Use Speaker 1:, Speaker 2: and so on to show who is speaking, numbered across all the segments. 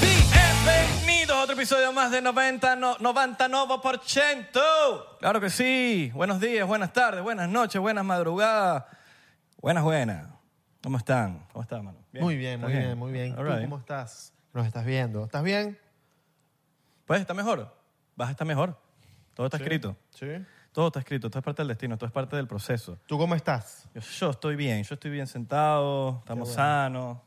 Speaker 1: Bienvenidos a otro episodio más de 90, no, 99%. Claro que sí. Buenos días, buenas tardes, buenas noches, buenas madrugadas. Buenas, buenas. ¿Cómo están? ¿Cómo estás, mano?
Speaker 2: Muy bien,
Speaker 1: ¿Estás
Speaker 2: muy bien, muy bien.
Speaker 1: All
Speaker 2: ¿Tú
Speaker 1: right.
Speaker 2: cómo estás? ¿Nos estás viendo? ¿Estás bien?
Speaker 1: Puedes estar Pues, mejor. Vas a estar mejor. Todo está escrito.
Speaker 2: Sí.
Speaker 1: Todo está escrito. Todo es parte del destino. Todo es parte del proceso.
Speaker 2: ¿Tú cómo estás?
Speaker 1: Yo, yo estoy bien. Yo estoy bien sentado. Estamos
Speaker 2: bueno.
Speaker 1: sanos.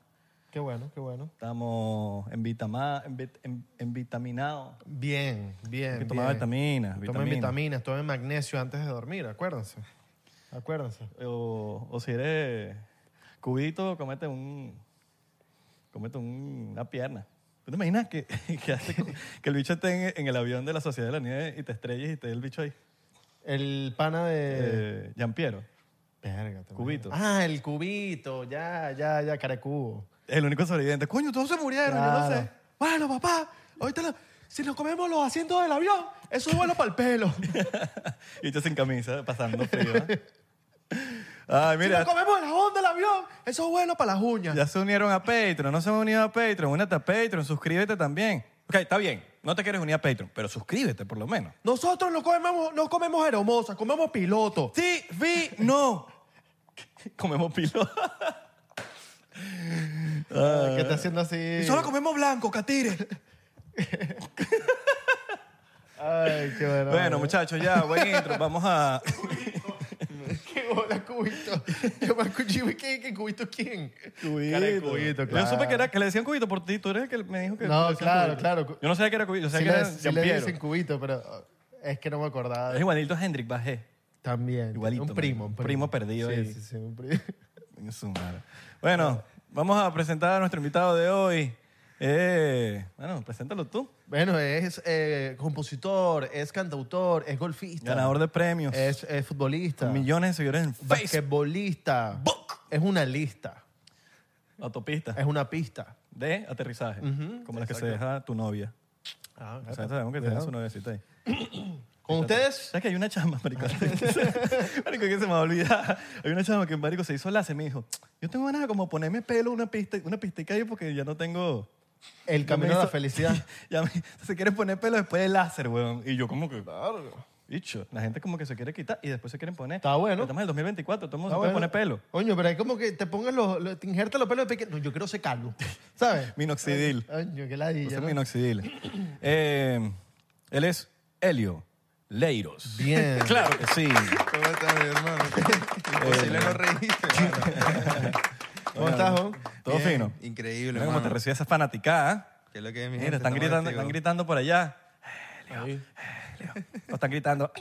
Speaker 2: Qué bueno, qué bueno.
Speaker 1: Estamos en vitama- en vit- en- en vitaminado.
Speaker 2: Bien, bien.
Speaker 1: Hay que tomar
Speaker 2: bien.
Speaker 1: vitaminas,
Speaker 2: Tomen
Speaker 1: vitaminas.
Speaker 2: vitaminas, tomen magnesio antes de dormir, acuérdense. Acuérdense.
Speaker 1: O, o si eres cubito, comete un. Comete un- una pierna. ¿Tú te imaginas que, que, hace- que el bicho esté en, en el avión de la Sociedad de la Nieve y te estrelles y te dé el bicho ahí?
Speaker 2: El pana de.
Speaker 1: Eh, Giampiero.
Speaker 2: Verga, te
Speaker 1: Cubito.
Speaker 2: imaginas. Ah, el cubito. Ya, ya, ya, carecubo.
Speaker 1: El único sobreviviente. Coño, todos se murieron, yo no
Speaker 2: Claro.
Speaker 1: sé.
Speaker 2: Bueno, papá, ahorita si nos comemos los asientos del avión, eso es bueno para el pelo.
Speaker 1: Y yo sin camisa, pasando frío. ¿eh? Ay, mira.
Speaker 2: comemos el jabón del avión, eso es bueno para las uñas.
Speaker 1: Ya se unieron a Patreon, no se han unido a Patreon, únete a Patreon, suscríbete también. Ok, está bien, no te quieres unir a Patreon, pero suscríbete por lo menos.
Speaker 2: Nosotros no comemos, no comemos hermosas, comemos piloto.
Speaker 1: Sí, vi, no. Comemos pilo.
Speaker 2: ¿Qué está Ah, haciendo así?
Speaker 1: Y solo comemos blanco, catire.
Speaker 2: Ay, qué bueno.
Speaker 1: Bueno, muchachos, ya, buen intro. Vamos a.
Speaker 2: Qué bola, cubito. Yo me escuché, ¿qué, qué cubito quién? cubito,
Speaker 1: Yo supe que, era, que le decían cubito por ti, tú eres el que me dijo que.
Speaker 2: No,
Speaker 1: le decían
Speaker 2: claro,
Speaker 1: cubito.
Speaker 2: claro.
Speaker 1: Yo no sabía que era cubito, yo
Speaker 2: Sí
Speaker 1: sabía que
Speaker 2: le,
Speaker 1: era
Speaker 2: sí le
Speaker 1: Jean-Pierre.
Speaker 2: dicen cubito, pero uh, es que no me acordaba.
Speaker 1: Es igualito a Hendrik Bajé.
Speaker 2: También.
Speaker 1: Igualito,
Speaker 2: Un primo,
Speaker 1: man.
Speaker 2: un primo.
Speaker 1: Primo perdido eh.
Speaker 2: Sí,
Speaker 1: ahí.
Speaker 2: sí, sí, un primo.
Speaker 1: Coño, su madre. Bueno, vamos a presentar a nuestro invitado de hoy. Eh, bueno, preséntalo tú.
Speaker 2: Bueno, es eh, compositor, es cantautor, es golfista.
Speaker 1: Ganador de premios.
Speaker 2: Es, es futbolista.
Speaker 1: Millones de seguidores en Facebook.
Speaker 2: basquetbolista. Es una lista.
Speaker 1: Autopista.
Speaker 2: Es una pista.
Speaker 1: De aterrizaje. como las que se deja tu novia. O sea, sabemos que te deja su noviecita ahí.
Speaker 2: Con ustedes,
Speaker 1: ¿Sabes que hay una chama, marico? marico, que se me va a olvidar. Hay una chama que, marico, se hizo lace y me dijo, yo tengo ganas de como ponerme pelo una pista, una pistica ahí porque ya no tengo...
Speaker 2: el camino a la felicidad.
Speaker 1: Ya me- se quiere poner pelo después del láser, weón. Y yo como que... Bicho, la gente como que se quiere quitar y después se quieren poner.
Speaker 2: Está bueno.
Speaker 1: Pero Estamos en el 2024, todo el mundo
Speaker 2: Ah,
Speaker 1: se
Speaker 2: bueno.
Speaker 1: puede poner pelo.
Speaker 2: Coño, pero es como que te pongas los, los- te injertas los pelos de pequeño. No, yo quiero ser calvo. ¿Sabes?
Speaker 1: Minoxidil.
Speaker 2: Coño, qué
Speaker 1: Ese
Speaker 2: ladilla.
Speaker 1: es
Speaker 2: ¿no?
Speaker 1: minoxidil. Eh, él es Helio Leiros.
Speaker 2: Bien.
Speaker 1: Claro que sí.
Speaker 3: ¿Cómo estás, mi hermano? Imposible no reírte, hermano.
Speaker 2: ¿Cómo estás, Juan?
Speaker 1: Todo
Speaker 3: Bien,
Speaker 1: fino.
Speaker 3: Increíble,
Speaker 1: Mira
Speaker 3: hermano.
Speaker 1: cómo te recibe esa fanaticada. ¿eh?
Speaker 3: ¿Qué es lo que es, mi
Speaker 1: Mira,
Speaker 3: gente?
Speaker 1: están
Speaker 3: Estamos
Speaker 1: gritando,
Speaker 3: activos.
Speaker 1: están gritando por allá.
Speaker 2: Ahí.
Speaker 1: Lo están gritando.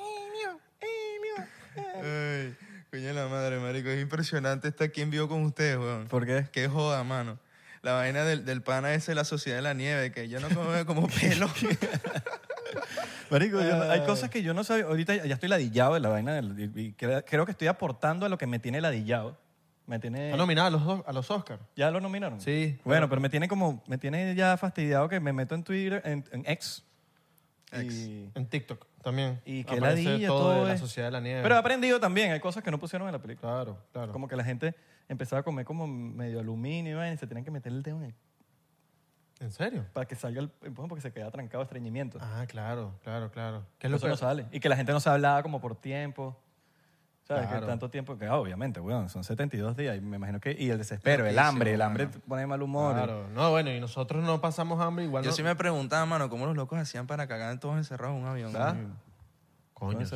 Speaker 3: Ay, coño de la madre, marico. Es impresionante estar aquí en vivo con ustedes, weón.
Speaker 1: ¿Por qué?
Speaker 3: Qué joda, mano. La vaina del, del pana ese de la sociedad de la nieve, que yo no como, como pelo.
Speaker 1: Marico, yo-
Speaker 2: Ah.
Speaker 1: hay cosas que yo no sabía. Ahorita ya estoy ladillado de la vaina. del- y- y cre- creo que estoy aportando a lo que me tiene ladillado. Me tiene...
Speaker 2: ¿Has nominado a los, dos- a los Oscars?
Speaker 1: ¿Ya lo nominaron?
Speaker 2: Sí.
Speaker 1: Bueno, pero me tiene como... Me tiene ya fastidiado que me meto en Twitter, en, en X.
Speaker 3: Ex.
Speaker 1: Y,
Speaker 2: En TikTok también.
Speaker 1: y que
Speaker 2: Aparece
Speaker 1: ladilla
Speaker 2: Ah, todo,
Speaker 1: todo,
Speaker 2: de la
Speaker 1: es.
Speaker 2: sociedad de la nieve.
Speaker 1: Pero he aprendido también. Hay cosas que no pusieron en la película.
Speaker 2: claro, claro.
Speaker 1: Como que la gente empezaba a comer como medio aluminio y vaina, y se tenían que meter el dedo en el
Speaker 2: ¿En serio?
Speaker 1: para que salga el empujón porque se queda trancado estreñimiento.
Speaker 2: Ah, claro, claro, claro. ¿Qué es lo
Speaker 1: Eso no
Speaker 2: peor?
Speaker 1: sale. Y que la gente no se hablaba como por tiempo. ¿Sabes? Que tanto tiempo que, ah, obviamente, weón, son 72 días y me imagino que. Y el desespero, el hambre, el hambre te pone de mal humor.
Speaker 2: Claro. No, bueno, y nosotros no pasamos hambre igual.
Speaker 3: Yo
Speaker 2: no-
Speaker 3: sí me preguntaba, mano, cómo los locos hacían para cagar todos encerrados en un avión.
Speaker 1: ¿Verdad?
Speaker 2: Coño, sí.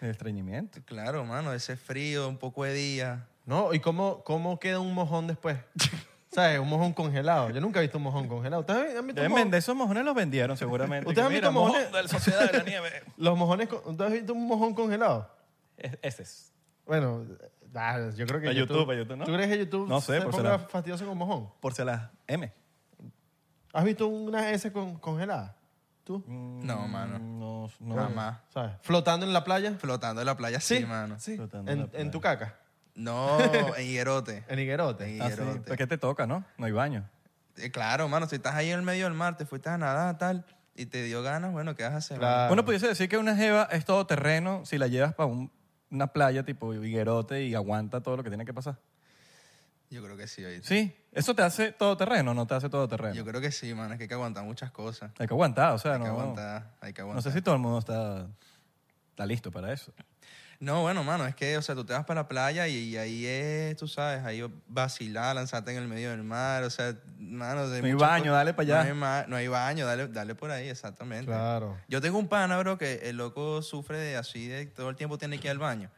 Speaker 1: El estreñimiento.
Speaker 3: Claro, mano, ese frío, un poco de día.
Speaker 2: No, ¿y cómo, cómo queda un mojón después? ¿Sabes? Un mojón congelado. Yo nunca he visto un mojón congelado. ¿Ustedes han visto un
Speaker 1: Deben
Speaker 2: mojón?
Speaker 1: vender esos mojones los vendieron seguramente.
Speaker 2: ¿Ustedes han
Speaker 1: Mira,
Speaker 2: visto
Speaker 1: mojón
Speaker 2: mojones?
Speaker 1: de la Sociedad de la Nieve.
Speaker 2: Los mojones, con- ¿ustedes han visto un mojón congelado?
Speaker 1: E- Ese es.
Speaker 2: Bueno, ah, yo creo que
Speaker 1: Para YouTube, para YouTube, ¿no?
Speaker 2: ¿Tú crees que YouTube
Speaker 1: No sé,
Speaker 2: se
Speaker 1: por
Speaker 2: ponga
Speaker 1: será.
Speaker 2: fastidioso con mojón?
Speaker 1: Por si las M.
Speaker 2: ¿Has visto una S con, congelada? ¿Tú?
Speaker 3: No,
Speaker 1: Mm.
Speaker 3: mano.
Speaker 1: No, no.
Speaker 3: Jamás.
Speaker 2: ¿Sabes? ¿Flotando en la playa?
Speaker 3: Flotando en la playa, sí, mano.
Speaker 2: Sí.
Speaker 1: Flotando en la
Speaker 2: En,
Speaker 1: playa.
Speaker 2: en tu caca.
Speaker 3: No, en higuerote.
Speaker 2: En higuerote.
Speaker 3: En
Speaker 1: Ah, sí,
Speaker 3: higuerote.
Speaker 1: porque te toca, ¿no? No hay baño.
Speaker 3: Eh, Claro, mano, si estás ahí en el medio del mar, te fuiste a nadar, tal, y te dio ganas, bueno, ¿qué vas a hacer? mano?
Speaker 2: Claro.
Speaker 1: Uno pudiese decir que una jeva es todoterreno si la llevas para una playa tipo higuerote y aguanta todo lo que tiene que pasar.
Speaker 3: Yo creo que sí, oíste.
Speaker 1: Sí, eso te hace todoterreno o no te hace todoterreno.
Speaker 3: Yo creo que sí, mano, es que hay que aguantar muchas cosas.
Speaker 1: Hay que aguantar, o sea,
Speaker 3: Hay que
Speaker 1: no,
Speaker 3: aguantar, hay que
Speaker 1: no
Speaker 3: aguantar.
Speaker 1: sé si todo el mundo está, está listo para eso.
Speaker 3: No, bueno, mano, es que, o sea, tú te vas para la playa y, y ahí es, tú sabes, ahí vacilar, lanzarte en el medio del mar, o sea, mano... de
Speaker 1: No hay
Speaker 3: muchas
Speaker 1: baño,
Speaker 3: cosas.
Speaker 1: dale pa' allá.
Speaker 3: No hay, ma- no hay baño, dale, dale por ahí, exactamente.
Speaker 2: Claro.
Speaker 3: Yo tengo un pana, bro, que el loco sufre de así, de todo el tiempo tiene que ir al baño.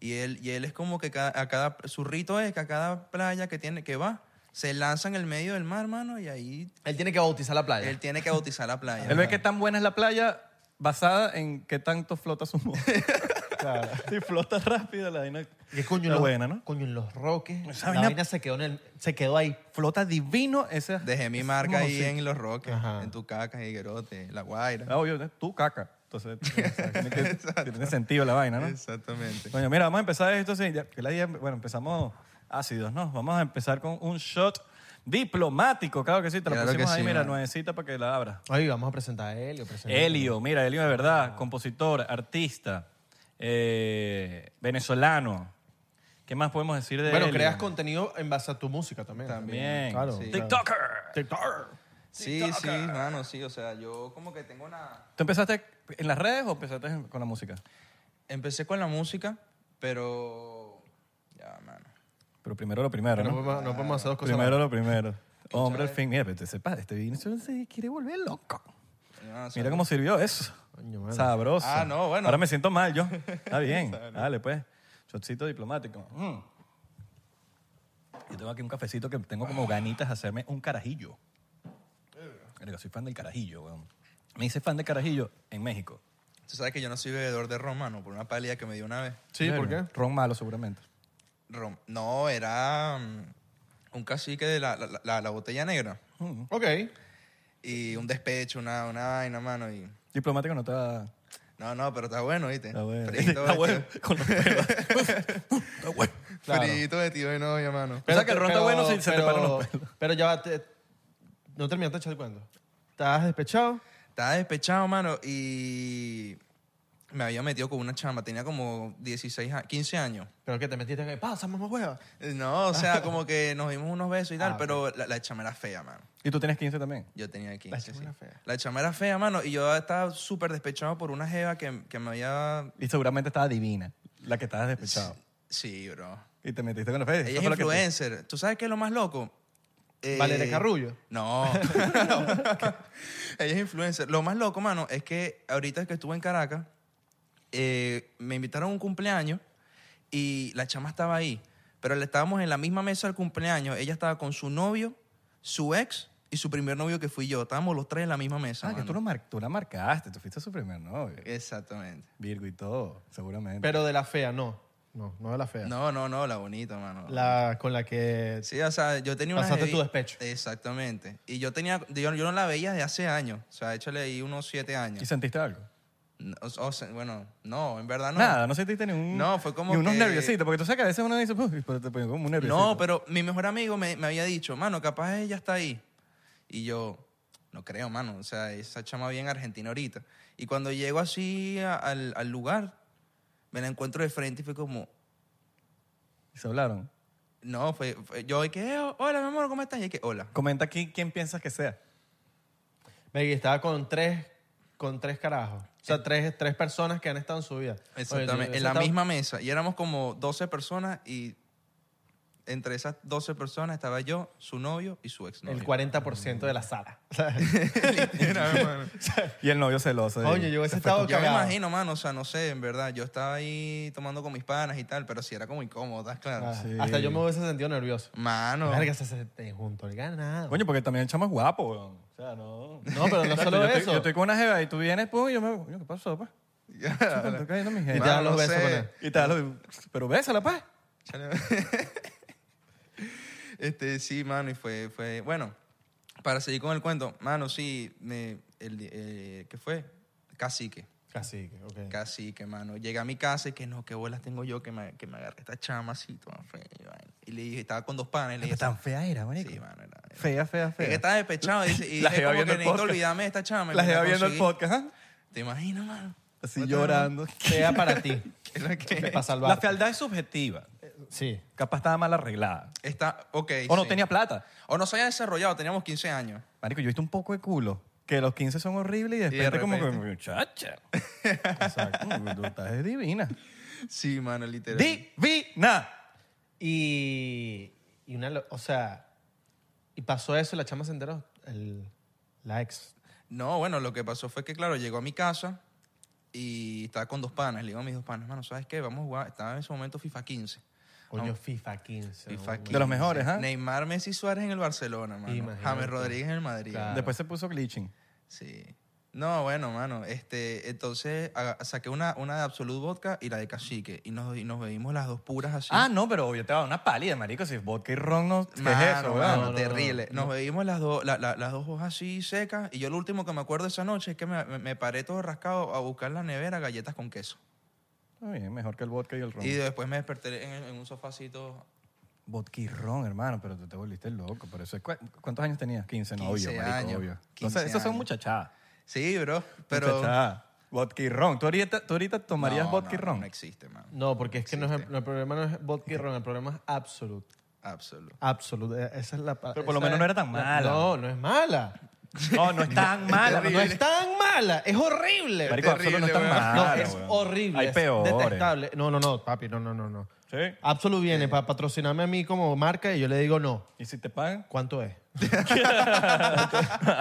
Speaker 3: Y él, y él es como que ca- a cada, su rito es que a cada playa que, tiene, que va, se lanza en el medio del mar, mano, y ahí
Speaker 2: Él tiene que bautizar la playa.
Speaker 3: él tiene que bautizar la playa.
Speaker 1: Él ve qué tan buena es la playa basada en qué tanto flota su moto.
Speaker 2: Claro.
Speaker 1: si flota rápido la vaina.
Speaker 2: ¿Qué coño?
Speaker 1: está
Speaker 2: en los-
Speaker 1: buena, ¿no?
Speaker 2: Coño, en los roques.
Speaker 1: Esa
Speaker 2: la
Speaker 1: vaina-
Speaker 2: vaina se quedó, en el- se quedó ahí.
Speaker 1: Flota divino ese.
Speaker 3: Dejé mi
Speaker 1: ese
Speaker 3: marca ahí
Speaker 1: mojoncito.
Speaker 3: en Los Roques,
Speaker 2: Ajá.
Speaker 3: en tu caca, en Higuerote, en La Guaira.
Speaker 1: Ah, obvio, tú caca. Entonces, tiene, que- tiene sentido la vaina, ¿no?
Speaker 3: Exactamente.
Speaker 1: Coño, mira, vamos a empezar esto. sí, ya que la idea- bueno, empezamos ácidos, ¿no? Vamos a empezar con un shot diplomático. Claro que sí, te lo
Speaker 3: Claro que
Speaker 1: pusimos ahí,
Speaker 3: sí,
Speaker 1: mira,
Speaker 3: mano.
Speaker 1: nuevecita para que la abra.
Speaker 2: Ahí vamos a presentar a Helio. presentar-
Speaker 1: Helio, mira, Helio de verdad, compositor, artista, eh, venezolano. ¿Qué más podemos decir de
Speaker 2: Bueno,
Speaker 1: Helio?
Speaker 2: creas contenido en base a tu música también.
Speaker 1: Bien.
Speaker 2: Claro.
Speaker 3: sí.
Speaker 1: TikToker.
Speaker 3: Sí, sí, mano, sí, o sea, yo como que tengo una...
Speaker 1: ¿Tú empezaste en las redes o empezaste en- con la música?
Speaker 3: Empecé con la música, pero... Ya, mano.
Speaker 1: Pero primero lo primero,
Speaker 2: No
Speaker 1: ¿no?
Speaker 2: podemos, no podemos hacer dos cosas.
Speaker 1: Primero lo primero. Hombre, al fin, mira, pero te sepas, este vino se quiere volver loco.
Speaker 3: No, o sea,
Speaker 1: Mira cómo sirvió eso.
Speaker 2: Coño, mano.
Speaker 1: Sabroso.
Speaker 3: Ah, no, bueno.
Speaker 1: Ahora me siento mal yo. Está bien. Dale, pues. Chocito diplomático. Mm. Yo tengo aquí un cafecito que tengo como ganitas de hacerme un carajillo. Verga, soy fan del carajillo, weón. Me hice fan del carajillo en México.
Speaker 3: Tú sabes que yo no soy bebedor de ron, mano, por una pálida que me dio una vez.
Speaker 2: Sí, ¿por qué?
Speaker 1: Verga, Ron malo, seguramente.
Speaker 3: Ron. No, era mm, un cacique de la, la- la- la botella negra.
Speaker 2: Ok.
Speaker 3: Y un despecho, una, una vaina, mano. Y...
Speaker 1: Diplomático no está.
Speaker 3: No, no, pero está bueno, ¿viste?
Speaker 1: Está bueno.
Speaker 3: Frito,
Speaker 1: Está bueno.
Speaker 3: vestido-
Speaker 1: Con los pelos. Está bueno.
Speaker 2: Claro.
Speaker 3: Frito de tío de novia, mano.
Speaker 1: O sea, que el ron está bueno si se te paran los
Speaker 2: pelos. Pero ya va, te- no terminaste de echar el cuento. Estabas despechado.
Speaker 3: Estaba despechado, mano, y me había metido con una chamba. Tenía como 16, a- 15 años.
Speaker 2: Pero que te metiste en el pasa, mamá hueva.
Speaker 3: No, o sea, como que nos dimos unos besos y tal,
Speaker 1: Ah,
Speaker 3: pero la, la chama era fea, mano.
Speaker 1: Y tú tienes 15 también.
Speaker 3: Yo tenía 15.
Speaker 2: La chama
Speaker 3: sí.
Speaker 2: era fea.
Speaker 3: La chama era fea, mano, y yo estaba súper despechado por una jeva que, que me había...
Speaker 1: Y seguramente estaba divina, la que estabas despechado.
Speaker 3: Sí, bro.
Speaker 1: Y te metiste con la fe.
Speaker 3: Ella es influencer. ¿Tú sabes qué es lo más loco? Eh,
Speaker 2: Valeria Carrullo.
Speaker 3: No. Ella es influencer. Lo más loco, mano, es que ahorita que estuve en Caracas, eh, me invitaron a un cumpleaños y la chama estaba ahí. Pero le estábamos en la misma mesa del cumpleaños. Ella estaba con su novio, su ex y su primer novio que fui yo. Estábamos los tres en la misma mesa.
Speaker 1: Ah, que
Speaker 3: mano.
Speaker 1: tú, lo mar- tú la marcaste, tú fuiste su primer novio.
Speaker 3: Exactamente.
Speaker 1: Virgo y todo, seguramente.
Speaker 2: Pero de la fea, no. No, no de la fea.
Speaker 3: No, no, no, la bonita, mano.
Speaker 2: La con la que.
Speaker 3: Sí, o sea, yo tenía una.
Speaker 2: Pasaste
Speaker 3: jevi-
Speaker 2: tu despecho.
Speaker 3: Exactamente. Y yo tenía. Yo, yo no la veía desde hace años. O sea, échale ahí unos siete
Speaker 1: ¿Y
Speaker 3: años.
Speaker 1: sentiste algo?
Speaker 3: No, o sea, bueno, no, en verdad no.
Speaker 1: Nada, no sentiste ni un...
Speaker 3: No, fue como
Speaker 1: Ni unos
Speaker 3: que-
Speaker 1: nerviositos, porque tú sabes que a veces uno dice, "Uy", pero te pongo como un nerviosito.
Speaker 3: No, pero mi mejor amigo me, me había dicho, mano, capaz ella está ahí. Y yo, no creo, mano. O sea, esa chama bien argentina ahorita. Y cuando llego así a- al, al lugar, me la encuentro de frente y fue como,
Speaker 1: Y se hablaron.
Speaker 3: no, fue. fue- yo, y que, "Eh, hola, mi amor, ¿cómo estás? Y que, hola.
Speaker 1: Comenta aquí quién piensas que sea.
Speaker 2: Ve, que estaba con tres. Con tres carajos. sea, tres, tres personas que han estado en su vida. Oye,
Speaker 3: Eh. Exactamente, en
Speaker 2: yo- yo
Speaker 3: la
Speaker 2: estaba-
Speaker 3: misma mesa. Y éramos como 12 personas y entre esas 12 personas estaba yo, su novio y su exnovio.
Speaker 2: El 40% de la sala. O sea,
Speaker 1: Y el novio celoso.
Speaker 2: Oye, yo hubiese estado
Speaker 3: Yo me
Speaker 2: cagado.
Speaker 3: imagino, mano, o sea, no sé, en verdad, yo estaba ahí tomando con mis panas y tal, pero sí era como incómodo, ¿estás claro?
Speaker 2: Ah,
Speaker 1: Sí.
Speaker 2: Hasta yo me hubiese sentido nervioso.
Speaker 3: Mano,
Speaker 2: Verga, se, se te juntó el ganado.
Speaker 1: Coño, porque también el chamo es guapo, weón. O sea, no.
Speaker 2: No, pero no
Speaker 1: Exacto,
Speaker 2: solo
Speaker 1: yo estoy-
Speaker 2: eso.
Speaker 1: yo estoy con una jeva y tú vienes, pues, y yo me. Coño, ¿qué pasó, pa? Me está cayendo mi
Speaker 2: Y
Speaker 1: jeva.
Speaker 2: te dan
Speaker 3: Mano,
Speaker 2: los
Speaker 3: no
Speaker 2: besos
Speaker 3: sé.
Speaker 2: con él.
Speaker 1: Y te da lo- Pero bésala, pa.
Speaker 3: este, sí, mano, y fue, fue, bueno, para seguir con el cuento, mano, sí, me- el, di- eh, ¿qué fue? Cacique.
Speaker 2: Casi, ok.
Speaker 3: Casi que, mano. Llegué a mi casa y que no, qué bolas tengo yo que me, que me agarré esta chama así, toda fea, y vaina. Y le dije, estaba con dos panes. Y le dije,
Speaker 1: Tan fea era, marico.
Speaker 3: sí, mano, era- era-
Speaker 1: Fea, fea,
Speaker 3: Es que
Speaker 1: fea.
Speaker 3: estaba despechado. Y, dice- y
Speaker 1: La
Speaker 3: dije,
Speaker 1: jeva
Speaker 3: como que
Speaker 1: viendo el
Speaker 3: necesito
Speaker 1: podcast.
Speaker 3: olvidarme de esta chama. y
Speaker 1: La
Speaker 3: me
Speaker 1: jeva
Speaker 3: la
Speaker 1: viendo el
Speaker 3: conseguí.
Speaker 1: podcast, ¿ah?
Speaker 3: ¿Te imaginas, mano?
Speaker 1: Así llorando.
Speaker 2: Sea para ti.
Speaker 3: Es la que-
Speaker 2: Para salvar.
Speaker 1: La fealdad es subjetiva.
Speaker 2: Sí.
Speaker 1: Capaz estaba mal arreglada.
Speaker 3: Está, ok.
Speaker 1: O no
Speaker 3: sí.
Speaker 1: tenía plata.
Speaker 3: O no se había desarrollado, teníamos 15 años.
Speaker 1: Marico, yo he visto un poco de culo. Que los 15 son horribles y de
Speaker 3: Y de
Speaker 1: repente, como que,
Speaker 3: repente.
Speaker 1: muchacha. Exacto. Tú estás divina.
Speaker 3: Sí, mano, literal.
Speaker 1: Divina.
Speaker 2: Y, y una, lo- o sea, y pasó eso y la chama se enteró, el, la ex.
Speaker 3: No, bueno, lo que pasó fue que, claro, llegó a mi casa y estaba con dos panas. Le digo a mis dos panas, mano, ¿sabes qué? Vamos a jugar. Estaba en ese momento FIFA 15.
Speaker 2: Coño, FIFA 15.
Speaker 3: FIFA
Speaker 2: ¿no?
Speaker 3: 15.
Speaker 1: De los mejores, ¿ah?
Speaker 3: Neymar, Messi, Suárez en el Barcelona, mano.
Speaker 2: Imagínate.
Speaker 3: James Rodríguez en el Madrid.
Speaker 2: Claro.
Speaker 1: Después se puso glitching.
Speaker 3: Sí. No, bueno, mano. Este, entonces aga- saqué una, una de Absolute Vodka y la de Cacique. Y nos, y nos bebimos las dos puras así.
Speaker 1: Ah, no, pero yo te va a dar una pálida, marico. Si vodka y ron no... ¿Qué
Speaker 3: Mano,
Speaker 1: es eso,
Speaker 3: mano,
Speaker 1: weón?
Speaker 2: no, no,
Speaker 3: terrible. Nos bebimos las, dos la- la- las dos hojas así secas. Y yo lo último que me acuerdo esa noche es que me, me- me paré todo rascado a buscar en la nevera galletas con queso.
Speaker 1: Está bien, mejor que el vodka y el ron.
Speaker 3: Y después me desperté en, en un sofacito.
Speaker 1: Vodka y ron, hermano, pero tú te volviste loco. Por eso es cu- ¿Cuántos años tenías? 15, no,
Speaker 3: 15
Speaker 1: obvio, marico,
Speaker 3: años,
Speaker 1: obvio.
Speaker 3: 15
Speaker 1: Entonces, esas son
Speaker 3: años.
Speaker 1: muchachadas.
Speaker 3: Sí, bro. Pero.
Speaker 1: Muchachadas. Vodka y ron. ¿Tú ahorita, tú ahorita tomarías
Speaker 3: No,
Speaker 1: vodka y
Speaker 3: no,
Speaker 1: ron?
Speaker 3: No existe, mano.
Speaker 2: No, porque es que no es,
Speaker 3: Existe.
Speaker 2: el problema no es vodka y ron, el problema es absolute.
Speaker 3: Absoluto.
Speaker 2: Absolute, eh, esa es la
Speaker 1: Pero por lo menos no era tan mala.
Speaker 2: No, no es mala.
Speaker 1: No, no es tan mala.
Speaker 2: No es tan mala, es horrible.
Speaker 1: Marico, absoluto no es tan
Speaker 3: terrible,
Speaker 1: mala.
Speaker 2: no, es
Speaker 1: weón.
Speaker 2: horrible.
Speaker 1: Hay
Speaker 2: es
Speaker 1: peores.
Speaker 2: Detestable. Ah. No, no, no, papi, no, no, no. no.
Speaker 1: Sí.
Speaker 2: Absolute viene para patrocinarme a mí como marca y yo le digo no.
Speaker 1: ¿Y si te pagan?
Speaker 2: ¿Cuánto es?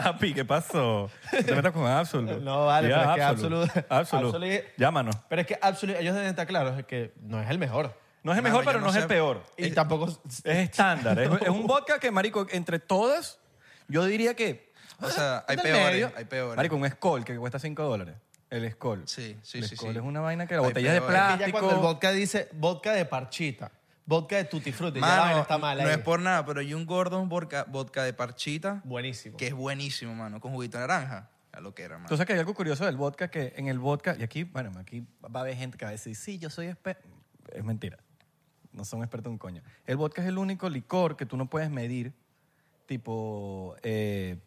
Speaker 1: Api, ¿qué pasó? No te metas con Absolute.
Speaker 2: No, vale, pero es que Absolute-
Speaker 1: Absolute.
Speaker 2: Absolute-
Speaker 1: Llámanos.
Speaker 2: Pero es que Absolute, ellos deben estar claros es que no es el mejor.
Speaker 1: No es el
Speaker 3: Mano,
Speaker 1: mejor,
Speaker 3: yo
Speaker 1: pero
Speaker 3: no
Speaker 1: no, es
Speaker 3: sé-
Speaker 1: el peor.
Speaker 2: Y tampoco.
Speaker 1: Es estándar. Es, es un vodka que, marico, entre todas, yo diría que...
Speaker 3: O sea, Ah, hay
Speaker 1: del
Speaker 3: peores,
Speaker 1: medio.
Speaker 3: hay peores.
Speaker 1: Marico, un Skol que cuesta 5 dólares. El Skol.
Speaker 3: Sí, sí,
Speaker 1: el
Speaker 3: sí,
Speaker 1: Skol
Speaker 3: sí.
Speaker 1: es una vaina que la
Speaker 3: Hay
Speaker 1: botella es de
Speaker 3: peores.
Speaker 2: Que ya cuando el
Speaker 1: plástico.
Speaker 2: vodka dice vodka de parchita, vodka de tutti frutti, ya la
Speaker 3: Mano,
Speaker 2: vaina está mala.
Speaker 3: no
Speaker 2: ahí.
Speaker 3: es por nada, pero hay un Gordon vodka, vodka de parchita
Speaker 2: Buenísimo.
Speaker 3: que es buenísimo, mano, con juguito de naranja. A lo que era, mano.
Speaker 1: Entonces que hay algo curioso del vodka que en el vodka, y aquí, bueno, aquí va a haber gente que va a decir, sí, yo soy experto. Es mentira. No son expertos en coño. El vodka es el único licor que tú no puedes medir, tipo, eh,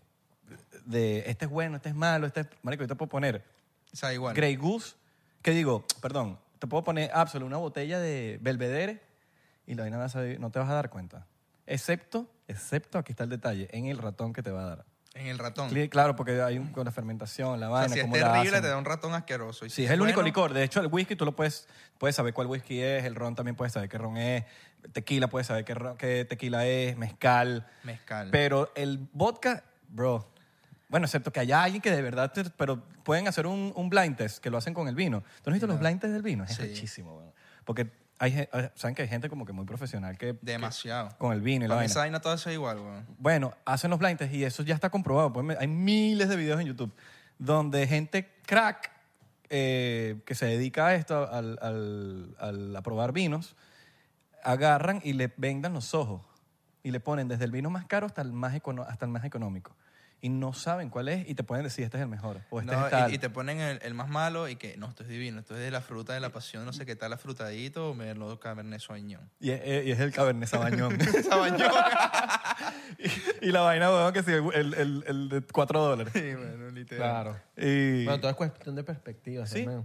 Speaker 1: de este es bueno, este es malo, este es... Marico, yo te puedo poner
Speaker 3: o sea, igual.
Speaker 1: Grey Goose, que digo, perdón, te puedo poner Absolute, una botella de Belvedere y la vaina vas a- no te vas a dar cuenta. Excepto, excepto, aquí está el detalle, en el ratón que te va a dar.
Speaker 3: En el ratón.
Speaker 1: Cli- Claro, porque hay un, con la fermentación, la
Speaker 3: O sea,
Speaker 1: vaina,
Speaker 3: si es
Speaker 1: cómo la
Speaker 3: terrible,
Speaker 1: hacen.
Speaker 3: te da un ratón asqueroso. Y
Speaker 1: Sí,
Speaker 3: si
Speaker 1: es el único
Speaker 3: bueno,
Speaker 1: licor. De hecho, el whisky tú lo puedes, puedes saber cuál whisky es, el ron también puedes saber qué ron es, tequila puedes saber qué, ron- qué tequila es, mezcal.
Speaker 3: Mezcal.
Speaker 1: Pero el vodka, bro. Bueno, excepto que haya alguien que de verdad, te- pero pueden hacer un, un blind test, que lo hacen con el vino. ¿Tú has visto los blind test del vino? Es
Speaker 3: Sí.
Speaker 1: rechísimo, weón. Porque hay, gen- saben que hay gente como que muy profesional que...
Speaker 3: Demasiado.
Speaker 1: Con el vino y la
Speaker 3: Para mí
Speaker 1: vaina.
Speaker 3: esa vaina toda es igual, weón.
Speaker 1: Bueno, hacen los blind tests y eso ya está comprobado. Pueden ver- hay miles de videos en YouTube donde gente crack eh, que se dedica a esto, al, al- al- a probar vinos, agarran y le vendan los ojos y le ponen desde el vino más caro hasta el más, econo- hasta el más económico. Y no saben cuál es y te pueden decir este es el mejor o este
Speaker 3: No,
Speaker 1: es tal.
Speaker 3: y, y te ponen el, el más malo y que, no, esto es divino, esto es de la fruta de la pasión, no sé qué tal, afrutadito o merlot cabernet sauvignon.
Speaker 1: Y es, eh, y es el Cabernet Sauvignon. y, y la vaina, weón, que sí, el, el, el de 4 dólares.
Speaker 3: Sí, bueno, literal.
Speaker 2: Claro.
Speaker 1: Y...
Speaker 2: Bueno, todo es cuestión de perspectiva,
Speaker 1: Sí.
Speaker 2: hermano.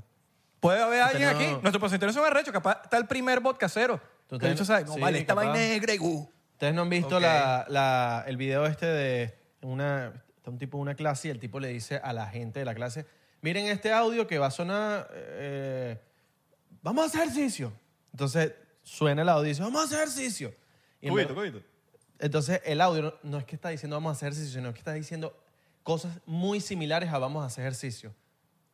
Speaker 1: Puede haber alguien
Speaker 2: no-
Speaker 1: aquí. Nuestros presentadores son arrechos. Capaz está el primer vodka cero.
Speaker 2: Tú
Speaker 1: Que de
Speaker 2: ten-
Speaker 1: hecho sabe, no
Speaker 2: sí,
Speaker 1: vale, esta
Speaker 2: capaz.
Speaker 1: vaina es Grey Goose.
Speaker 2: Ustedes no han visto
Speaker 3: Ok.
Speaker 2: la, la- el video este de una, está un tipo en una clase y el tipo le dice a la gente de la clase, miren este audio que va a sonar, eh, vamos a hacer ejercicio. Entonces suena el audio y dice, vamos a hacer ejercicio. Y en
Speaker 1: Cubito,
Speaker 2: verdad-
Speaker 1: cubito.
Speaker 2: entonces, el audio no, no es que está diciendo vamos a hacer ejercicio, sino que está diciendo cosas muy similares a vamos a hacer ejercicio.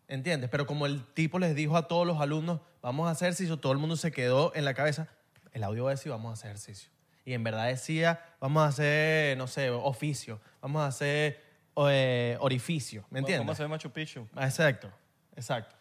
Speaker 2: ¿Entiendes? Pero como el tipo les dijo a todos los alumnos, vamos a hacer ejercicio, todo el mundo se quedó en la cabeza, el audio va a decir vamos a hacer ejercicio. Y en verdad decía, vamos a hacer, no sé, oficio, vamos a hacer eh, orificio, ¿me entiendes?
Speaker 1: ¿Cómo se ve Machu Picchu?
Speaker 2: Ah, Exacto, exacto.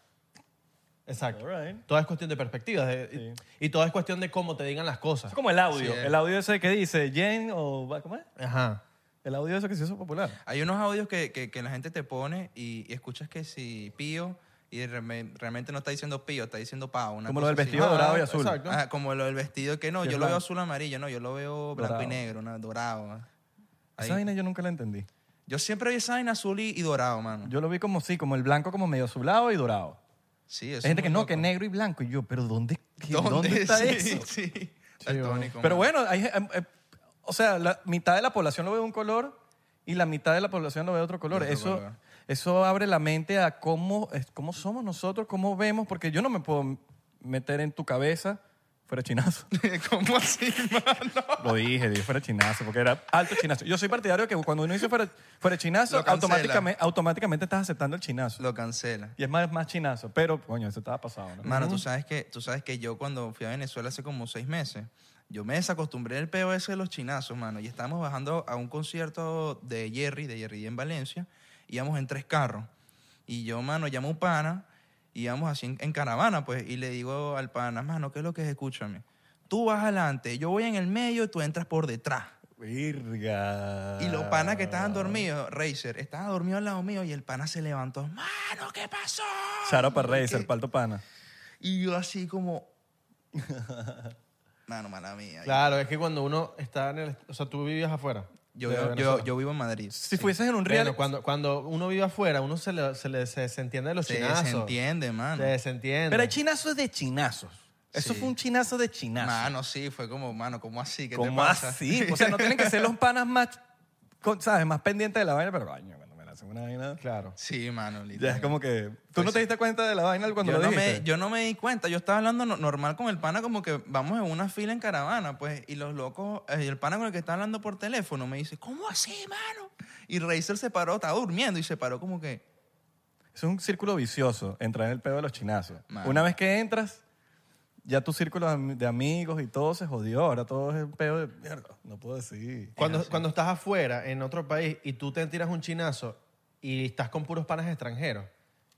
Speaker 2: Exacto.
Speaker 1: All right.
Speaker 2: Todo es cuestión de perspectivas de- y- y, todo es cuestión de cómo te digan las cosas.
Speaker 1: Es como el audio.
Speaker 3: Sí, eh.
Speaker 1: el audio ese que dice Jen o... va- ¿Cómo es?
Speaker 2: Ajá.
Speaker 1: El audio ese que se hizo popular.
Speaker 3: Hay unos audios que, que- que la gente te pone y, y escuchas que si pío y realme- realmente no está diciendo pío, está diciendo pao. una
Speaker 1: Como lo
Speaker 3: cosa
Speaker 1: del
Speaker 3: así.
Speaker 1: vestido
Speaker 3: Ah,
Speaker 1: dorado y
Speaker 2: ah,
Speaker 1: azul.
Speaker 2: exacto.
Speaker 3: ah, como lo del vestido que no,
Speaker 1: Que
Speaker 3: yo
Speaker 1: es
Speaker 3: lo veo
Speaker 1: blanco.
Speaker 3: azul amarillo, no, yo lo veo blanco y
Speaker 1: Dorado.
Speaker 3: negro, no, dorado. ah. Ahí.
Speaker 1: Esa vaina yo nunca la entendí.
Speaker 3: Yo siempre vi esa vaina azul y, y dorado, mano.
Speaker 1: Yo lo vi como sí, como el blanco como medio azulado y dorado.
Speaker 3: sí, eso es
Speaker 1: Hay gente
Speaker 3: muy
Speaker 1: que no, que es
Speaker 3: loco.
Speaker 1: negro y blanco. Y yo, pero ¿dónde, qué-
Speaker 3: ¿Dónde,
Speaker 1: ¿dónde, está
Speaker 3: Sí,
Speaker 1: eso?
Speaker 3: Sí, Daltónico, mano.
Speaker 1: Pero bueno, hay, eh, eh, o sea, la mitad de la población lo ve de un color y la mitad de la población lo ve de otro color.
Speaker 3: De otro
Speaker 1: eso,
Speaker 3: color.
Speaker 1: eso abre la mente a cómo, es- cómo somos nosotros, cómo vemos, porque yo no me puedo meter en tu cabeza fuera chinazo.
Speaker 3: ¿Cómo así, mano?
Speaker 1: Lo dije, dije fuera chinazo, porque era alto chinazo. Yo soy partidario que cuando uno dice fuera, fuera chinazo,
Speaker 3: Lo cancela.
Speaker 1: automáticamente, automáticamente estás aceptando el chinazo.
Speaker 3: Lo cancela.
Speaker 1: Y es más, más chinazo, pero coño, eso estaba pasado, ¿no?
Speaker 3: Mano, tú sabes que tú sabes que yo cuando fui a Venezuela hace como seis meses, yo me desacostumbré del peo ese de los chinazos, mano. Y estábamos bajando a un concierto de Jerry, de Jerry en Valencia, íbamos en tres carros. Y yo, mano, llamo a un pana, y íbamos así en, en caravana, pues, y le digo al pana, mano, ¿qué es lo que es? Escúchame. Tú vas adelante, yo voy en el medio y tú entras por detrás.
Speaker 1: Virga.
Speaker 3: Y los panas que
Speaker 1: Ah.
Speaker 3: estaban dormidos, Racer, estaba dormido al lado mío y el pana se levantó. ¡Mano, qué pasó!
Speaker 1: Charo para
Speaker 3: ¿Qué-
Speaker 1: Razer, palto pana.
Speaker 3: y yo así como... Mano, mala mía.
Speaker 2: Claro, es que cuando uno está en el... O sea, tú vivías afuera.
Speaker 3: Yo,
Speaker 2: de
Speaker 3: yo,
Speaker 2: Venezuela.
Speaker 3: yo, yo vivo en Madrid.
Speaker 1: Si fueses en un
Speaker 2: Bueno,
Speaker 1: real,
Speaker 2: cuando, cuando uno vive afuera, uno se, le, se, le- se- se entiende de los
Speaker 3: Se
Speaker 2: chinazos.
Speaker 3: desentiende, mano.
Speaker 2: Se desentiende.
Speaker 1: Pero hay chinazos de chinazos. Eso
Speaker 3: Sí.
Speaker 1: fue un chinazo de chinazos.
Speaker 3: Mano, sí, fue como, mano, ¿cómo así? ¿Qué te
Speaker 1: ¿Cómo
Speaker 3: pasa?
Speaker 1: así? O sea, no tienen que ser los panas más, con- ¿sabes? Más pendientes de la vaina, pero coño, cuando me la hacen una vaina.
Speaker 2: Claro.
Speaker 3: Sí, mano, literal.
Speaker 1: Ya es como que. ¿Tú no te diste cuenta de la vaina cuando
Speaker 3: Pues yo,
Speaker 1: lo
Speaker 3: no
Speaker 1: dijiste?
Speaker 3: me, yo no me di cuenta. Yo estaba hablando no- normal con el pana, como que vamos en una fila en caravana, pues. Y los locos, eh, el pana con el que estaba hablando por teléfono me dice, ¿cómo así, mano? Y Razer se paró, estaba durmiendo y se paró como que.
Speaker 1: Es un círculo vicioso entrar en el pedo de los chinazos.
Speaker 3: Mano.
Speaker 1: Una vez que entras, ya tu círculo de am- de amigos y todo se jodió. Ahora todo es un pedo de mierda. No puedo decir.
Speaker 2: Cuando, cuando estás afuera, en otro país, y tú te tiras un chinazo y estás con puros panas extranjeros,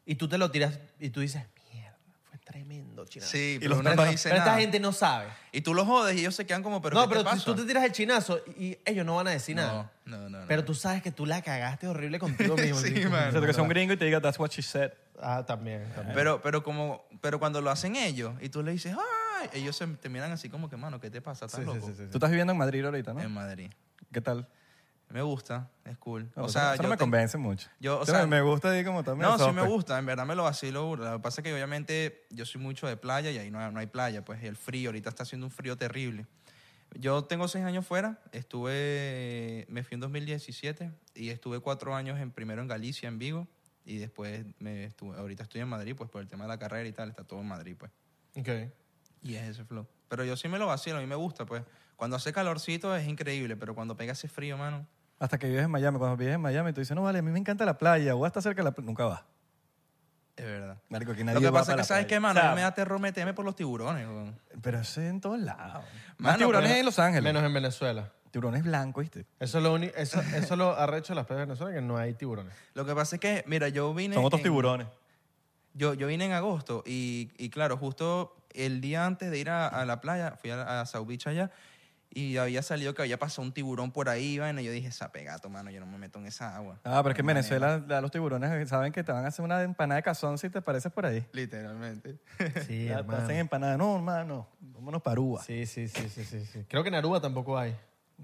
Speaker 2: y tú te lo tiras y tú dices, mierda, fue tremendo chinazo.
Speaker 3: Sí,
Speaker 1: los
Speaker 3: pero uno no
Speaker 1: panas-
Speaker 3: dice
Speaker 2: Pero esta
Speaker 3: nada.
Speaker 2: gente no sabe.
Speaker 3: Y tú los jodes y ellos se quedan como, pero
Speaker 2: no,
Speaker 3: ¿qué
Speaker 2: pero
Speaker 3: te
Speaker 2: tú-
Speaker 3: pasa?
Speaker 2: tú te tiras el chinazo y ellos no van a decir
Speaker 3: No,
Speaker 2: nada.
Speaker 3: no, no. no.
Speaker 2: Pero tú sabes que tú la cagaste horrible contigo mismo.
Speaker 3: Sí,
Speaker 2: Dices,
Speaker 3: mano.
Speaker 1: O sea, que sea un gringo y te diga, that's what she said.
Speaker 2: Ah, también, también.
Speaker 3: Pero, pero como, pero cuando lo hacen ellos y tú le dices, ¡ay! Ellos se, te miran así como que, mano, ¿qué te pasa? ¿Estás loco?
Speaker 1: Tú estás viviendo en Madrid ahorita,
Speaker 3: En
Speaker 1: ¿no?
Speaker 3: Madrid.
Speaker 1: ¿Qué tal?
Speaker 3: Me gusta, es cool.
Speaker 1: No,
Speaker 3: o
Speaker 1: eso-
Speaker 3: sea,
Speaker 1: eso
Speaker 3: yo
Speaker 1: no me
Speaker 3: te-
Speaker 1: convence mucho.
Speaker 3: yo, o
Speaker 1: Eso
Speaker 3: sea,
Speaker 1: me gusta ahí como también.
Speaker 3: No, sí me
Speaker 1: software.
Speaker 3: gusta, en verdad me lo vacilo. burda. Lo que pasa es que obviamente yo soy mucho de playa y ahí no, no hay playa, pues y el frío, ahorita está haciendo un frío terrible. Yo tengo seis años fuera, estuve, me fui en 2017 y estuve cuatro años en, primero en Galicia, en Vigo, y después me estuve, ahorita estoy en Madrid, pues por el tema de la carrera y tal, está todo en Madrid, pues.
Speaker 2: Ok.
Speaker 3: Y es ese flow. Pero yo sí me lo vacilo, a mí me gusta, pues. Cuando hace calorcito es increíble, pero cuando pega ese frío, mano,
Speaker 1: Hasta que vives en Miami. Cuando vives en Miami, tú dices, no, vale, a mí me encanta la playa. Voy hasta cerca de la playa. Nunca vas.
Speaker 3: es verdad.
Speaker 1: Marico, aquí
Speaker 3: lo
Speaker 1: nadie
Speaker 3: que
Speaker 1: va
Speaker 3: pasa es
Speaker 1: para
Speaker 3: que,
Speaker 1: la
Speaker 3: ¿sabes
Speaker 1: playa.
Speaker 3: qué, mano?
Speaker 1: O
Speaker 3: A
Speaker 1: sea,
Speaker 3: mí me da terror meterme por los tiburones, weón.
Speaker 1: Pero eso es en todos lados. Más
Speaker 3: Mano,
Speaker 1: tiburones
Speaker 3: pero-
Speaker 1: en Los Ángeles.
Speaker 2: Menos en Venezuela.
Speaker 1: Tiburones blancos, ¿viste?
Speaker 2: Eso es lo único, eso, eso es lo arrecho de las playas de Venezuela, que no hay tiburones.
Speaker 3: Lo que pasa es que, mira, yo vine.
Speaker 1: Son otros
Speaker 3: en-
Speaker 1: tiburones.
Speaker 3: Yo, yo vine en agosto y, y claro, justo el día antes de ir a, a la playa, fui a, a South Beach allá y había salido que había pasado un tiburón por ahí, vaina, y yo dije, sapegato, mano, yo no me meto en esa agua.
Speaker 1: Ah, pero es que en
Speaker 3: No,
Speaker 1: Venezuela la- los tiburones saben que te van a hacer una empanada de cazón si te pareces por ahí.
Speaker 3: Literalmente.
Speaker 2: Sí,
Speaker 1: Ya te hacen empanada. No, hermano, vámonos para Aruba. Sí,
Speaker 2: Sí, sí, sí, sí, sí, sí. Creo que en Aruba tampoco hay.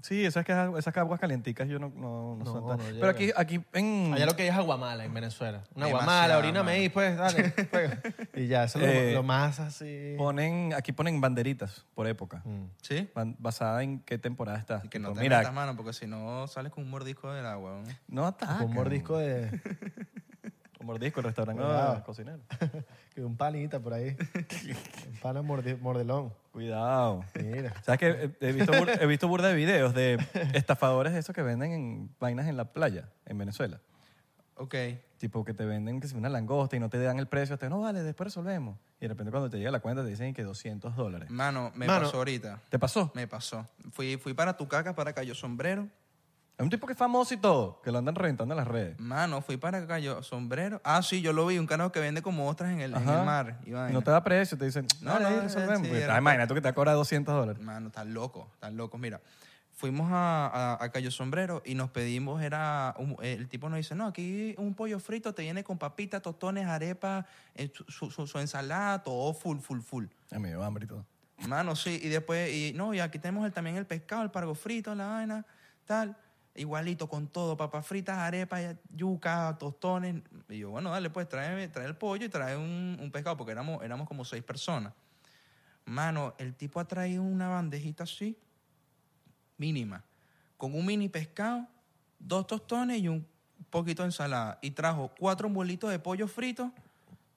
Speaker 1: esas, que, esas aguas calienticas yo no, no, no son
Speaker 2: No,
Speaker 1: tan...
Speaker 2: no
Speaker 1: pero aquí,
Speaker 2: llega.
Speaker 1: aquí en...
Speaker 2: Allá lo que hay es aguamala en Venezuela. Una
Speaker 3: Demasiado,
Speaker 2: aguamala, oríname
Speaker 3: mano.
Speaker 2: ahí, pues, dale. pega. Y ya, eso es lo-
Speaker 1: Eh,
Speaker 2: lo, más así. Mm.
Speaker 1: ponen, aquí ponen banderitas por época.
Speaker 3: ¿Sí?
Speaker 1: Ban- Basada en qué temporada estás.
Speaker 3: Y que no
Speaker 1: Tipo,
Speaker 3: te
Speaker 1: Pues mira,
Speaker 3: metas,
Speaker 2: Ah,
Speaker 1: Ah,
Speaker 3: mano, porque si no sales con un mordisco del agua. weón.
Speaker 1: no ataca.
Speaker 2: Con un mordisco de.
Speaker 1: Lo mordisco, el restaurante
Speaker 4: Cuidado.
Speaker 1: ah, cocinero.
Speaker 4: Que un panita por ahí. un pana morde- mordelón.
Speaker 1: Cuidado.
Speaker 4: Mira.
Speaker 1: ¿Sabes que he- He visto, bur- he visto burda de videos de estafadores de esos que venden en vainas en la playa, en Venezuela.
Speaker 3: Ok.
Speaker 1: Tipo que te venden que si una langosta y no te dan el precio. Te no, vale, después resolvemos. Y de repente cuando te llega la cuenta te dicen que 200 dólares.
Speaker 3: Mano, me
Speaker 2: Mano.
Speaker 3: pasó ahorita.
Speaker 1: ¿Te pasó?
Speaker 3: Me pasó. Fui, fui para Tucaca, para Cayo Sombrero.
Speaker 1: Hay un tipo que es famoso y todo, que lo andan reventando en las redes.
Speaker 3: Mano, fui para Cayo Sombrero. Ah, sí, yo lo vi. Un carajo que vende como ostras en el, en el mar. y vaina.
Speaker 1: No te da precio, te dicen,
Speaker 3: No,
Speaker 1: no, no,
Speaker 3: no, eh,
Speaker 1: resolvemos.
Speaker 3: sí,
Speaker 1: Porque,
Speaker 3: de
Speaker 1: ah, imagina tú que te vas a cobrar 200 dólares.
Speaker 3: Mano, están locos, están locos. Mira, fuimos a, a, a Cayo Sombrero y nos pedimos, era, un- el tipo nos dice, no, aquí un pollo frito te viene con papitas, tostones, arepa, eh, su, su- su- su ensalada, todo full, full, full.
Speaker 1: A mí me dio hambre y todo.
Speaker 3: Mano, sí, y después, y no, y aquí tenemos el- también el pescado, el pargo frito, la vaina, tal. Igualito con todo, papas fritas, arepas, yuca, tostones. Y yo, bueno, dale, pues trae, trae el pollo y trae un, un pescado, porque éramos, éramos como seis personas. Mano, el tipo ha traído una bandejita así, mínima, con un mini pescado, dos tostones y un poquito de ensalada. Y trajo cuatro bolitos de pollo frito,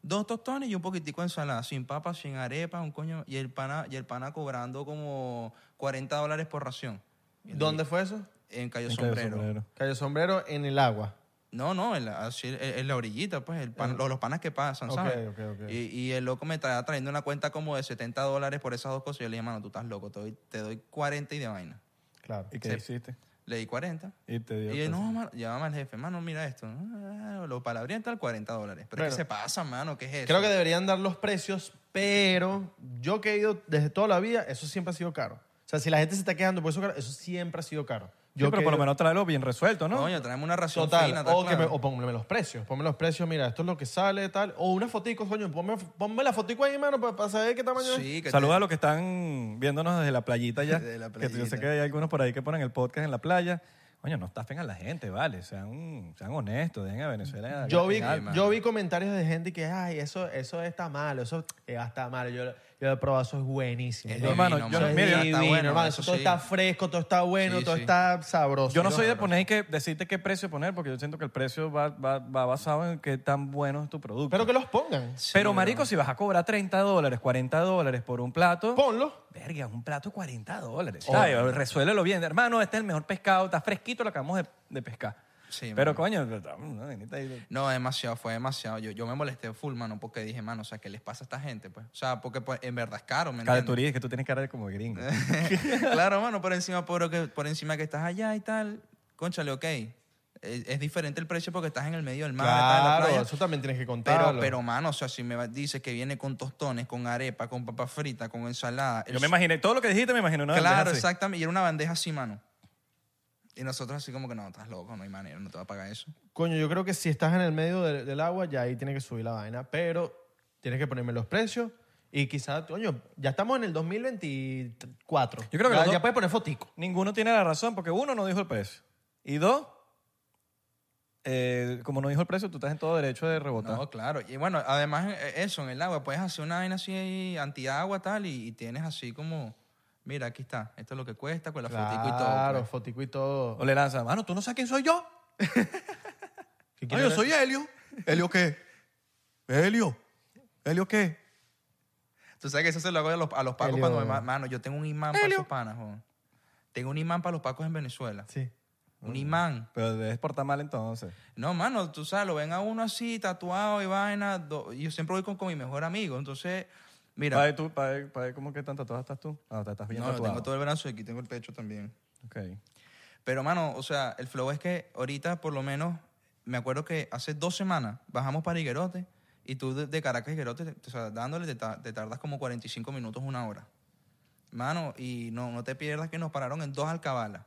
Speaker 3: dos tostones y un poquitico de ensalada, sin papas, sin arepas, un coño. Y el pana, y el pana cobrando como 40 dólares por ración.
Speaker 2: ¿Dónde fue eso?
Speaker 3: En Cayo
Speaker 1: En Cayo
Speaker 3: Sombrero.
Speaker 1: Sombrero.
Speaker 2: Cayo Sombrero en el...
Speaker 4: El agua.
Speaker 3: No, no, en la, así, en- en la orillita, pues, el pan- los, los panas que pasan,
Speaker 4: Ok,
Speaker 3: ¿sabes?
Speaker 4: ok, ok.
Speaker 3: Y, y el loco me estaba trayendo una cuenta como de 70 dólares por esas dos cosas. Y yo le dije, mano, tú estás loco, te doy, te doy 40 y de vaina.
Speaker 4: Claro.
Speaker 1: ¿Y qué
Speaker 3: Sí.
Speaker 1: hiciste?
Speaker 3: Le di 40.
Speaker 1: Y te
Speaker 3: Y
Speaker 1: dio.
Speaker 3: yo,
Speaker 1: pues,
Speaker 3: no, mano, llamaba al jefe, mano, mira esto. Ah, Lo palabriento al 40 dólares. Pero, es
Speaker 2: Bueno.
Speaker 3: ¿qué se pasa, mano? ¿Qué es eso?
Speaker 2: Creo que deberían dar los precios, pero yo que he ido desde toda la vida, eso siempre ha sido caro. O sea, si la gente se está quejando por eso, caro, eso siempre ha sido caro.
Speaker 1: Sí,
Speaker 2: Yo
Speaker 1: pero
Speaker 2: que
Speaker 1: por lo
Speaker 2: he ido-
Speaker 1: menos tráelo bien resuelto, ¿no?
Speaker 3: Coño, traemos una ración
Speaker 2: Total,
Speaker 3: fina, tal,
Speaker 2: o, que me, Oh,
Speaker 3: claro.
Speaker 2: o pónganme los precios, ponme los precios, mira, esto es lo que sale, tal. O una fotico, coño, ponme, ponme la fotico ahí, mano, para, saber qué tamaño es.
Speaker 3: Sí, que te-
Speaker 1: Saluda a los que están viéndonos desde la playita ya.
Speaker 3: Desde la
Speaker 1: Que yo sé
Speaker 3: playita.
Speaker 1: que hay algunos por ahí que ponen el podcast en la playa. Coño, no estafen a la gente, vale. Sean, sean honestos, dejen a Venezuela.
Speaker 2: Yo vi,
Speaker 3: Ay, mano.
Speaker 2: yo vi comentarios de gente que, ay, eso, eso está malo, eso eh, está malo. Yo, lo- yo lo he probado, eso es buenísimo.
Speaker 3: Es
Speaker 2: Yo-
Speaker 3: divino,
Speaker 1: hermano,
Speaker 3: mano.
Speaker 1: yo-
Speaker 2: eso
Speaker 3: Eso
Speaker 2: es
Speaker 1: mira,
Speaker 3: está
Speaker 2: divino,
Speaker 3: bueno,
Speaker 2: hermano,
Speaker 3: eso
Speaker 2: todo
Speaker 3: sí.
Speaker 2: está fresco, todo está bueno,
Speaker 3: Sí,
Speaker 2: todo
Speaker 3: sí.
Speaker 2: está sabroso.
Speaker 1: Yo no soy de poner que decirte qué precio poner, porque yo siento que el precio va, va- va basado en qué tan bueno es tu producto.
Speaker 2: Pero que los pongan.
Speaker 1: Pero, marico, si vas a cobrar 30 dólares, 40 dólares por un plato,
Speaker 2: Ponlos.
Speaker 1: verga, un plato de 40 dólares. ¿sabes? Resuélvelo bien. Hermano, este es el mejor pescado, está fresquito, lo acabamos de, de pescar.
Speaker 3: Sí,
Speaker 1: Pero, coño, una vainita ahí de-
Speaker 3: No, demasiado, fue demasiado. Yo, yo me molesté full, mano, porque dije, mano, o sea, ¿qué les pasa a esta gente? Pues? O sea, porque pues, en verdad es caro, ¿me
Speaker 1: cara de
Speaker 3: entiendes?
Speaker 1: turista, que tú tienes cara de como gringo.
Speaker 3: claro, mano, por encima, por, que, por encima que estás allá y tal, conchale, ok. Es, es diferente el precio porque estás en el medio del mar, estás en la
Speaker 2: Claro,
Speaker 3: playa.
Speaker 2: eso también tienes que contarlo.
Speaker 3: Pero, pero, mano, o sea, si me va- dices que viene con tostones, con arepa, con papa frita, con ensalada. el
Speaker 1: Yo me imaginé, todo lo que dijiste me imagino. ¿no?
Speaker 3: Claro,
Speaker 1: Así.
Speaker 3: exactamente. Y era una bandeja así, mano. Y nosotros así como que, no, estás loco, no hay manera, no te va a pagar eso.
Speaker 2: Coño, yo creo que si estás en el medio del, del agua, ya ahí tiene que subir la vaina, pero tienes que ponerme los precios y quizás, coño, ya estamos en el 2024.
Speaker 1: Yo creo que
Speaker 2: ya,
Speaker 1: los
Speaker 2: ya
Speaker 1: dos-
Speaker 2: puedes poner fotico.
Speaker 1: Ninguno tiene la razón porque uno no dijo el precio. Y dos, eh, como no dijo el precio, tú estás en todo derecho de rebotar.
Speaker 3: No, claro. Y bueno, además eh, eso, en el agua, puedes hacer una vaina así eh, antiagua tal y, y tienes así como, mira, aquí está, esto es lo que cuesta con la fotico y todo.
Speaker 2: Claro,
Speaker 3: pues.
Speaker 2: fotico y todo.
Speaker 1: O le lanza, mano, tú no sabes quién soy yo.
Speaker 2: ¿Qué
Speaker 4: No,
Speaker 2: quieres
Speaker 4: yo
Speaker 2: ver?
Speaker 4: soy Helio. ¿Helio qué? ¿Helio? ¿Helio qué?
Speaker 3: Tú sabes que eso se lo hago a los, a los pacos
Speaker 4: Helio.
Speaker 3: cuando me ma- mano, yo tengo un imán para esos panas, joder. Tengo un imán para los pacos en Venezuela.
Speaker 2: Sí.
Speaker 1: Mm.
Speaker 3: Un imán.
Speaker 1: Pero debes portar mal entonces.
Speaker 3: No, mano, tú sabes, lo ven a uno así, tatuado y vaina. do- yo siempre voy con, con mi mejor amigo. Entonces, mira.
Speaker 1: Para ver, tú, para ver, para ver cómo que tan tatuada estás tú. Ah, te estás bien
Speaker 3: no, yo
Speaker 1: tatuado.
Speaker 3: tengo todo el brazo y aquí tengo el pecho también.
Speaker 1: Ok.
Speaker 3: Pero, mano, o sea, el flow es que ahorita, por lo menos, me acuerdo que hace dos semanas bajamos para Higuerote y tú de, de Caracas a Higuerote, te- o sea, dándole, te, ta- te tardas como 45 minutos, una hora. Mano, y no, no te pierdas que nos pararon en dos alcabalas.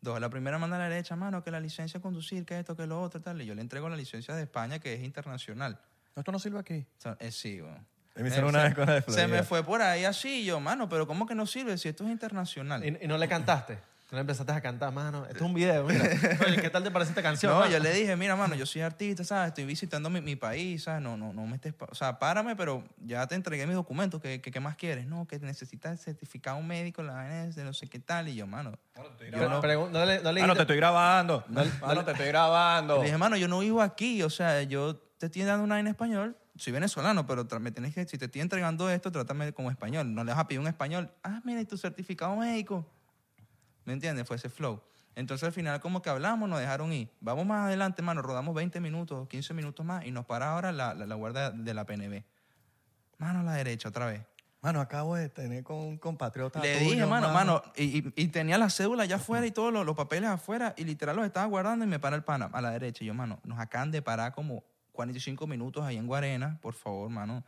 Speaker 3: Dos, la primera manda a la derecha, mano, que la licencia de conducir, que esto, que lo otro, tal. Y yo le entrego la licencia de España, que es internacional.
Speaker 1: No, esto no sirve aquí.
Speaker 3: O sea, eh, sí, weón. Eh,
Speaker 1: A mí me hicieron una vez con la de
Speaker 3: Se me
Speaker 1: Florida.
Speaker 3: fue por ahí así, y yo, mano, pero ¿cómo que no sirve si esto es internacional?
Speaker 2: Y, y no le cantaste. No le empezaste a cantar, mano. Esto es un video, mira. Oye, ¿qué tal te parece esta canción?
Speaker 3: No,
Speaker 2: mano?
Speaker 3: yo le dije, mira, mano, yo soy artista, ¿sabes? Estoy visitando mi, mi país, ¿sabes? No, no, no me estés... pa- O sea, párame, pero ya te entregué mis documentos, ¿qué, qué, qué más quieres? No, que necesitas el certificado médico, la vaina de no sé qué tal. Y yo, mano...
Speaker 2: Pre- pregun- no le, no le
Speaker 1: Ah, no, te
Speaker 2: dijiste-
Speaker 1: estoy grabando. Ah, no, te estoy grabando.
Speaker 3: Le dije, mano, yo no vivo aquí, o sea, yo te estoy dando una en español, soy venezolano, pero tra- me tienes que, si te estoy entregando esto, trátame como español. No le vas a pedir un español. Ah, mira, y tu certificado médico. ¿Me entiendes? Fue ese flow. Entonces al final como que hablamos, nos dejaron ir. Vamos más adelante, mano, rodamos 20 minutos, 15 minutos más y nos para ahora la, la, la guardia de la PNB. Mano a la derecha otra vez.
Speaker 1: Mano, acabo de tener con un compatriota.
Speaker 3: Le
Speaker 1: tuyo,
Speaker 3: dije, mano, mano, y, y- y tenía la cédula allá afuera y todos los, los papeles afuera y literal los estaba guardando y me para el pana a la derecha. Y yo, mano, nos acaban de parar como 45 minutos ahí en Guarena, por favor, mano,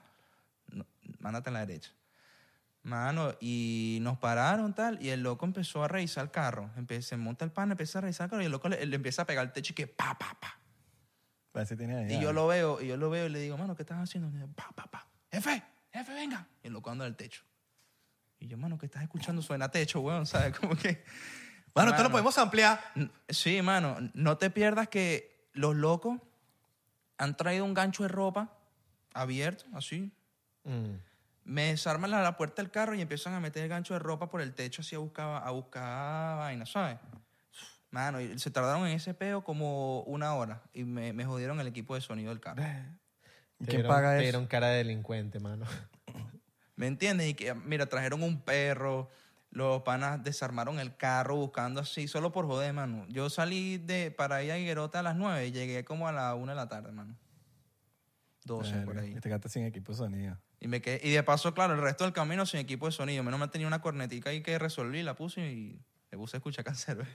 Speaker 3: no, mándate a la derecha. Mano, y nos pararon tal, y el loco empezó a revisar el carro. Empe- se monta el pana, empieza a revisar el carro y el loco le, le empieza a pegar el techo y que pa, pa, pa.
Speaker 1: Pues así tenía
Speaker 3: Y
Speaker 1: idea.
Speaker 3: yo lo veo, y yo lo veo y le digo, mano, ¿qué estás haciendo? Y me dice, pa, pa, pa. Jefe, jefe, venga. Y el loco anda del techo. Y yo, mano, ¿qué estás escuchando? Suena a techo, weón, ¿sabes? Como que...
Speaker 4: Mano, esto
Speaker 3: Mano.
Speaker 4: lo podemos ampliar.
Speaker 3: N- Sí, mano, no te pierdas que los locos han traído un gancho de ropa abierto, así.
Speaker 2: Mm.
Speaker 3: Me desarman la, la puerta del carro y empiezan a meter el gancho de ropa por el techo así a buscar, a buscar vaina, ¿sabes? Mano, y se tardaron en ese peo como una hora y me, me jodieron el equipo de sonido del carro.
Speaker 1: ¿Y
Speaker 2: Te
Speaker 1: quién
Speaker 2: dieron-
Speaker 1: paga
Speaker 2: Te
Speaker 1: eso?
Speaker 2: dieron cara de delincuente, mano.
Speaker 3: ¿Me entiendes? Y que, mira, trajeron un perro, los panas desarmaron el carro buscando así, solo por joder, mano. Yo salí de para ir a Higuerota a las 9 y llegué como a la 1 de la tarde, mano. 12
Speaker 1: Verga,
Speaker 3: por ahí.
Speaker 1: Y te quedaste sin equipo de sonido.
Speaker 3: Y, me quedé- y de paso, claro, el resto del camino sin equipo de sonido. Menos mal tenía una cornetica ahí que resolví, la puse y le puse a escuchar cancerbero.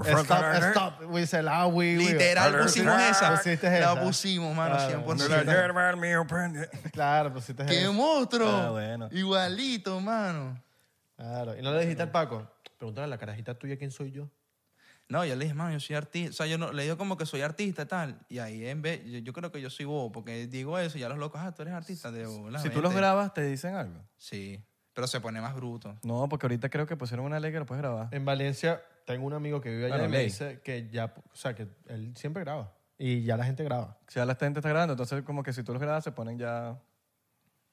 Speaker 2: stop, stop. We said, ah, we, we.
Speaker 3: Literal, pusimos esa.
Speaker 2: Pusiste
Speaker 3: La
Speaker 2: esa.
Speaker 3: pusimos, mano,
Speaker 2: Ah,
Speaker 3: 100%.
Speaker 2: Claro, pusiste
Speaker 3: ¡Qué
Speaker 2: esa.
Speaker 3: monstruo!
Speaker 1: Ah, bueno.
Speaker 3: Igualito, mano.
Speaker 2: Claro. ¿Y no le dijiste al Paco? Pregúntale a la carajita tuya quién soy yo.
Speaker 3: No, yo le dije, mano, yo soy artista. O sea, yo no, le digo como que soy artista y tal. Y ahí en vez, yo, yo creo que yo soy bobo, porque digo eso y ya los locos, ah, tú eres artista. De bola,
Speaker 1: Si tú
Speaker 3: vente.
Speaker 1: los grabas, ¿te dicen algo?
Speaker 3: Sí, pero se pone más bruto.
Speaker 1: No, porque ahorita creo que pusieron una ley que lo puedes grabar.
Speaker 2: En Valencia tengo un amigo que vive allá
Speaker 1: Bueno,
Speaker 2: y me
Speaker 1: ley.
Speaker 2: dice que ya, o sea, que él siempre graba. Y ya la gente graba.
Speaker 1: Si ya la gente está grabando, entonces como que si tú los grabas se ponen ya...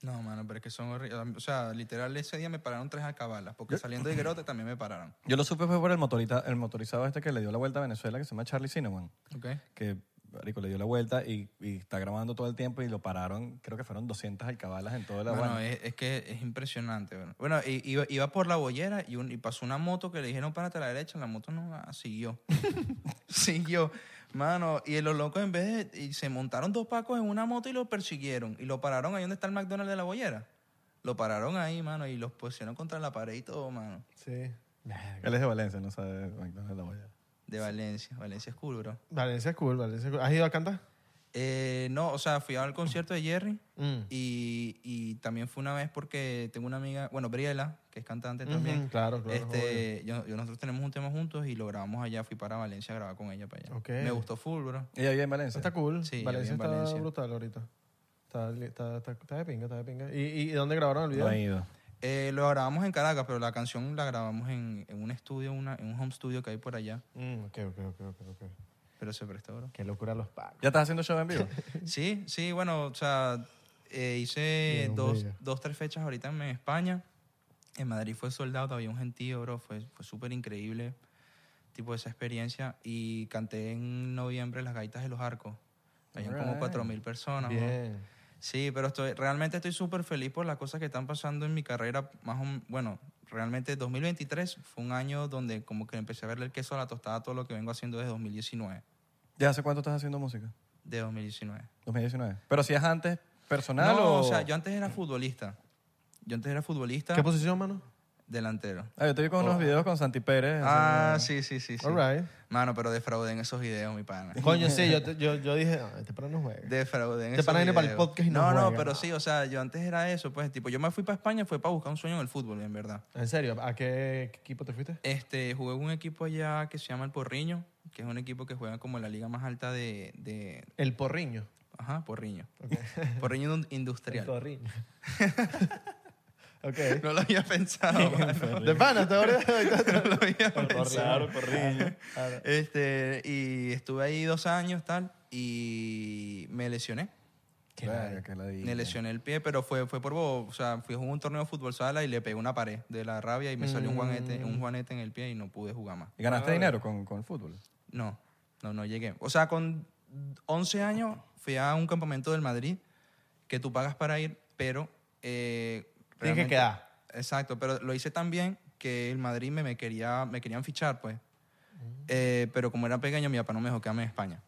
Speaker 3: No, mano, pero es que son horribles. O sea, literal, ese día me pararon tres alcabalas, porque saliendo de Guerote también me pararon.
Speaker 1: Yo lo supe fue por el, motorita, el motorizado este que le dio la vuelta a Venezuela, que se llama Charlie Cinnamon,
Speaker 3: ¿Ok?
Speaker 1: que marico, le dio la vuelta y, y está grabando todo el tiempo y lo pararon, creo que fueron 200 alcabalas en toda la
Speaker 3: Bueno, eh,
Speaker 1: Habana.
Speaker 3: es, es que es impresionante. Bueno, Bueno, i- iba, iba por la bollera y, un- y pasó una moto que le dijeron párate a la derecha. La moto no ah, siguió. siguió. Mano, y los locos en vez de. y se montaron dos pacos en una moto y lo persiguieron. Y lo pararon ahí donde está el McDonald's de la bollera. Lo pararon ahí, mano, y los pusieron contra la pared y todo, mano.
Speaker 2: Sí.
Speaker 1: Él es de Valencia, no sabe de McDonald's de la Guayana.
Speaker 3: De Valencia. Valencia es cool, bro.
Speaker 2: Valencia es cool, Valencia es cool. ¿Has ido a cantar?
Speaker 3: Eh, no, o sea, fui al concierto de Jerry.
Speaker 2: Mm.
Speaker 3: Y, y también fue una vez porque tengo una amiga, bueno, Briela, que es cantante también.
Speaker 2: Ujú, claro, claro,
Speaker 3: Este, yo, yo- nosotros tenemos un tema juntos y lo grabamos allá. Fui para Valencia a grabar con ella para allá.
Speaker 2: Ok.
Speaker 3: Me gustó full, bro.
Speaker 1: Ella vive en Valencia.
Speaker 2: Está cool.
Speaker 3: Sí, yo
Speaker 2: Valencia
Speaker 3: vivo
Speaker 2: está
Speaker 3: en Valencia.
Speaker 2: brutal ahorita. Está, li- está, está, está de pinga, está de pinga. ¿Y, y- y dónde grabaron el video?
Speaker 1: No ha ido.
Speaker 3: Eh, lo grabamos en Caracas, pero la canción la grabamos en, en un estudio, una, en un home studio que hay por allá.
Speaker 2: Mm, ok, ok, ok, ok, ok.
Speaker 3: Pero se prestó, bro.
Speaker 2: Qué locura los pagos.
Speaker 1: ¿Ya estás haciendo show en vivo?
Speaker 3: Sí, sí, bueno, o sea, eh, hice
Speaker 2: Bien,
Speaker 3: dos,
Speaker 2: hombre, ya.
Speaker 3: dos, tres fechas ahorita en España. En Madrid fue soldado, había un gentío, bro. Fue, fue súper increíble, tipo, esa experiencia. Y canté en noviembre Las Gaitas de los Arcos. Habían como
Speaker 1: Alright.
Speaker 3: 4.000 personas. ¿no?
Speaker 2: Bien.
Speaker 3: Sí, pero estoy, realmente estoy súper feliz por las cosas que están pasando en mi carrera. Más o m- bueno, realmente 2023 fue un año donde como que empecé a verle el queso a la tostada a todo lo que vengo haciendo desde 2019.
Speaker 1: ¿Ya hace cuánto estás haciendo música?
Speaker 3: De 2019.
Speaker 1: 2019. Pero si es antes, personal
Speaker 3: No,
Speaker 1: o...
Speaker 3: o sea, yo antes era futbolista. Yo antes era futbolista
Speaker 2: ¿Qué posición, mano?
Speaker 3: delantero.
Speaker 1: Ah, yo te vi con unos videos con Santi Pérez.
Speaker 3: Oh. Ah, sí, sí, sí, sí.
Speaker 2: All right.
Speaker 3: Mano, pero defrauden esos videos, mi pana.
Speaker 2: Coño, sí, yo, te- yo, yo dije, no, este para no juega.
Speaker 3: Defrauden
Speaker 2: Te
Speaker 3: esos
Speaker 2: paran en el
Speaker 3: videos.
Speaker 2: podcast y no
Speaker 3: No, no,
Speaker 2: juegan.
Speaker 3: pero sí, o sea, yo antes era eso, pues, tipo, yo me fui para España, fue para buscar un sueño en el fútbol, en verdad.
Speaker 2: ¿En serio? ¿A qué qué equipo te fuiste?
Speaker 3: Este, jugué en un equipo allá que se llama El Porriño, que es un equipo que juega como en la liga más alta de... de-
Speaker 2: El Porriño.
Speaker 3: ajá, Porriño. Porriño Ind- Industrial.
Speaker 2: Porriño. ok.
Speaker 3: No lo había pensado. mano.
Speaker 2: De pana, te ahorita.
Speaker 3: No lo había pensado.
Speaker 1: corrido.
Speaker 3: Este, y estuve ahí dos años, tal, y me lesioné. Me lesioné el pie, pero fue, fue por bobo. O sea, fui a jugar un torneo de fútbol sala y le pegué una pared de la rabia y me salió un juanete, un juanete en el pie y no pude jugar más.
Speaker 1: ¿Y ganaste dinero con, con el fútbol?
Speaker 3: No, no, no llegué. O sea, con 11 años fui a un campamento del Madrid que tú pagas para ir, pero... Eh,
Speaker 2: Tienes que
Speaker 3: realmente-
Speaker 2: quedar.
Speaker 3: Exacto, pero lo hice tan bien que el Madrid me, me quería, me querían fichar, pues.
Speaker 2: Mm.
Speaker 3: Eh, pero como era pequeño, mi papá no me dejó quedarme en España.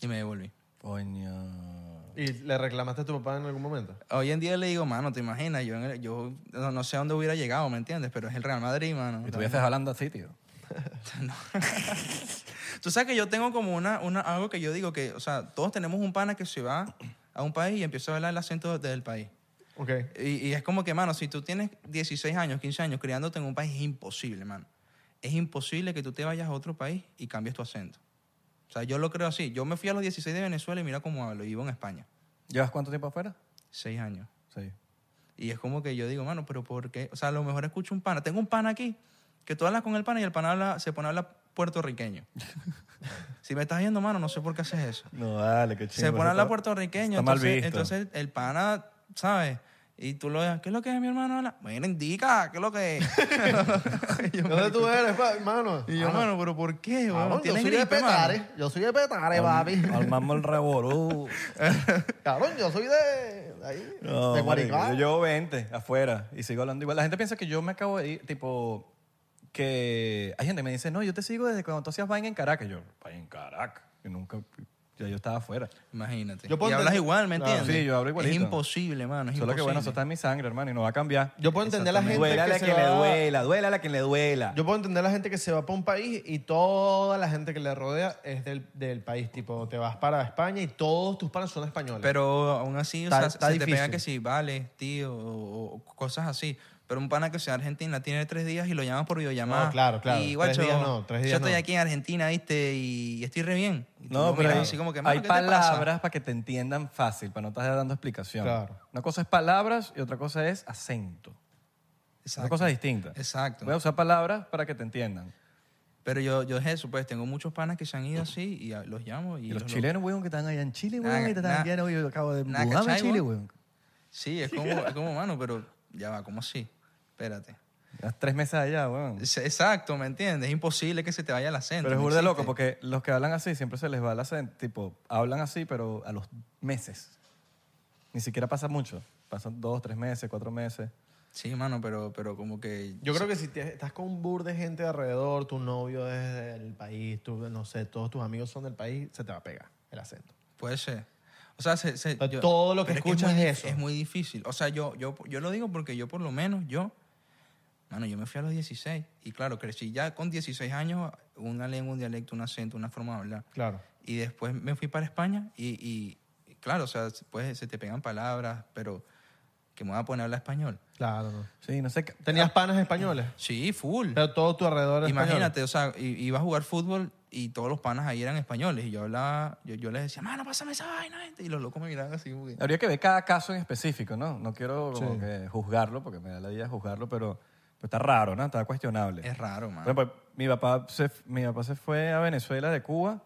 Speaker 3: Y me devolví.
Speaker 1: Coño.
Speaker 2: ¿Y le reclamaste a tu papá en algún momento?
Speaker 3: Hoy en día le digo, mano, te imaginas, yo, en el- yo no, no sé a dónde hubiera llegado, ¿me entiendes? Pero es el Real Madrid, mano.
Speaker 1: Y estuvieses hablando así, tío.
Speaker 3: Tú sabes que yo tengo como una, una, algo que yo digo que, o sea, todos tenemos un pana que se va a un país y empieza a hablar el acento del país.
Speaker 2: Ok.
Speaker 3: Y, y es como que, mano, si tú tienes 16 años, 15 años criándote en un país, es imposible, mano. Es imposible que tú te vayas a otro país y cambies tu acento. O sea, yo lo creo así. Yo me fui a los 16 de Venezuela y mira cómo hablo. Vivo en España.
Speaker 1: ¿Llevas cuánto tiempo afuera?
Speaker 3: Seis años.
Speaker 1: Sí.
Speaker 3: Y es como que yo digo, mano, pero ¿por qué? O sea, a lo mejor escucho un pana. Tengo un pana aquí que tú hablas con el pana y el pana habla- se pone a hablar puertorriqueño. si me estás viendo, mano, no sé por qué haces eso.
Speaker 1: No, dale, qué chingo.
Speaker 3: se pone a
Speaker 1: eso
Speaker 3: hablar
Speaker 1: está-
Speaker 3: puertorriqueño.
Speaker 1: Está mal
Speaker 3: entonces,
Speaker 1: visto.
Speaker 3: entonces el pana, ¿sabes? Y tú lo ves, ¿qué es lo que es mi hermano? Habla, Bueno, indica, ¿qué es lo que es? Y yo,
Speaker 2: ¿Dónde tú eres, pa- Ah, hermano?
Speaker 3: y yo, mano, ¿pero por qué? weón?
Speaker 2: Cabrón, Ah, yo
Speaker 3: ¿Tienes
Speaker 2: soy de
Speaker 3: gripe, mano?"
Speaker 2: Petare. Yo soy de Petare, papi.
Speaker 1: Armamos el revolú.
Speaker 2: Cabrón, yo soy de. de ahí,
Speaker 1: No,
Speaker 2: de
Speaker 1: marico,
Speaker 2: Guaricá.
Speaker 1: yo llevo 20 afuera y sigo hablando igual. La gente piensa que yo me acabo de ir, tipo, que hay gente que me dice, no, yo te sigo desde cuando tú hacías vaina en Caracas. Yo, vaina en Caracas. Yo nunca, ya yo estaba afuera.
Speaker 3: Imagínate.
Speaker 2: Yo puedo
Speaker 3: y hablas
Speaker 2: entender-
Speaker 3: igual, ¿me
Speaker 2: Claro.
Speaker 3: entiendes?
Speaker 1: Sí, yo hablo
Speaker 3: Es
Speaker 1: igualito.
Speaker 3: imposible, mano. Es
Speaker 1: Solo que bueno,
Speaker 3: imposible.
Speaker 1: eso está en mi sangre, hermano, y no va a cambiar.
Speaker 2: Yo puedo entender a la gente
Speaker 1: Duela a
Speaker 2: que
Speaker 1: la
Speaker 2: se
Speaker 1: que le
Speaker 2: va-
Speaker 1: duela, duela a la que le duela.
Speaker 2: Yo puedo entender a la gente que se va para un país y toda la gente que le rodea es del, del país. Tipo, te vas para España y todos tus panas son españoles.
Speaker 3: Pero aún así, o
Speaker 2: Está-
Speaker 3: sea,
Speaker 2: está
Speaker 3: se
Speaker 2: difícil.
Speaker 3: te pega que si vale, tío, o, o cosas así. Pero un pana que sea de Argentina tiene tres días y lo llaman por videollamada.
Speaker 2: No, claro, claro.
Speaker 3: Y
Speaker 2: Tres
Speaker 3: guacho,
Speaker 2: días no, tres días
Speaker 3: yo estoy
Speaker 2: no.
Speaker 3: aquí en Argentina, viste, y estoy re bien. Y tú
Speaker 1: No,
Speaker 3: lo
Speaker 1: pero
Speaker 3: miras
Speaker 1: hay,
Speaker 3: así como que,
Speaker 1: hay
Speaker 3: "Mano, ¿qué te pasa?"
Speaker 1: palabras para que te entiendan fácil, para no estar dando explicación.
Speaker 2: Claro.
Speaker 1: Una cosa es palabras y otra cosa es acento. Son
Speaker 3: Exacto.
Speaker 1: cosas distintas.
Speaker 3: Exacto.
Speaker 1: Voy a usar palabras para que te entiendan.
Speaker 3: Pero yo, yo es eso, pues tengo muchos panas que se han ido así y a- los llamo. Y,
Speaker 1: Y, los
Speaker 3: los
Speaker 1: chilenos, weón, que están allá en Chile,
Speaker 3: Nah,
Speaker 1: weón, y te están
Speaker 3: nah.
Speaker 1: viendo, yo acabo de
Speaker 3: Nah,
Speaker 1: mudarme a
Speaker 3: ¿cachai,
Speaker 1: Chile,
Speaker 3: weón?
Speaker 1: weón.
Speaker 3: Sí, es como, es como, mano, pero ya va, ¿cómo así? Espérate.
Speaker 1: Las tres meses allá, weón.
Speaker 3: Es- Exacto, ¿me entiendes? Es imposible que se te vaya el acento.
Speaker 1: Pero es
Speaker 3: no
Speaker 1: burda de loco,
Speaker 3: existe.
Speaker 1: porque los que hablan así siempre se les va el acento. Tipo, hablan así, pero a los meses. Ni siquiera pasa mucho. Pasan dos, tres meses, cuatro meses.
Speaker 3: Sí, mano, pero, pero como que...
Speaker 2: Yo creo que si te- estás con un bur de gente alrededor, tu novio es del país, tú, no sé, todos tus amigos son del país, se te va a pegar el acento.
Speaker 3: Puede ser. O sea, se- se-
Speaker 2: sea, todo lo que
Speaker 3: pero
Speaker 2: escuchas
Speaker 3: es, muy,
Speaker 2: es
Speaker 3: dif-
Speaker 2: eso.
Speaker 3: Es muy difícil. O sea, yo, yo, yo lo digo porque yo por lo menos, yo, mano, yo me fui a los 16 y claro, crecí ya con 16 años, una lengua, un dialecto, un acento, una forma de hablar.
Speaker 2: Claro.
Speaker 3: Y después me fui para España y, y- y claro, o sea, pues se te pegan palabras, pero que me voy a poner a hablar español.
Speaker 2: Claro, no.
Speaker 1: Sí, no sé. qué-
Speaker 2: ¿Tenías panas españoles?
Speaker 3: Sí, full.
Speaker 2: Pero todo tu alrededor era español.
Speaker 3: Imagínate, o sea, i- iba a jugar fútbol y todos los panas ahí eran españoles y yo hablaba, yo, yo les decía, mano, pásame esa vaina, gente", Y los locos me miraban así como que...
Speaker 2: Ah.
Speaker 1: Habría que ver cada caso en específico, ¿no? No quiero como
Speaker 2: Sí.
Speaker 1: que juzgarlo, porque me da la idea de juzgarlo, pero, pero está raro, ¿no? Está cuestionable.
Speaker 3: Es raro, mano.
Speaker 1: Bueno, pues, mi, papá se, mi papá se fue a Venezuela de Cuba.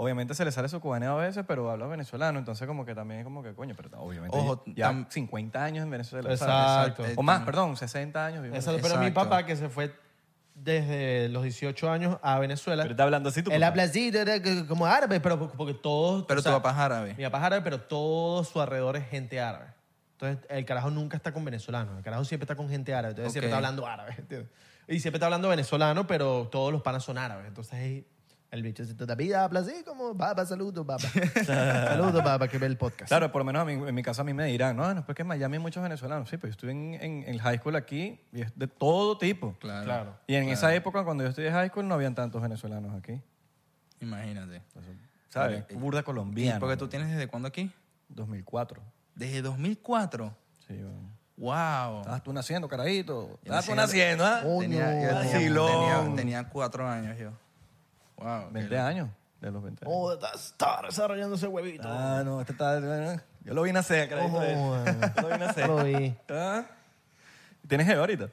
Speaker 1: Obviamente se le sale su cubaneo a veces, pero habla venezolano. Entonces, como que también es como que, coño, pero obviamente
Speaker 3: Ojo,
Speaker 1: ya
Speaker 3: tam-
Speaker 1: 50 años en Venezuela. ¿sabes?
Speaker 2: Exacto.
Speaker 1: O más, perdón, 60 años. viviendo
Speaker 2: Exacto,
Speaker 1: en
Speaker 2: Pero mi
Speaker 3: Exacto.
Speaker 2: papá, que se fue desde los 18 años a Venezuela,
Speaker 1: Pero está hablando así pues, tu
Speaker 2: él
Speaker 1: papá.
Speaker 2: habla así, de- de- de- como árabe, pero po- porque todos...
Speaker 3: Pero
Speaker 2: o sea,
Speaker 3: tu papá es árabe.
Speaker 2: Mi papá es árabe, pero todo su alrededor es gente árabe. Entonces, el carajo nunca está con venezolanos. El carajo siempre está con gente árabe. Entonces, siempre
Speaker 3: Ok.
Speaker 2: está hablando árabe. ¿entiendes? Y siempre está hablando venezolano, pero todos los panas son árabes. Entonces, ahí, el bicho se David habla así como, papá, saludos, papá. saludos, papá, que ve el podcast.
Speaker 1: Claro, por lo menos a mí- en mi caso a mí me dirán, no, no, es porque en Miami hay muchos venezolanos. Sí, pues yo estuve en, en, en el high school aquí y es de todo tipo.
Speaker 3: Claro.
Speaker 2: Claro.
Speaker 1: Y en esa época, cuando yo estudié high school, no habían tantos venezolanos aquí.
Speaker 3: Imagínate.
Speaker 1: ¿Sabes?
Speaker 3: Vale.
Speaker 1: Burda
Speaker 3: ¿Y
Speaker 1: colombiana.
Speaker 3: porque tú tienes desde cuándo aquí?
Speaker 1: 2004.
Speaker 3: Desde 2004.
Speaker 1: Sí, bueno.
Speaker 3: ¡Wow!
Speaker 2: Ah,
Speaker 1: Estabas tú naciendo, carajito. Estabas tú
Speaker 3: nací-
Speaker 1: naciendo, ¿ah?
Speaker 2: Oh,
Speaker 3: Tenía, yo tenía-
Speaker 1: Vacilón.
Speaker 3: tenía- tenía cuatro años yo. ¡Wow!
Speaker 1: 20 años, de los 20 años.
Speaker 2: Oh, está, está desarrollando ese huevito.
Speaker 1: ah, no, este está... Yo lo vi nacer, carajito. eh.
Speaker 2: Oh, bueno.
Speaker 1: yo lo vi nacer.
Speaker 2: Lo vi.
Speaker 1: Ah. ¿Tienes jeva ahorita?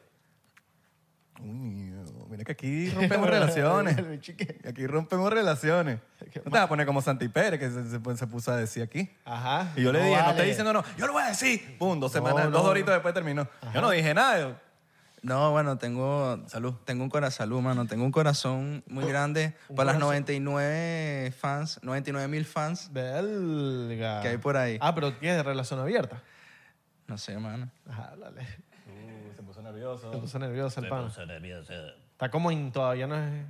Speaker 1: Uy, Mira que aquí rompemos relaciones.
Speaker 2: El bicho que-
Speaker 1: Aquí rompemos relaciones. No te vas a poner como Santi Pérez, que se, se- se puso a decir aquí.
Speaker 2: Ajá.
Speaker 1: Y yo le
Speaker 2: No
Speaker 1: dije, no
Speaker 2: vale.
Speaker 1: estoy diciendo no, yo lo voy a decir. Pum, dos
Speaker 2: No,
Speaker 1: semanas,
Speaker 2: no,
Speaker 1: dos
Speaker 2: no.
Speaker 1: horitos después terminó. Yo no dije nada.
Speaker 3: No, bueno, tengo. Salud. Tengo un corazón, salud, mano. Tengo un corazón muy grande para las 99 fans, 99 mil fans
Speaker 2: Belga.
Speaker 3: que hay por ahí.
Speaker 2: Ah, pero tienes de relación abierta.
Speaker 3: No sé, mano.
Speaker 2: Ajá, dale.
Speaker 1: Uh, se puso nervioso.
Speaker 2: Se puso nervioso el pan.
Speaker 1: nervioso.
Speaker 2: Está como in- todavía no es,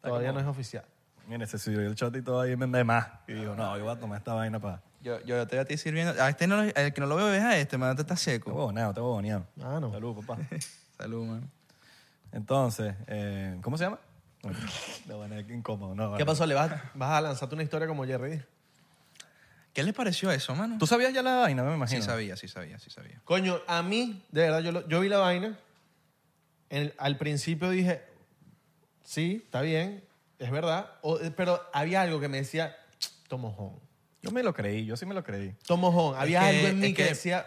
Speaker 2: todavía no es oficial.
Speaker 1: Mire, se subió el shot y todo ahí me de más. Y digo, no, yo voy a tomar esta vaina para...
Speaker 3: Yo, yo te voy a ti sirviendo. A este no, lo- el que no lo veo es a este, mano. Este está
Speaker 1: Te
Speaker 3: seco.
Speaker 1: huevoneado, te huevoneado.
Speaker 2: Ah, no.
Speaker 1: Salud, papá.
Speaker 3: Salud, mano.
Speaker 1: Entonces, eh, ¿cómo se llama? No, bueno, es que incómodo. No,
Speaker 2: ¿Qué
Speaker 1: vale.
Speaker 2: pasó? ¿Le vas, vas a lanzarte una historia como Jerry?
Speaker 3: ¿Qué les pareció eso, mano?
Speaker 1: ¿Tú sabías ya la vaina, me
Speaker 3: Sí
Speaker 1: imagino?
Speaker 3: sabía, sí sabía, sí sabía.
Speaker 2: Coño, a mí, de verdad, yo, lo- yo vi la vaina. En- al principio dije, sí, está bien, es verdad. O- pero había algo que me decía, "Tch, mojón.
Speaker 1: Yo me lo creí, yo sí me lo creí.
Speaker 2: Tomojón. Había
Speaker 3: que-
Speaker 2: algo en mí
Speaker 3: es
Speaker 2: que,
Speaker 3: que-
Speaker 2: decía,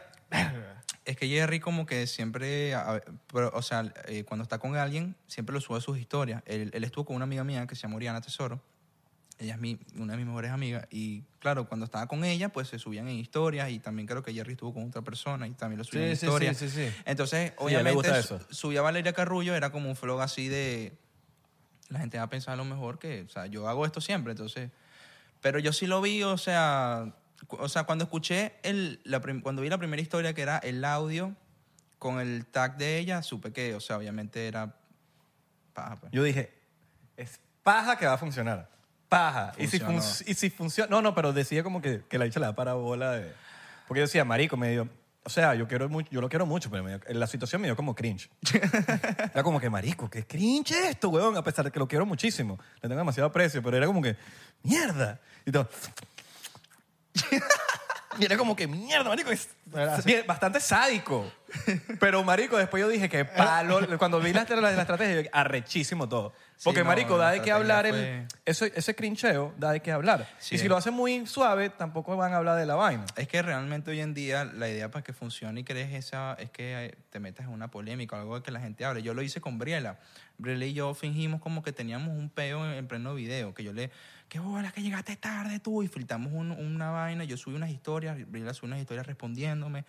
Speaker 3: Es que Jerry como que siempre, a- a- pero, o sea, eh, cuando está con alguien, siempre lo sube a sus historias. Él, él estuvo con una amiga mía que se llama Oriana Tesoro. Ella es mi, una de mis mejores amigas. Y claro, cuando estaba con ella, pues se subían en historias. Y también creo que Jerry estuvo con otra persona y también lo subían
Speaker 2: Sí,
Speaker 3: en
Speaker 2: sí,
Speaker 3: historias.
Speaker 2: sí, sí, sí.
Speaker 3: Entonces,
Speaker 1: a él le gusta
Speaker 3: obviamente,
Speaker 1: eso.
Speaker 3: su- subía Valeria Carrullo, era como un vlog así de... La gente va a pensar a lo mejor que, o sea, yo hago esto siempre, entonces... Pero yo sí lo vi, o sea, cu- o sea cuando escuché, el, la prim- cuando vi la primera historia que era el audio con el tag de ella, supe que, o sea, obviamente era paja. pues.
Speaker 1: Yo dije, es paja que va a funcionar. Paja. Y si,
Speaker 3: Funcionó.
Speaker 1: func- y si funciona. No, no, pero decía como que, que la dicha le da parabola de. Porque yo decía, marico, me dio. O sea, yo, quiero mucho, yo lo quiero mucho, pero me dio- la situación me dio como cringe. era como que, marico, qué cringe esto, weón. A pesar de que lo quiero muchísimo. Le tengo demasiado aprecio, pero era como que, mierda. Y todo. y era como que, mierda, marico. Es,
Speaker 2: Era así.
Speaker 1: bien, bastante sádico. Pero, marico, después yo dije que palo. Cuando vi la, la- la estrategia, yo dije, arrechísimo todo. Porque,
Speaker 3: no,
Speaker 1: marico,
Speaker 3: la
Speaker 1: da de qué
Speaker 3: estrategia
Speaker 1: hablar.
Speaker 3: fue-
Speaker 1: el- eso, ese crincheo da de qué hablar.
Speaker 3: Sí.
Speaker 1: Y si lo hacen muy suave, tampoco van a hablar de la vaina.
Speaker 3: Es que realmente hoy en día la idea para que funcione y crees esa es que eh, te metas en una polémica o algo de que la gente hable. Yo lo hice con Briela. Briela y yo fingimos como que teníamos un peo en, en pleno video, que yo le, qué bola que llegaste tarde tú, y filtramos un- una vaina, yo subí unas historias, Briela subió unas historias respondiéndome.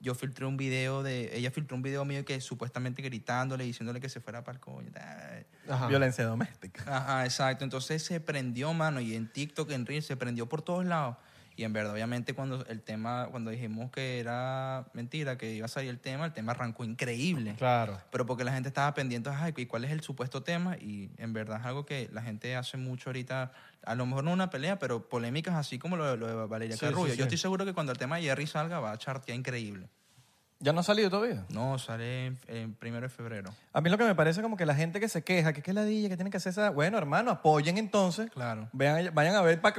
Speaker 3: Yo filtré un video de, ella filtró un video mío que supuestamente gritándole, diciéndole que se fuera para el coño. tal.
Speaker 2: Ajá.
Speaker 1: Violencia doméstica.
Speaker 3: Ajá, exacto. Entonces se prendió, mano, y en TikTok, en Reels, se prendió por todos lados. Y en verdad, obviamente, cuando el tema, cuando dijimos que era mentira, que iba a salir el tema, el tema arrancó increíble.
Speaker 2: Claro.
Speaker 3: Pero porque la gente estaba pendiente, ay, ¿y cuál es el supuesto tema? Y en verdad es algo que la gente hace mucho ahorita, a lo mejor no una pelea, pero polémicas así como lo, lo de Valeria
Speaker 2: Sí,
Speaker 3: Carrullo.
Speaker 2: sí, sí.
Speaker 3: Yo estoy seguro que cuando el tema de Jerry salga va a chartear increíble.
Speaker 1: ¿Ya no ha salido todavía?
Speaker 3: No, sale en, en primero de febrero.
Speaker 1: A mí lo que me parece como que la gente que se queja, que es que la DJ, que tiene que hacer esa... Bueno, hermano, apoyen entonces.
Speaker 3: Claro.
Speaker 1: Vean, vayan a ver para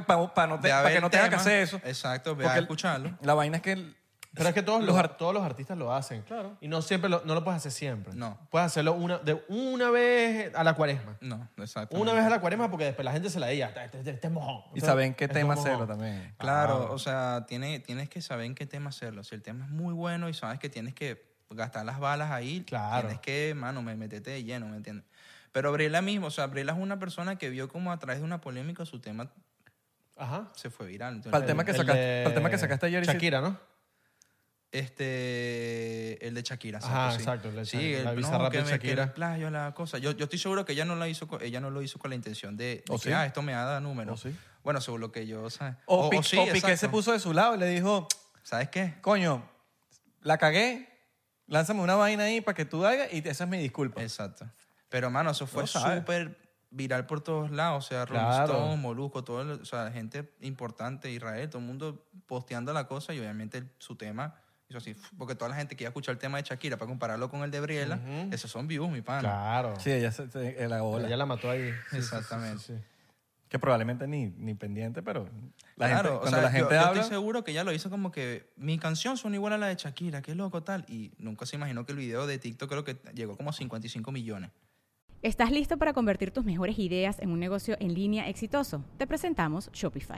Speaker 1: no te-
Speaker 3: Ve a
Speaker 1: pa'
Speaker 3: ver
Speaker 1: que
Speaker 3: el
Speaker 1: no tengan que
Speaker 3: tema.
Speaker 1: hacer eso.
Speaker 3: Exacto, ve a
Speaker 1: Porque el-
Speaker 3: escucharlo.
Speaker 1: La vaina es que... el-
Speaker 2: Pero es que todos los,
Speaker 1: Los ar-
Speaker 2: todos los artistas lo hacen. Claro. Y no siempre lo, no lo puedes hacer siempre.
Speaker 3: No.
Speaker 2: Puedes hacerlo una, de una vez a la cuaresma.
Speaker 3: No, exacto.
Speaker 2: Una vez a la cuaresma porque después la gente se la diga. Este, este- este es mojón.
Speaker 1: Y saben qué
Speaker 2: Este es
Speaker 1: tema
Speaker 2: mojón.
Speaker 1: hacerlo también.
Speaker 3: Claro, o sea, tiene, tienes que saber en qué tema hacerlo. Si el tema es muy bueno y sabes que tienes que gastar las balas ahí,
Speaker 2: Claro.
Speaker 3: tienes que, mano, me metete de lleno, ¿me entiendes? Pero Brela mismo, o sea, Brela es una persona que vio como a través de una polémica su tema
Speaker 2: Ajá.
Speaker 3: se fue viral. Entonces,
Speaker 1: Para el tema que
Speaker 2: El
Speaker 1: sacaste,
Speaker 2: de
Speaker 1: para el tema que sacaste ayer... y si-
Speaker 2: Shakira, ¿no?
Speaker 3: Este, el de Shakira.
Speaker 2: Ajá,
Speaker 3: sí.
Speaker 2: exacto, el de
Speaker 3: sí,
Speaker 2: Shakira,
Speaker 3: el,
Speaker 2: la
Speaker 3: no,
Speaker 2: bizarrap
Speaker 3: que
Speaker 2: de
Speaker 3: me- que el
Speaker 2: Shakira.
Speaker 3: plagio, la cosa. Yo, yo estoy seguro que ella no, la hizo con, ella no lo hizo con la intención de, de
Speaker 1: ¿O
Speaker 3: que,
Speaker 1: sí?
Speaker 3: ah, esto me da números.
Speaker 1: ¿O sí?
Speaker 3: Bueno, según lo que yo, ¿sabes?
Speaker 1: O, Piqué- o Piqué se
Speaker 3: exacto.
Speaker 1: puso de su lado y le dijo,
Speaker 3: ¿Sabes qué?
Speaker 1: coño, la cagué, lánzame una vaina ahí para que tú hagas y esa es mi disculpa.
Speaker 3: Exacto. Pero, mano, eso fue
Speaker 1: lo sabe.
Speaker 3: súper viral por todos lados. O sea, Rolling
Speaker 2: Claro.
Speaker 3: Stone, Molusco, todo el- o sea, gente importante, Israel, todo el mundo posteando la cosa y obviamente el- su tema hizo así. fu- Porque toda la gente que iba a escuchar el tema de Shakira para compararlo con el de Briela, esos son views, mi pana.
Speaker 2: Claro.
Speaker 1: Sí, ella se, se- eh, la bola.
Speaker 2: Ella la mató ahí. Sí,
Speaker 3: Exactamente.
Speaker 2: sí, sí, sí.
Speaker 1: Que probablemente ni, ni pendiente, pero la
Speaker 3: Claro,
Speaker 1: gente,
Speaker 3: o
Speaker 1: cuando
Speaker 3: sea,
Speaker 1: la
Speaker 3: yo-
Speaker 1: gente
Speaker 3: yo,
Speaker 1: habla,
Speaker 3: estoy seguro que ella lo hizo como que mi canción suena igual a la de Shakira, qué loco tal. Y nunca se imaginó que el video de TikTok creo que llegó como a 55 millones.
Speaker 5: ¿Estás listo para convertir tus mejores ideas en un negocio en línea exitoso? Te presentamos Shopify.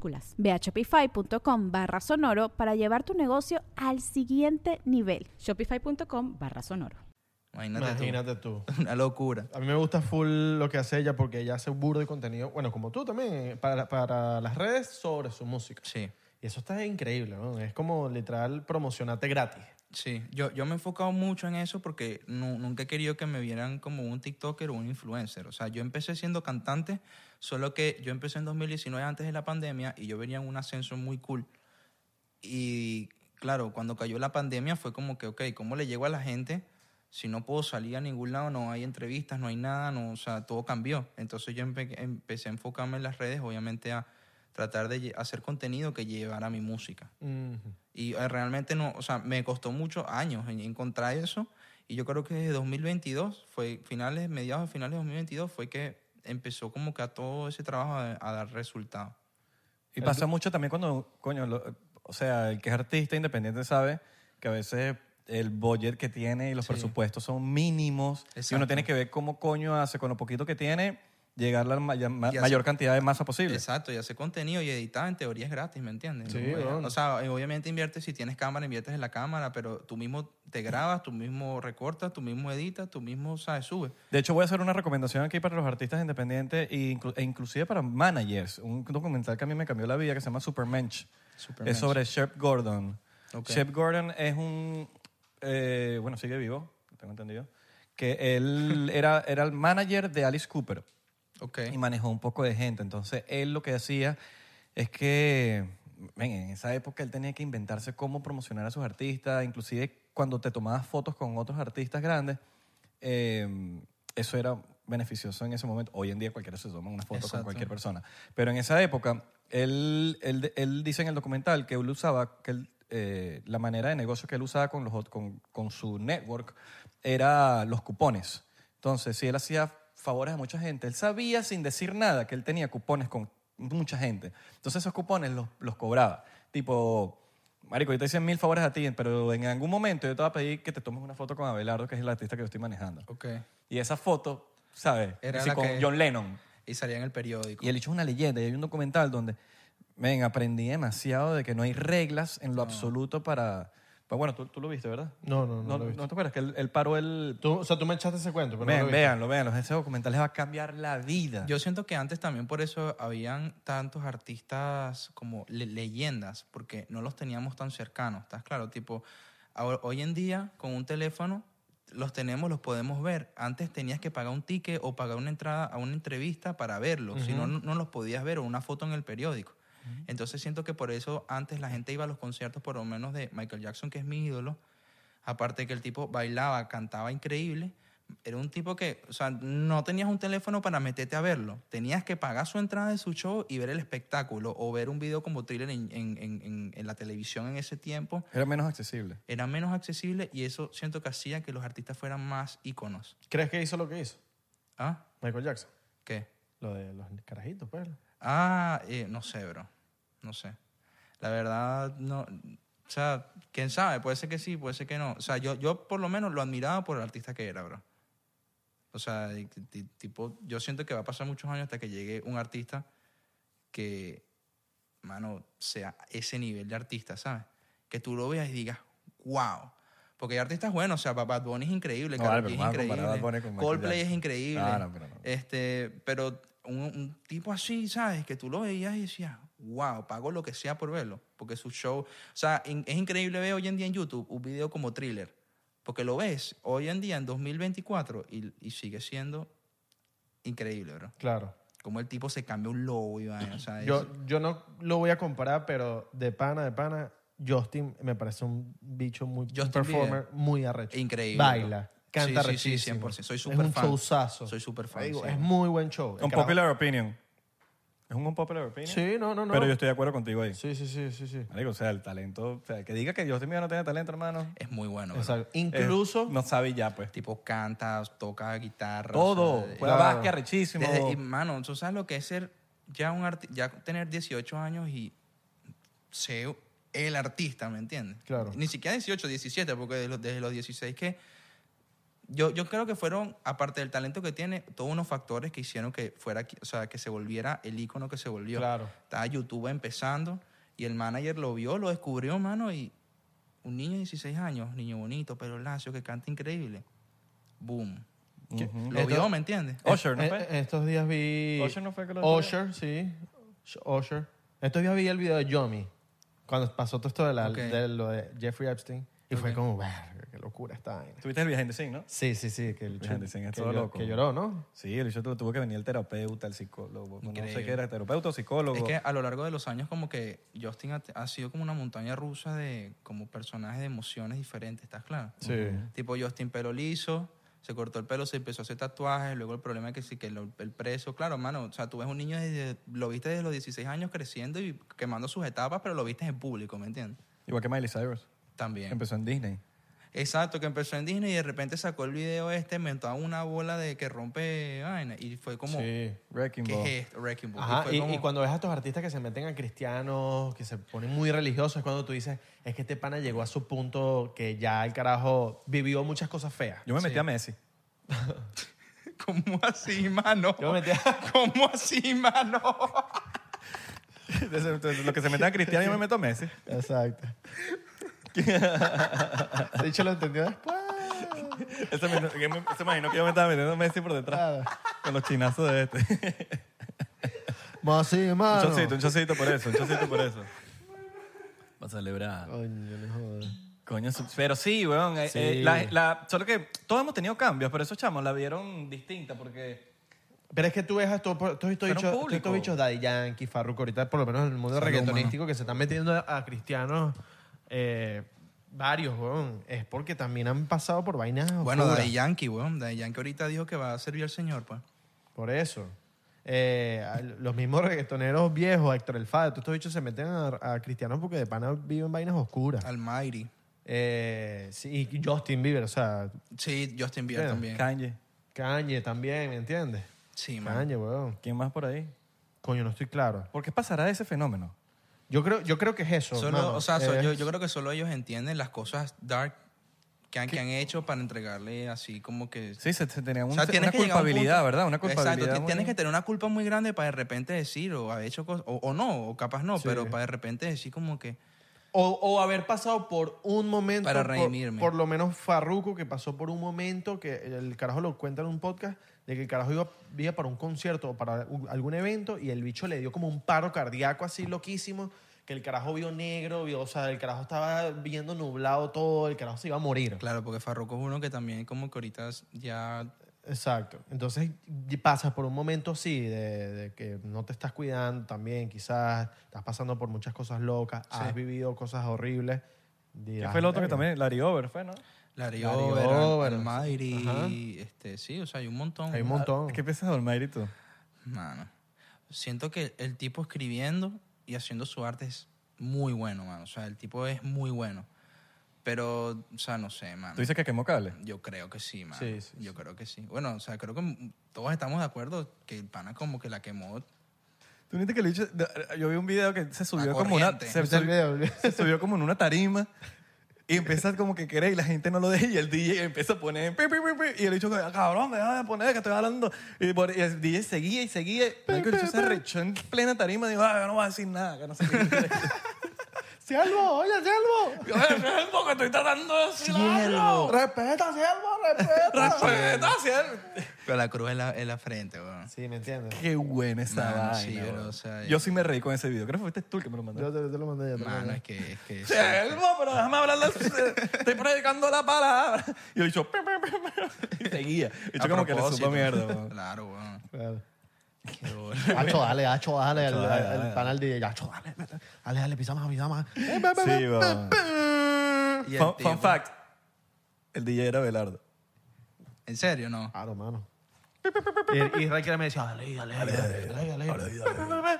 Speaker 6: Ve a shopify.com barra sonoro para llevar tu negocio al siguiente nivel.
Speaker 5: Shopify.com barra sonoro.
Speaker 3: Imagínate, tú.
Speaker 2: Imagínate tú.
Speaker 3: Una locura.
Speaker 2: A mí me gusta full lo que hace ella porque ella hace burdo de contenido, bueno, como tú también, eh, para, para las redes sobre su música.
Speaker 3: Sí,
Speaker 2: Y eso está increíble, ¿no? Es como literal promocionarte gratis.
Speaker 3: sí. Yo, yo me he enfocado mucho en eso porque nu- nunca he querido que me vieran como un TikToker o un influencer. O sea, yo empecé siendo cantante, solo que yo empecé en 2019 antes de la pandemia y yo venía en un ascenso muy cool. Y claro, cuando cayó la pandemia fue como que, ok, ¿cómo le llego a la gente si no puedo salir a ningún lado? No hay entrevistas, no hay nada, no, o sea, todo cambió. Entonces yo empe- empecé a enfocarme en las redes, obviamente a tratar de lle- hacer contenido que llevara mi música. Y eh, realmente no, o sea, me costó muchos años en- encontrar eso. Y yo creo que desde 2022, fue finales, mediados, finales de 2022, fue que empezó como que a todo ese trabajo a, a dar resultado.
Speaker 1: Y pasa mucho también cuando, coño, lo- o sea, el que es artista independiente sabe que a veces el budget que tiene y los presupuestos son mínimos. Y uno
Speaker 3: Exacto.
Speaker 1: tiene que ver cómo coño hace con lo poquito que tiene llegar a la maya- ma-
Speaker 3: Y hace-
Speaker 1: mayor cantidad de masa posible.
Speaker 3: Exacto, y hacer contenido y editar en teoría es gratis, ¿me entiendes?
Speaker 2: Sí,
Speaker 3: No, eh,
Speaker 2: bueno.
Speaker 3: O sea, eh, obviamente inviertes, si tienes cámara, inviertes en la cámara, pero tú mismo te grabas, tú mismo recortas, tú mismo editas, tú mismo, ¿sabes? Subes.
Speaker 1: De hecho, voy a hacer una recomendación aquí para los artistas independientes e, inclu- e inclusive para managers. Un documental que a mí me cambió la vida que se llama Supermensch.
Speaker 3: Supermensch.
Speaker 1: Es sobre Shep Gordon.
Speaker 3: Ok.
Speaker 1: Shep Gordon es un... eh, bueno, sigue vivo, tengo entendido. Que él era, era el manager de Alice Cooper
Speaker 3: Ok.
Speaker 1: y manejó un poco de gente. Entonces, él lo que hacía es que, ven, en esa época él tenía que inventarse cómo promocionar a sus artistas, inclusive cuando te tomabas fotos con otros artistas grandes, eh, eso era beneficioso en ese momento. Hoy en día cualquiera se toma una foto con
Speaker 3: Exacto.
Speaker 1: cualquier persona. Pero en esa época, él, él, él dice en el documental que él usaba, que él, eh, la manera de negocio que él usaba con, los, ot- con, con su network era los cupones. Entonces, si él hacía favores a mucha gente, él sabía sin decir nada que él tenía cupones con mucha gente. Entonces, esos cupones los, los cobraba. Tipo, Marico, yo te hice mil favores a ti, pero en algún momento yo te voy a pedir que te tomes una foto con Abelardo, que es el artista que yo estoy manejando.
Speaker 3: Ok.
Speaker 1: Y esa foto, ¿sabes?
Speaker 3: Era
Speaker 1: Que sí,
Speaker 3: la
Speaker 1: con
Speaker 3: que-
Speaker 1: John Lennon.
Speaker 3: Y salía en el periódico.
Speaker 1: Y el hecho es una leyenda. Y hay un documental donde, ven, aprendí demasiado de que no hay reglas en lo absoluto para... pa- bueno, tú, tú lo viste, ¿verdad?
Speaker 2: No, no, no lo he visto.
Speaker 1: te acuerdas que él, él paró el...
Speaker 2: Tú- o sea, tú me echaste ese cuento, pero no
Speaker 1: Ven,
Speaker 2: lo he visto.
Speaker 1: véanlo, véanlo. Ese documental les va a cambiar la vida.
Speaker 3: Yo siento que antes también por eso habían tantos artistas como le- leyendas, porque no los teníamos tan cercanos, ¿estás claro? Tipo, ahora- hoy en día con un teléfono los tenemos, los podemos ver. Antes tenías que pagar un ticket o pagar una entrada a una entrevista para verlos, si no, no no los podías ver o una foto en el periódico. Entonces siento que por eso antes la gente iba a los conciertos, por lo menos de Michael Jackson, que es mi ídolo, Aparte que el tipo bailaba, cantaba increíble. Era un tipo que, o sea, no tenías un teléfono para meterte a verlo. Tenías que pagar su entrada de su show y ver el espectáculo o ver un video como thriller en, en- en- en- en la televisión en ese tiempo.
Speaker 1: Era menos accesible.
Speaker 3: Era menos accesible y eso siento que hacía que los artistas fueran más íconos.
Speaker 2: ¿Crees que hizo lo que hizo?
Speaker 3: ¿Ah?
Speaker 2: Michael Jackson.
Speaker 3: ¿Qué?
Speaker 2: Lo de los carajitos, pues.
Speaker 3: Ah, eh, no sé, bro. No sé. La verdad, no. O sea, quién sabe, puede ser que sí, puede ser que no. O sea, yo, yo por lo menos lo admiraba por el artista que era, bro. O sea, y- y- tipo, yo siento que va a pasar muchos años hasta que llegue un artista que, mano, sea ese nivel de artista, ¿sabes? Que tú lo veas y digas, wow. Porque hay artistas buenos, o sea, Ba- Bad Bunny es increíble,
Speaker 1: No,
Speaker 3: Karol
Speaker 1: vale,
Speaker 3: G
Speaker 1: pero
Speaker 3: es
Speaker 1: vamos a comparar a Bad Bunny
Speaker 3: increíble,
Speaker 1: con Michael
Speaker 3: Coldplay es
Speaker 1: Jackson.
Speaker 3: increíble.
Speaker 1: Ah, no, pero no.
Speaker 3: Este, pero un, un tipo así, ¿sabes? Que tú lo veías y decías, wow, pago lo que sea por verlo. Porque su show, o sea, in- es increíble ver hoy en día en YouTube un video como thriller. Porque lo ves hoy en día en 2024 y, y sigue siendo increíble, bro.
Speaker 2: Claro.
Speaker 3: Como el tipo se cambia un lobo y vaina, o sea,
Speaker 2: Yo,
Speaker 3: es-
Speaker 2: yo no lo voy a comparar, pero de pana, de pana, Justin me parece un bicho muy un
Speaker 3: Justin
Speaker 2: performer muy arrecho.
Speaker 3: Increíble.
Speaker 2: Baila, canta
Speaker 3: Sí, sí, sí,
Speaker 2: arrechísimo.
Speaker 3: 100%. Soy
Speaker 2: Es
Speaker 3: súper
Speaker 2: un
Speaker 3: fan.
Speaker 2: showzazo.
Speaker 3: Soy súper fan,
Speaker 2: Digo,
Speaker 3: sí.
Speaker 2: Es muy buen show. El
Speaker 1: Un
Speaker 2: carajo-
Speaker 1: popular opinion. Es un unpopular opinion.
Speaker 2: Sí, no, no, no.
Speaker 1: Pero yo estoy de acuerdo contigo ahí.
Speaker 2: Sí, sí, sí, sí, sí.
Speaker 1: Marico, o sea, el talento. O sea, el que diga que Dios mío no tiene talento, hermano.
Speaker 3: Es muy bueno. bro.
Speaker 2: Exacto.
Speaker 1: es-
Speaker 2: Incluso...
Speaker 1: no sabe ya, pues.
Speaker 3: Tipo, canta, toca guitarra.
Speaker 1: Todo.
Speaker 3: o sea,
Speaker 1: Juega
Speaker 2: Claro.
Speaker 1: básquet arrechísimo.
Speaker 3: Desde- y, mano, tú sabes lo que es ser ya un arti- ya tener 18 años y ser el artista, ¿me entiendes?
Speaker 2: Claro.
Speaker 3: Ni siquiera 18, 17, porque desde los, desde los 16 que yo, yo creo que fueron, aparte del talento que tiene, todos unos factores que hicieron que fuera, qui- o sea, que se volviera el ícono que se volvió.
Speaker 2: Claro.
Speaker 3: Estaba YouTube empezando y el manager lo vio, lo descubrió, mano, y un niño de 16 años, niño bonito, pero lacio, que canta increíble. Boom.
Speaker 1: Ujú.
Speaker 3: Lo vio, ¿me entiendes?
Speaker 1: Usher, ¿no
Speaker 2: Eh,
Speaker 1: fue?
Speaker 2: eh, estos días vi...
Speaker 1: Usher no fue que lo
Speaker 2: Usher, sí. Sh- Usher. Estos días vi el video de Yomi. Cuando pasó todo esto de, la-
Speaker 3: Ok.
Speaker 2: de lo de Jeffrey Epstein. Y fue como, "Verga, qué locura esta vaina.
Speaker 1: Tuviste el viaje de Sing, ¿no?
Speaker 2: Sí, sí, sí. Que el
Speaker 1: Virgen
Speaker 2: chun-
Speaker 1: dicen, es
Speaker 2: que
Speaker 1: todo
Speaker 2: llo-
Speaker 1: loco.
Speaker 2: Que lloró, ¿no?
Speaker 1: Sí, el bicho tu- tuvo que venir el terapeuta, el psicólogo. No sé
Speaker 3: Increíble.
Speaker 1: qué era, terapeuta o psicólogo.
Speaker 3: Es que a lo largo de los años como que Justin ha, ha sido como una montaña rusa de como personajes de emociones diferentes, ¿estás claro?
Speaker 2: Sí.
Speaker 3: Tipo Justin pelo liso, se cortó el pelo, se empezó a hacer tatuajes, luego el problema es que sí que lo- el preso, claro, mano, o sea, tú ves un niño desde, lo viste desde los 16 años creciendo y quemando sus etapas, pero lo viste en público, ¿me entiendes?
Speaker 1: Igual que Miley Cyrus.
Speaker 3: También.
Speaker 1: Empezó en Disney.
Speaker 3: Exacto, que empezó en Disney y de repente sacó el video este, inventó a una bola de que rompe vaina y fue como
Speaker 2: Sí.
Speaker 1: Wrecking Ball.
Speaker 3: ¿Qué es esto? Wrecking Ball.
Speaker 2: Ajá,
Speaker 3: fue
Speaker 2: y,
Speaker 3: como-
Speaker 2: y cuando ves a estos artistas que se meten a cristianos, que se ponen muy religiosos, es cuando tú dices, es que este pana llegó a su punto que ya el carajo vivió muchas cosas feas.
Speaker 1: Yo me metí a Messi.
Speaker 3: ¿Cómo así, mano?
Speaker 2: Yo me metí a-
Speaker 3: ¿Cómo así, mano?
Speaker 1: Entonces, entonces, lo que se mete a Cristiano, yo me meto a Messi.
Speaker 2: Exacto. De hecho, lo entendió después.
Speaker 1: Él Se, metió- que me- se imaginó que yo me estaba metiendo a Messi por detrás. Con los chinazos de este.
Speaker 2: Más sí,
Speaker 1: Un
Speaker 2: mano.
Speaker 1: chocito, un chocito por eso, un chocito por eso. Va a celebrar.
Speaker 2: Coño, no jodas.
Speaker 1: Coño, su- pero sí, weón. eh,
Speaker 2: Sí.
Speaker 1: eh, la- la- solo que todos hemos tenido cambios, pero esos chamos la vieron distinta porque...
Speaker 2: Pero es que tú ves a estos, todos estos
Speaker 1: Fueron
Speaker 2: bichos, todos
Speaker 1: público.
Speaker 2: estos bichos Daddy Yankee, Farruko, ahorita por lo menos en el mundo reggaetonístico que se están metiendo a, a cristianos eh, varios, weón. Es porque también han pasado por vainas
Speaker 3: Bueno,
Speaker 2: oscuras.
Speaker 3: Daddy Yankee, weón. Daddy Yankee ahorita dijo que va a servir al Señor, pues.
Speaker 2: Por eso. Eh, a- los mismos reggaetoneros viejos, Héctor El Fade, todos estos bichos se meten a, a cristianos porque de pana viven vainas oscuras.
Speaker 3: Almighty.
Speaker 2: Eh, sí, y Justin Bieber, o sea,
Speaker 3: Sí, Justin Bieber
Speaker 2: Claro.
Speaker 3: también.
Speaker 1: Kanye.
Speaker 2: Kanye también, ¿me entiendes?
Speaker 3: Sí, man.
Speaker 2: Kanye, weón.
Speaker 1: ¿Quién más por ahí?
Speaker 2: Coño, no estoy claro.
Speaker 1: ¿Por qué pasará ese fenómeno?
Speaker 2: Yo creo, yo creo que es eso.
Speaker 3: Solo-
Speaker 2: mano.
Speaker 3: o sea, so-
Speaker 2: Eh,
Speaker 3: yo, yo creo que solo ellos entienden las cosas dark que han, que han hecho para entregarle así como que...
Speaker 1: Sí, se, se tenía un-
Speaker 3: O sea, tienes
Speaker 1: una
Speaker 3: que llegar a un
Speaker 1: culpabilidad,
Speaker 3: punto-
Speaker 1: ¿verdad? Una culpabilidad.
Speaker 3: Exacto, ti-
Speaker 1: muy-
Speaker 3: tienes que tener una culpa muy grande para de repente decir, o haber hecho cosas, o, o no, o capaz no,
Speaker 2: Sí.
Speaker 3: pero para de repente decir como que...
Speaker 2: O, o haber pasado por un momento.
Speaker 3: Para
Speaker 2: por-
Speaker 3: redimirme.
Speaker 2: Por, lo menos Farruko, que pasó por un momento que el carajo lo cuenta en un podcast, de que el carajo iba, iba para un concierto o para un- algún evento y el bicho le dio como un paro cardíaco así loquísimo, que el carajo vio negro, vio, o sea, el carajo estaba viendo nublado todo, el carajo se iba a morir.
Speaker 3: Claro, porque Farruko es uno que también como que ahorita ya
Speaker 2: Exacto. Entonces y pasas por un momento así de, de que no te estás cuidando también, quizás estás pasando por muchas cosas locas, has vivido cosas horribles.
Speaker 1: ¿Quién
Speaker 2: Dirás,
Speaker 1: fue el otro que
Speaker 2: "Verga".
Speaker 1: también? Larry Over fue, ¿no?
Speaker 3: Larry
Speaker 2: Larry
Speaker 3: Over,
Speaker 2: Over,
Speaker 3: Almighty,
Speaker 2: ajá.
Speaker 3: este, sí, o sea, hay un montón.
Speaker 2: Hay un montón.
Speaker 1: Ah, ¿Qué piensas de Almighty tú?
Speaker 3: Mano, siento que el tipo escribiendo y haciendo su arte es muy bueno, mano. O sea, el tipo es muy bueno. Pero, o sea, no sé, mano.
Speaker 1: Tú dices que quemó cable.
Speaker 3: Yo creo que sí, mano.
Speaker 2: Sí, sí,
Speaker 3: Yo creo que sí. Bueno, o sea, creo que mm, todos estamos de acuerdo que el pana como que la quemó.
Speaker 1: Tú viste que el bicho- yo vi un video que se subió como una
Speaker 3: corriente.
Speaker 1: se,
Speaker 2: ¿Viste el
Speaker 1: subió-
Speaker 2: video?
Speaker 1: se subió como en una tarima y empieza como que quiere y la gente no lo deja y el DJ empieza a poner pi, pi, pi, pi, y el bicho "Ah, cabrón deja de poner que estoy hablando y, por- y el DJ seguía y seguía Marico, el bicho se arrechó en plena tarima y dijo ah, yo no voy a decir nada que no sé qué
Speaker 2: ¡Siervo! ¡Oye, siervo!
Speaker 1: Yo, "Eh, siervo, que estoy tratando de decir algo
Speaker 2: ¡Respeta, siervo! ¡Respeta!
Speaker 1: respeta siervo".
Speaker 3: Pero la cruz en la, en la frente, weón.
Speaker 2: Sí, ¿me entiendes?
Speaker 1: qué buena esa
Speaker 3: Mano,
Speaker 1: vaina
Speaker 3: sí,
Speaker 1: bro.
Speaker 3: bro, o sea,
Speaker 1: yo sí me reí con ese video creo que fuiste tú el que me lo mandaste
Speaker 2: Yo te, te lo mandé ya.
Speaker 3: Mano, es que... Es que
Speaker 1: Selvo, pero déjame hablar. la- Estoy predicando la palabra. Y yo dicho, "Pim, pim, pim, pim", y seguía. Y
Speaker 3: a
Speaker 1: yo como que le supo
Speaker 3: propósito.
Speaker 1: mierda. weón.
Speaker 3: Claro, weón.
Speaker 2: Claro.
Speaker 3: Qué duro.
Speaker 2: Hacho, dale, hacho, dale. El,
Speaker 1: dale,
Speaker 2: el,
Speaker 1: dale.
Speaker 2: el panel de hacho, dale. Dale, dale, pisa más, pisa más.
Speaker 1: Sí, weón.
Speaker 3: Y el
Speaker 1: Fun,
Speaker 3: tipo-
Speaker 1: fun fact. El DJ era Belardo.
Speaker 3: ¿En serio, no?
Speaker 2: Claro, mano. Y, y Raquel me decía, dale, dale, dale, dale, dale, dale,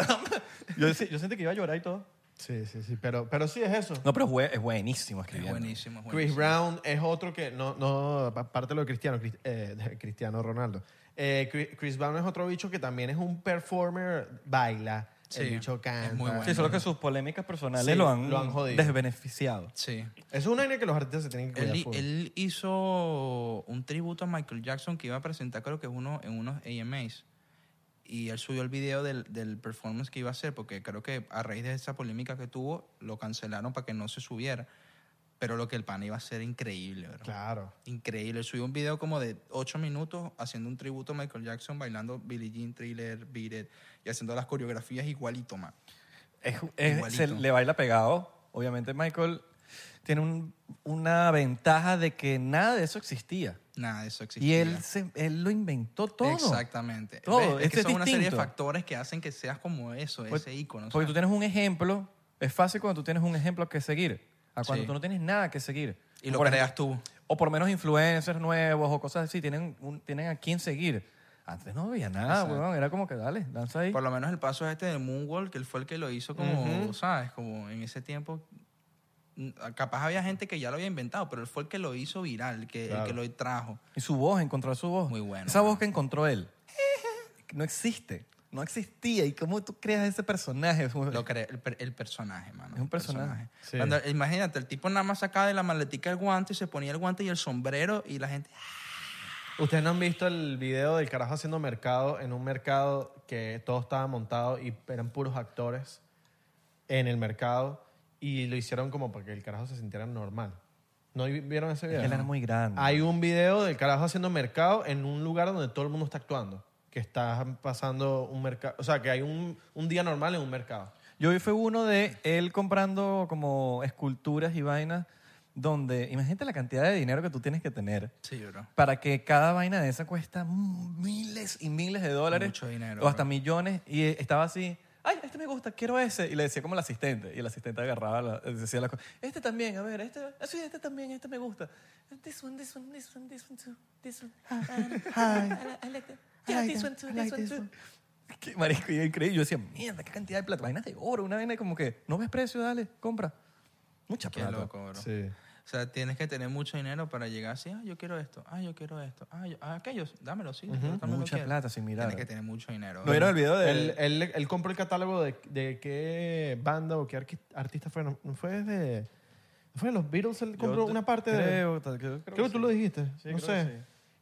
Speaker 1: Yo, sí- yo sentí que iba a llorar y todo.
Speaker 2: Sí, sí, sí, pero, pero sí es eso.
Speaker 1: No, pero es, bue- es buenísimo
Speaker 3: Es
Speaker 1: escribiendo.
Speaker 3: buenísimo, es
Speaker 2: Chris
Speaker 3: buenísimo.
Speaker 2: Brown es otro que, no, no, aparte de lo de Cristiano, Cris- eh, de Cristiano Ronaldo. Eh, Chris, Chris Brown es otro bicho que también es un performer, baila,
Speaker 3: Sí,
Speaker 2: el bicho
Speaker 3: es
Speaker 2: canta.
Speaker 3: muy bueno.
Speaker 1: Sí, solo que sus polémicas personales
Speaker 2: Sí,
Speaker 1: lo han,
Speaker 2: lo han jodido.
Speaker 1: desbeneficiado.
Speaker 3: Sí.
Speaker 2: Es una idea que los artistas se tienen que cuidar.
Speaker 3: Él,
Speaker 2: full.
Speaker 3: él hizo un tributo a Michael Jackson que iba a presentar creo que es uno en unos AMAs. Y él subió el video del, del performance que iba a hacer porque creo que a raíz de esa polémica que tuvo lo cancelaron para que no se subiera. Pero lo que el pan iba a hacer increíble, ¿verdad?
Speaker 2: Claro.
Speaker 3: Increíble. Subió un video como de 8 minutos haciendo un tributo a Michael Jackson bailando Billie Jean, Thriller, Beat It, y haciendo las coreografías igualito, más.
Speaker 1: Es- es- se
Speaker 3: Igualito.
Speaker 1: le baila pegado. Obviamente Michael tiene un- una ventaja de que nada de eso existía.
Speaker 3: Nada de eso existía.
Speaker 1: Y él, se- él lo inventó todo.
Speaker 3: Exactamente.
Speaker 1: Todo.
Speaker 3: ¿Ves? Es
Speaker 1: Este
Speaker 3: que
Speaker 1: es
Speaker 3: son una serie de
Speaker 1: distinto.
Speaker 3: factores que hacen que seas como eso,
Speaker 1: Pues-
Speaker 3: ese ícono.
Speaker 1: Porque tú
Speaker 3: ¿sabes?
Speaker 1: tienes un ejemplo. Es fácil cuando tú tienes un ejemplo que seguir. A cuando
Speaker 3: Sí.
Speaker 1: tú no tienes nada que seguir.
Speaker 3: Y lo
Speaker 1: Por
Speaker 3: creas
Speaker 1: ejemplo,
Speaker 3: tú.
Speaker 1: O por lo menos influencers nuevos o cosas así. Tienen, un- tienen a quién seguir. Antes no había nada, weón. Era como que dale, danza ahí.
Speaker 3: Por lo menos el paso este de Moonwalk, que él fue el que lo hizo como, ¿sabes? Como en ese tiempo. mm, Capaz había gente que ya lo había inventado, pero él fue el que lo hizo viral, que, el que lo trajo.
Speaker 1: Y su voz, encontrar su voz.
Speaker 3: Muy bueno,
Speaker 1: Esa voz
Speaker 3: bueno.
Speaker 1: que encontró él. No existe. No existía. ¿Y cómo tú creas ese personaje?
Speaker 3: Lo cre- el, per- el personaje, mano.
Speaker 1: Es un
Speaker 3: el
Speaker 1: personaje.
Speaker 2: Sí.
Speaker 3: Cuando- imagínate, el tipo nada más sacaba de la maletica el guante y se ponía el guante y el sombrero y la gente. ah,
Speaker 2: Ustedes no han visto el video del carajo haciendo mercado en un mercado que todo estaba montado y eran puros actores en el mercado y lo hicieron como para que el carajo se sintiera normal. ¿No vi- vieron ese video?
Speaker 1: Él era muy grande.
Speaker 2: Hay un video del carajo haciendo mercado en un lugar donde todo el mundo está actuando. Que está pasando un mercado. O sea, que hay un, un día normal en un mercado.
Speaker 1: Yo vi fue uno de él comprando como esculturas y vainas donde, imagínate la cantidad de dinero que tú tienes que tener
Speaker 3: Sí, bro.
Speaker 1: para que cada vaina de esa cuesta miles y miles de dólares.
Speaker 3: Mucho dinero,
Speaker 1: O hasta
Speaker 3: bro.
Speaker 1: millones. Y estaba así, ay, este me gusta, quiero ese. Y le decía como el asistente. Y el asistente agarraba, la, decía la cosa. Este también, a ver, este, ah, sí, este también, este me gusta. This one, this one, this one, this one too, this one. Ah, ah, I like that. Yeah, this one too, this one too. Qué marico, y era increíble. Yo decía, mierda, qué cantidad de plata. Vainas de oro, una vaina como que, no ves precio, dale, compra. Mucha
Speaker 3: Qué
Speaker 1: plata.
Speaker 3: loco, bro. O sea, tienes que tener mucho dinero para llegar así, ah, yo quiero esto, ah, yo quiero esto, ah, yo- ah, aquello, dámelo, sí. yo también lo
Speaker 1: Mucha
Speaker 3: quiero.
Speaker 1: plata sin mirar.
Speaker 3: Tienes que tener mucho dinero.
Speaker 1: ¿No vieron el video de
Speaker 2: Él, él- él compró el catálogo de, de qué banda o qué arqui- artista fue. ¿No no fue de, ¿no fue de los Beatles? Él compró una parte de...
Speaker 1: creo, Creo, creo,
Speaker 2: Creo que tú lo dijiste.
Speaker 1: Sí, creo
Speaker 2: no
Speaker 1: que
Speaker 2: sé.
Speaker 1: sí.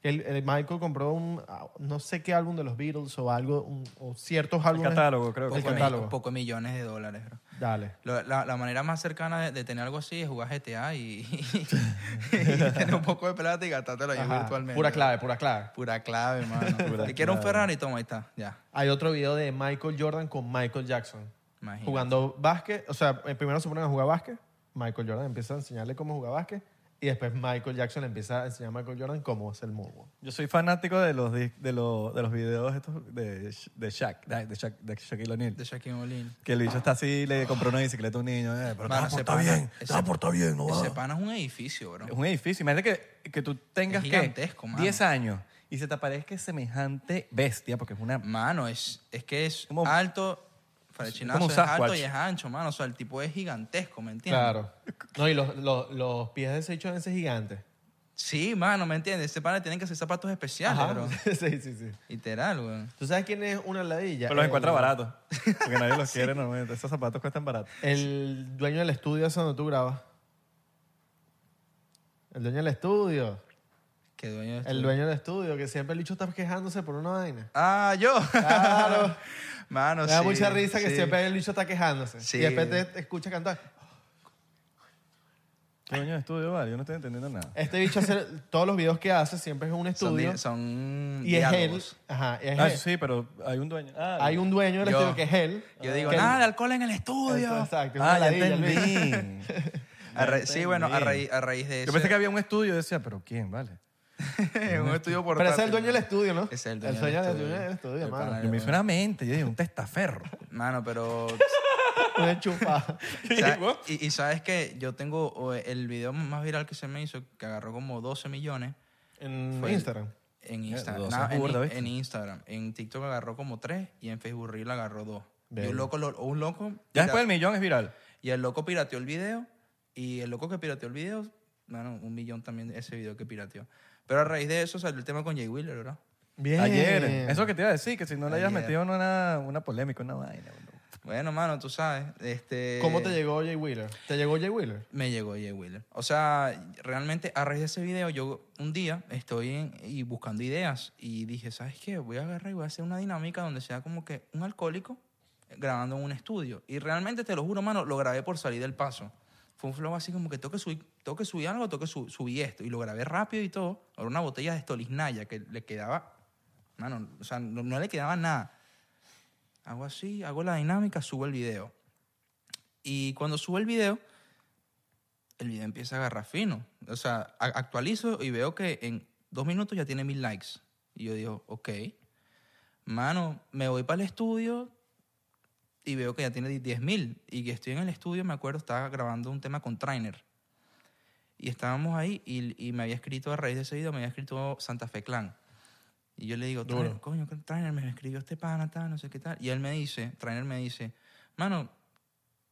Speaker 2: Que el, el Michael compró un, ah, no sé qué álbum de los Beatles o algo, un- o ciertos
Speaker 1: El
Speaker 2: álbumes.
Speaker 1: catálogo, creo.
Speaker 3: Poco
Speaker 1: que
Speaker 2: el
Speaker 1: fue.
Speaker 3: mi-
Speaker 2: catálogo.
Speaker 3: poco millones de dólares, bro.
Speaker 2: Dale.
Speaker 3: Lo- La, la manera más cercana de, de tener algo así es jugar GTA y, y tener un poco de plata y gastártelo ahí
Speaker 2: Ajá.
Speaker 3: virtualmente.
Speaker 2: Pura clave, pura clave.
Speaker 3: Pura clave, mano. Te quiero un Ferrari, toma, ahí está, ya.
Speaker 2: Hay otro video de Michael Jordan con Michael Jackson.
Speaker 3: Imagínate.
Speaker 2: Jugando básquet. O sea, eh, primero se ponen a jugar básquet. Michael Jordan empieza a enseñarle cómo jugar básquet. Y después Michael Jackson le empieza a enseñar a Michael Jordan cómo hacer el moonwalk.
Speaker 1: Yo soy fanático de los, dis- de los, de los videos estos de, Sh- de Shaq, de, de Shaq, de Shaquille O'Neal.
Speaker 3: De Shaquille O'Neal.
Speaker 1: Que el bicho está así, le compró una bicicleta a un niño. eh, pero
Speaker 3: Mano,
Speaker 1: te vas a
Speaker 3: ese
Speaker 1: portar
Speaker 3: pana-
Speaker 1: bien, te
Speaker 3: ese-
Speaker 1: vas a portar bien, no vas.
Speaker 3: Ese pana es un edificio, bro.
Speaker 1: Es un edificio. Imagínate que, que tú tengas
Speaker 3: Es
Speaker 1: que
Speaker 3: gigantesco, mano.
Speaker 1: 10 años y se te aparezca semejante bestia, porque es una...
Speaker 3: Mano, es, es que es
Speaker 1: Como-
Speaker 3: alto. Para el chinazo
Speaker 1: un
Speaker 3: es alto
Speaker 1: Sasquatch.
Speaker 3: y es ancho, mano. O sea, el tipo es gigantesco, ¿me entiendes?
Speaker 2: Claro. No, y los, los, los pies de ese hecho ese gigante.
Speaker 3: Sí, mano, ¿me entiendes? Ese pana tiene que hacer zapatos especiales,
Speaker 2: Ajá.
Speaker 3: bro.
Speaker 2: sí, sí, sí.
Speaker 3: Literal, weón.
Speaker 2: ¿Tú sabes quién es una ladilla?
Speaker 1: Pero los
Speaker 2: El-
Speaker 1: encuentra baratos, porque nadie los quiere normalmente. Esos zapatos cuestan barato.
Speaker 2: El dueño del estudio es donde tú grabas. El dueño del estudio.
Speaker 3: Qué dueño de
Speaker 2: El
Speaker 3: estudio.
Speaker 2: dueño del estudio, que siempre el bicho está quejándose por una vaina.
Speaker 3: Ah, yo. Claro. mano,
Speaker 2: Me da
Speaker 3: sí,
Speaker 2: mucha risa que
Speaker 3: sí.
Speaker 2: siempre el bicho está quejándose.
Speaker 3: Sí.
Speaker 2: Y después te, te escucha cantar.
Speaker 1: ¿Qué dueño de estudio vale? Yo no estoy entendiendo nada.
Speaker 2: Este bicho hace todos los videos que hace, siempre es un
Speaker 3: Son,
Speaker 2: estudio.
Speaker 3: di- son
Speaker 2: y es él.
Speaker 3: diálogos.
Speaker 2: Ajá, es
Speaker 1: Ah,
Speaker 2: él.
Speaker 1: sí, pero hay un dueño. Ah,
Speaker 2: Eh, Hay un dueño del
Speaker 3: Yo-
Speaker 2: estudio que es él.
Speaker 3: Yo digo,
Speaker 2: Que él-
Speaker 3: nada de alcohol en el estudio.
Speaker 2: Exacto. es una
Speaker 1: Ah, ya
Speaker 2: ladilla, Luis.
Speaker 1: entendí.
Speaker 3: A ra- sí, bueno, a, raíz- a raíz de eso.
Speaker 1: Yo pensé que había un estudio y decía, pero ¿quién, vale?
Speaker 3: un estudio por
Speaker 2: Pero ese es el dueño del estudio, ¿no?
Speaker 3: Es el dueño
Speaker 2: del
Speaker 3: del
Speaker 2: dueño del
Speaker 3: estudio.
Speaker 2: estudio,
Speaker 3: El
Speaker 2: mano.
Speaker 3: pana-
Speaker 1: Y me hizo una mente, yo dije, un testaferro.
Speaker 3: Mano, pero
Speaker 2: Una enchufada.
Speaker 3: O sea, y, y sabes que yo tengo o, el video más viral que se me hizo, que agarró como 12 millones
Speaker 2: En
Speaker 3: Fue-
Speaker 2: Instagram.
Speaker 3: en Instagram.
Speaker 1: Eh, doce
Speaker 3: Nada,
Speaker 1: es
Speaker 3: en,
Speaker 1: burda, ¿viste?
Speaker 3: en Instagram. En TikTok agarró como 3 y en Facebook Reel agarró 2. Y
Speaker 2: Verga.
Speaker 3: un loco, lo- un loco
Speaker 1: Ya
Speaker 3: pira-
Speaker 1: después del millón es viral.
Speaker 3: y el loco pirateó el video y el loco que pirateó el video, bueno, un millón también ese video que pirateó. Pero a raíz de eso salió el tema con Jay Wheeler, ¿verdad?
Speaker 2: Bien.
Speaker 1: Ayer. Eso que te iba a decir, que si no le hayas
Speaker 3: Ayer.
Speaker 1: metido en una, una polémica, una vaina. bro.
Speaker 3: Bueno, mano, tú sabes. Este,
Speaker 2: ¿Cómo te llegó Jay Wheeler? ¿Te llegó Jay Wheeler?
Speaker 3: Me llegó Jay Wheeler. O sea, realmente a raíz de ese video, yo un día estoy en- y buscando ideas y dije, ¿sabes qué? Voy a agarrar y voy a hacer una dinámica donde sea como que un alcohólico grabando en un estudio. Y realmente, te lo juro, mano, lo grabé por salir del paso. Fue un flow así como que tengo que subir, tengo que subir algo, tengo que su- subir esto. Y lo grabé rápido y todo. Era una botella de Stoliznaya que le quedaba, mano, o sea, no- no le quedaba nada. Hago así, hago la dinámica, subo el video. Y cuando subo el video, el video empieza a agarrar fino. O sea, a- actualizo y veo que en dos minutos ya tiene mil likes. Y yo digo, ok. Mano, me voy para el estudio y veo que ya tiene di- 10 mil. Y que estoy en el estudio, me acuerdo, estaba grabando un tema con Trainer. Y estábamos ahí y, y me había escrito a raíz de ese video, me había escrito Santa Fe Clan. Y yo le digo, Trainer, coño, que Trainer me escribió este pana, tal, no sé qué tal. Y él me dice, Trainer me dice, mano,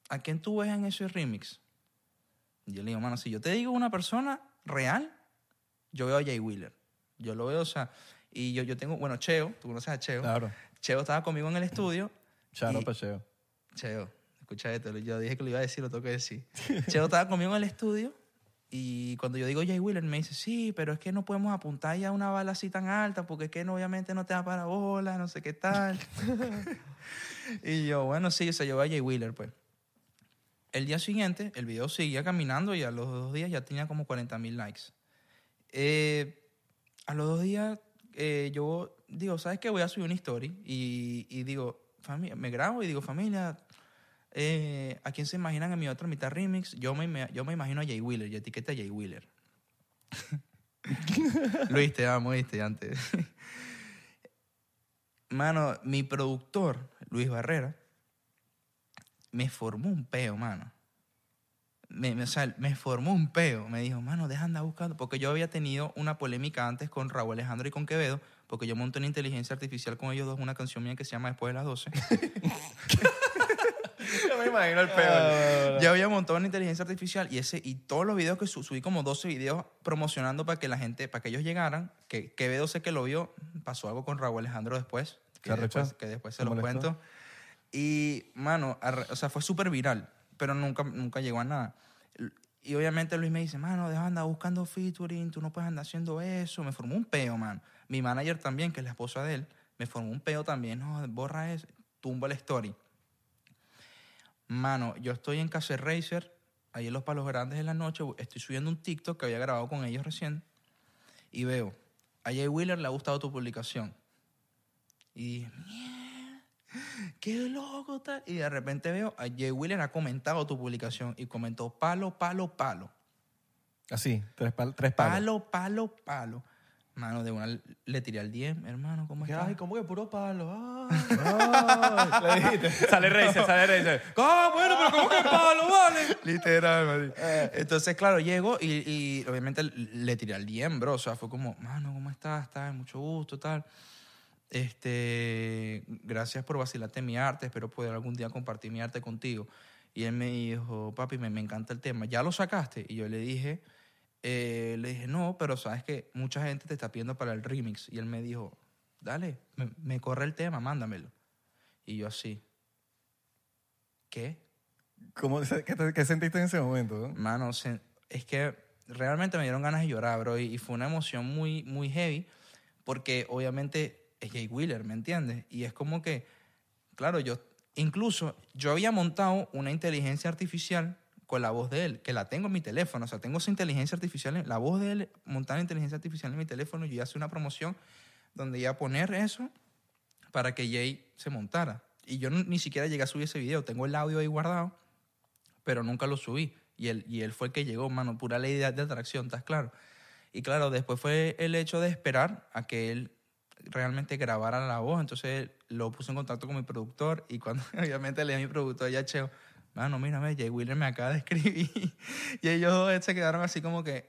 Speaker 3: ¿a quién tú ves en ese remix? Y yo le digo, mano, si yo te digo una persona real, yo veo a Jay Wheeler. Yo lo veo, o sea, y yo, yo tengo, bueno, Cheo, tú conoces a Cheo.
Speaker 1: Claro.
Speaker 3: Cheo estaba conmigo en el estudio.
Speaker 1: Charo
Speaker 3: Y-
Speaker 1: Pacheo.
Speaker 3: Cheo, escucha esto, yo dije que lo iba a decir, lo tengo que decir. Cheo estaba conmigo en el estudio y cuando yo digo Jay Wheeler me dice, sí, pero es que no podemos apuntar ya una bala así tan alta porque es que no- obviamente no te da para bola, no sé qué tal. y yo, bueno, sí, se llevó a Jay Wheeler, pues. El día siguiente, el video seguía caminando y a los dos días ya tenía como 40 mil likes. Eh, a los dos días eh, yo digo, ¿sabes qué? Voy a subir una story y, y digo, familia, me grabo y digo, familia, eh, ¿a quién se imaginan en mi otra mitad remix? Yo me, ima- yo me imagino a Jay Wheeler, yo etiqueta a Jay Wheeler. Luis, te amo, viste, antes. mano, mi productor, Luis Barrera, me formó un peo, mano me, me- o sea, me formó un peo. Me dijo, mano, deja andar buscando. Porque yo había tenido una polémica antes con Raúl Alejandro y con Quevedo, porque yo monté una inteligencia artificial con ellos dos, una canción mía que se llama Después de las 12.
Speaker 1: Yo me imagino el
Speaker 3: yo había montado una inteligencia artificial y ese y todos los videos que su- subí, como 12 videos promocionando para que la gente, para que ellos llegaran, que Quevedo sé que lo vio, pasó algo con Raúl Alejandro después, que,
Speaker 1: ¿Qué
Speaker 3: después,
Speaker 1: arrecha?
Speaker 3: que después
Speaker 1: ¿Te
Speaker 3: se los
Speaker 1: molestó?
Speaker 3: cuento. Y, mano, arre- o sea, fue súper viral, pero nunca, nunca llegó a nada. L- Y obviamente Luis me dice, mano, deja de andar buscando featuring, tú no puedes andar haciendo eso. Me formó un peo, man. Mi manager también, que es la esposa de él, me formó un peo también. No, borra eso, tumba la story. Mano, yo estoy en Casa Racer, ahí en Los Palos Grandes de la noche, estoy subiendo un TikTok que había grabado con ellos recién, y veo, a Jay Wheeler le ha gustado tu publicación. Y dije, "Mierda, qué loco tal. Y de repente veo, a Jay Wheeler ha comentado tu publicación y comentó palo, palo, palo.
Speaker 1: Así, tres, pal- tres palos.
Speaker 3: Palo, palo, palo. Mano, de una le tiré al 10, hermano, ¿cómo estás?
Speaker 2: Ay, ¿cómo que puro palo? Ah.
Speaker 1: Le dijiste. sale Racer, sale Racer. ¡Ah, bueno, pero cómo que palo, vale!
Speaker 3: Literal, marico. Entonces, claro, llego y, y obviamente le tiré al DM, bro. O sea, fue como, mano, ¿cómo estás? Tal, mucho gusto, tal. Este, gracias por vacilarte mi arte. Espero poder algún día compartir mi arte contigo. Y él me dijo, papi, me, me encanta el tema. ¿Ya lo sacaste? Y yo le dije, eh, le dije, no, pero sabes que mucha gente te está pidiendo para el remix. Y él me dijo, dale, me, me corre el tema, mándamelo. Y yo así, ¿qué?
Speaker 1: ¿Cómo, qué, te- qué sentiste en ese momento? no?
Speaker 3: Mano, se- es que realmente me dieron ganas de llorar, bro. Y, y fue una emoción muy, muy heavy. Porque obviamente es Jay Wheeler, ¿me entiendes? Y es como que, claro, yo. Incluso yo había montado una inteligencia artificial con la voz de él, que la tengo en mi teléfono. O sea, tengo esa inteligencia artificial, en- la voz de él, montada en inteligencia artificial en mi teléfono. Yo iba a hacer una promoción donde iba a poner eso para que Jay se montara. Y yo no- ni siquiera llegué a subir ese video. Tengo el audio ahí guardado pero nunca lo subí. Y él, y él fue el que llegó, mano, pura ley de, de atracción, ¿estás claro? Y claro, después fue el hecho de esperar a que él realmente grabara la voz. Entonces lo puse en contacto con mi productor y cuando obviamente le di a mi productor ya, Cheo, mano, mírame, Jay Wheeler me acaba de escribir. y ellos dos se quedaron así como que,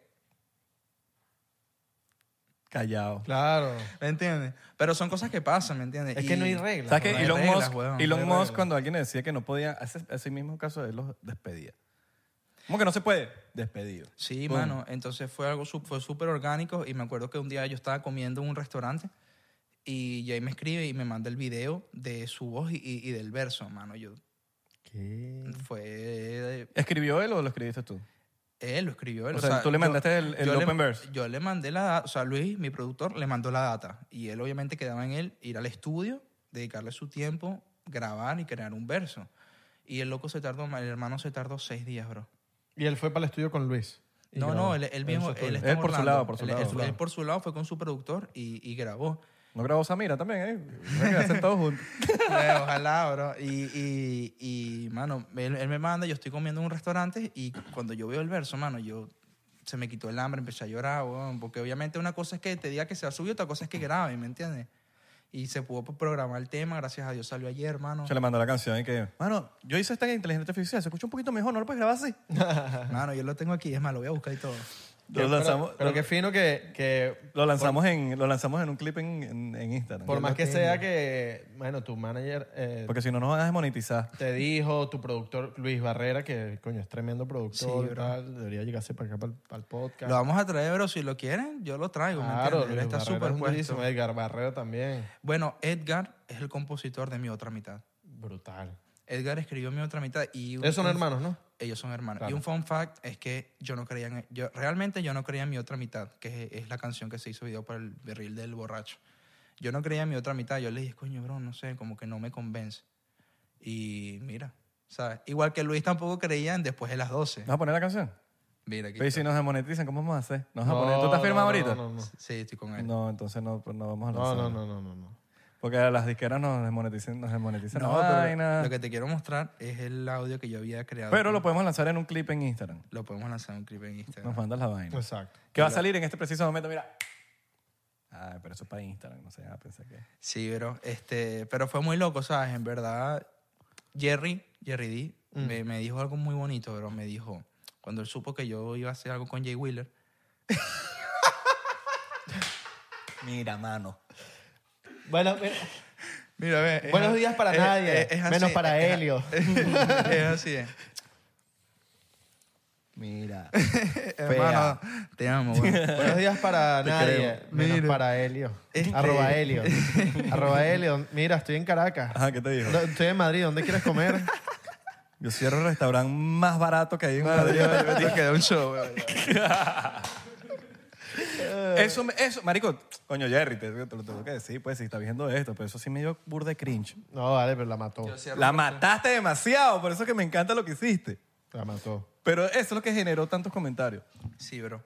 Speaker 1: Callado.
Speaker 2: Claro.
Speaker 3: ¿me entiendes? Pero son cosas que pasan, ¿me entiendes?
Speaker 2: Es
Speaker 3: Y-
Speaker 2: que no hay reglas.
Speaker 1: ¿Sabes qué?
Speaker 3: no hay
Speaker 1: Elon
Speaker 3: reglas,
Speaker 1: Musk,
Speaker 3: huevón,
Speaker 1: Elon
Speaker 3: no hay
Speaker 1: Musk,
Speaker 3: reglas.
Speaker 1: cuando alguien decía que no podía, ese, ese mismo caso, él los despedía. ¿Cómo que no se puede? Despedido.
Speaker 3: Sí,
Speaker 1: Boom.
Speaker 3: mano. Entonces fue algo su- fue súper orgánico y me acuerdo que un día yo estaba comiendo en un restaurante y Jay me escribe y me manda el video de su voz y, y- y del verso, mano. Yo,
Speaker 1: ¿Qué?
Speaker 3: fue...
Speaker 1: ¿Escribió él o lo escribiste tú?
Speaker 3: Él lo escribió. Él,
Speaker 1: O sea, tú le
Speaker 3: yo-
Speaker 1: mandaste el- el
Speaker 3: yo le-
Speaker 1: open verse.
Speaker 3: Yo le mandé la data. O sea, Luis, mi productor, le mandó la data. Y él obviamente quedaba en él ir al estudio, dedicarle su tiempo, grabar y crear un verso. Y el loco se tardó, el hermano se tardó seis días, bro.
Speaker 2: Y él fue para el estudio con Luis. Y
Speaker 3: No,
Speaker 2: grabó
Speaker 3: no, él, él,
Speaker 2: en
Speaker 3: mismo-
Speaker 2: su
Speaker 3: él
Speaker 2: estudio.
Speaker 3: está
Speaker 1: Él
Speaker 3: en
Speaker 1: por su
Speaker 3: Orlando.
Speaker 1: lado, por su
Speaker 3: Él-
Speaker 1: lado,
Speaker 3: él-
Speaker 1: claro.
Speaker 3: él por su lado fue con su productor y, y grabó.
Speaker 1: No grabó Samira también, ¿eh? Se quedaron todos juntos.
Speaker 3: Bueno, Ojalá, bro. Y, y, y, mano, él, él me manda, yo estoy comiendo en un restaurante y cuando yo veo el verso, mano, yo se me quitó el hambre, empecé a llorar, weón, porque obviamente una cosa es que te diga que se ha subido, otra cosa es que grabe, ¿me entiendes? Y se pudo programar el tema, gracias a Dios salió ayer, mano.
Speaker 1: Se le mandó la canción y que, mano, yo hice esta en inteligencia artificial, se escucha un poquito mejor, no lo puedes grabar así.
Speaker 3: Mano, yo lo tengo aquí, es más, lo voy a buscar y todo.
Speaker 1: Lo lanzamos,
Speaker 2: Pero
Speaker 1: lo-
Speaker 2: qué fino que, que
Speaker 1: lo lanzamos, en, lo lanzamos en un clip en, en- en Instagram.
Speaker 2: por más que sea que, bueno, tu manager eh,
Speaker 1: Porque si no nos van a desmonetizar.
Speaker 2: te dijo, tu productor Luis Barrera, que coño es tremendo productor
Speaker 3: Sí,
Speaker 2: y
Speaker 3: bro.
Speaker 2: tal, debería llegarse para acá, para, el- para el podcast.
Speaker 3: Lo vamos a traer, bro, si lo quieren, yo lo traigo, ¿me
Speaker 2: claro,
Speaker 3: entiendes? Él
Speaker 2: Luis
Speaker 3: está
Speaker 2: Barrera
Speaker 3: súper
Speaker 2: es
Speaker 3: puesto.
Speaker 2: buenísimo, Edgar Barrera también.
Speaker 3: Bueno, Edgar es el compositor de Mi Otra Mitad.
Speaker 2: Brutal.
Speaker 3: Edgar escribió Mi Otra Mitad y... un-
Speaker 2: Ellos son
Speaker 3: un-
Speaker 2: hermanos, ¿no?
Speaker 3: Ellos son hermanos. Y
Speaker 2: Claro.
Speaker 3: un fun fact es que yo no creía en... e, Yo, realmente yo no creía en mi otra mitad, que es, es la canción que se hizo video para el berril del borracho. Yo no creía en mi otra mitad. Yo le dije, coño, bro, no sé, como que no me convence. Y mira, ¿sabes? Igual que Luis tampoco creía en después de las 12.
Speaker 1: ¿Vas a poner la canción?
Speaker 3: Mira, aquí
Speaker 1: Pero ¿y si
Speaker 3: está.
Speaker 1: nos desmonetizan, ¿cómo vamos a hacer? ¿Nos vas a
Speaker 2: No,
Speaker 1: poner? ¿Tú estás firmado
Speaker 2: no,
Speaker 1: ahorita?
Speaker 2: No, no,
Speaker 3: Sí, estoy con él.
Speaker 1: No, entonces no, pues no vamos a
Speaker 2: no,
Speaker 1: lanzar.
Speaker 2: no, no, no, no, no.
Speaker 1: Porque a las disqueras nos desmonetizan, nos desmonetizan
Speaker 3: No,
Speaker 1: la
Speaker 3: pero
Speaker 1: vaina.
Speaker 3: lo que te quiero mostrar es el audio que yo había creado.
Speaker 1: Pero lo podemos lanzar en un clip en Instagram.
Speaker 3: Lo podemos lanzar en un clip en
Speaker 1: Nos
Speaker 3: Instagram.
Speaker 1: mandas la vaina.
Speaker 2: Exacto.
Speaker 1: Que va a salir en este preciso momento, mira. Ay, pero eso es para Instagram, no sé, ah, pensé que...
Speaker 3: Sí, bro. Este, pero fue muy loco, ¿sabes? En verdad, Jerry, Jerry D, me, me dijo algo muy bonito, bro. Me dijo, cuando él supo que yo iba a hacer algo con Jay Wheeler,
Speaker 1: Mira, mano.
Speaker 2: Bueno, mira,
Speaker 3: Mira, ve, es
Speaker 2: buenos
Speaker 3: a-
Speaker 2: días para
Speaker 3: es-
Speaker 2: nadie,
Speaker 3: es- es así, eh,
Speaker 2: menos para
Speaker 3: es-
Speaker 2: Helio.
Speaker 3: Es así, eh. es.
Speaker 1: Mira.
Speaker 3: hermano. Te amo, güey.
Speaker 2: Buenos días para nadie,
Speaker 3: creo.
Speaker 2: menos
Speaker 3: Mira.
Speaker 2: para Helio.
Speaker 3: Este-
Speaker 2: Arroba Helio. Arroba Helio. Mira, estoy en Caracas.
Speaker 1: Ajá, ¿qué te dijo?
Speaker 2: No, Estoy en Madrid, ¿dónde quieres comer?
Speaker 1: Yo cierro el restaurante más barato que hay en Madrid.
Speaker 3: Te quedó un show, güey.
Speaker 1: Eso, me- eso, marico, coño, Jerry, te, te lo tengo que decir, pues, si estás viendo esto, pero eso sí me dio burda de cringe.
Speaker 2: No, vale, pero la mató.
Speaker 1: La mataste demasiado, por eso es que me encanta lo que hiciste.
Speaker 2: La mató.
Speaker 1: Pero eso es lo que generó tantos comentarios.
Speaker 3: Sí, bro.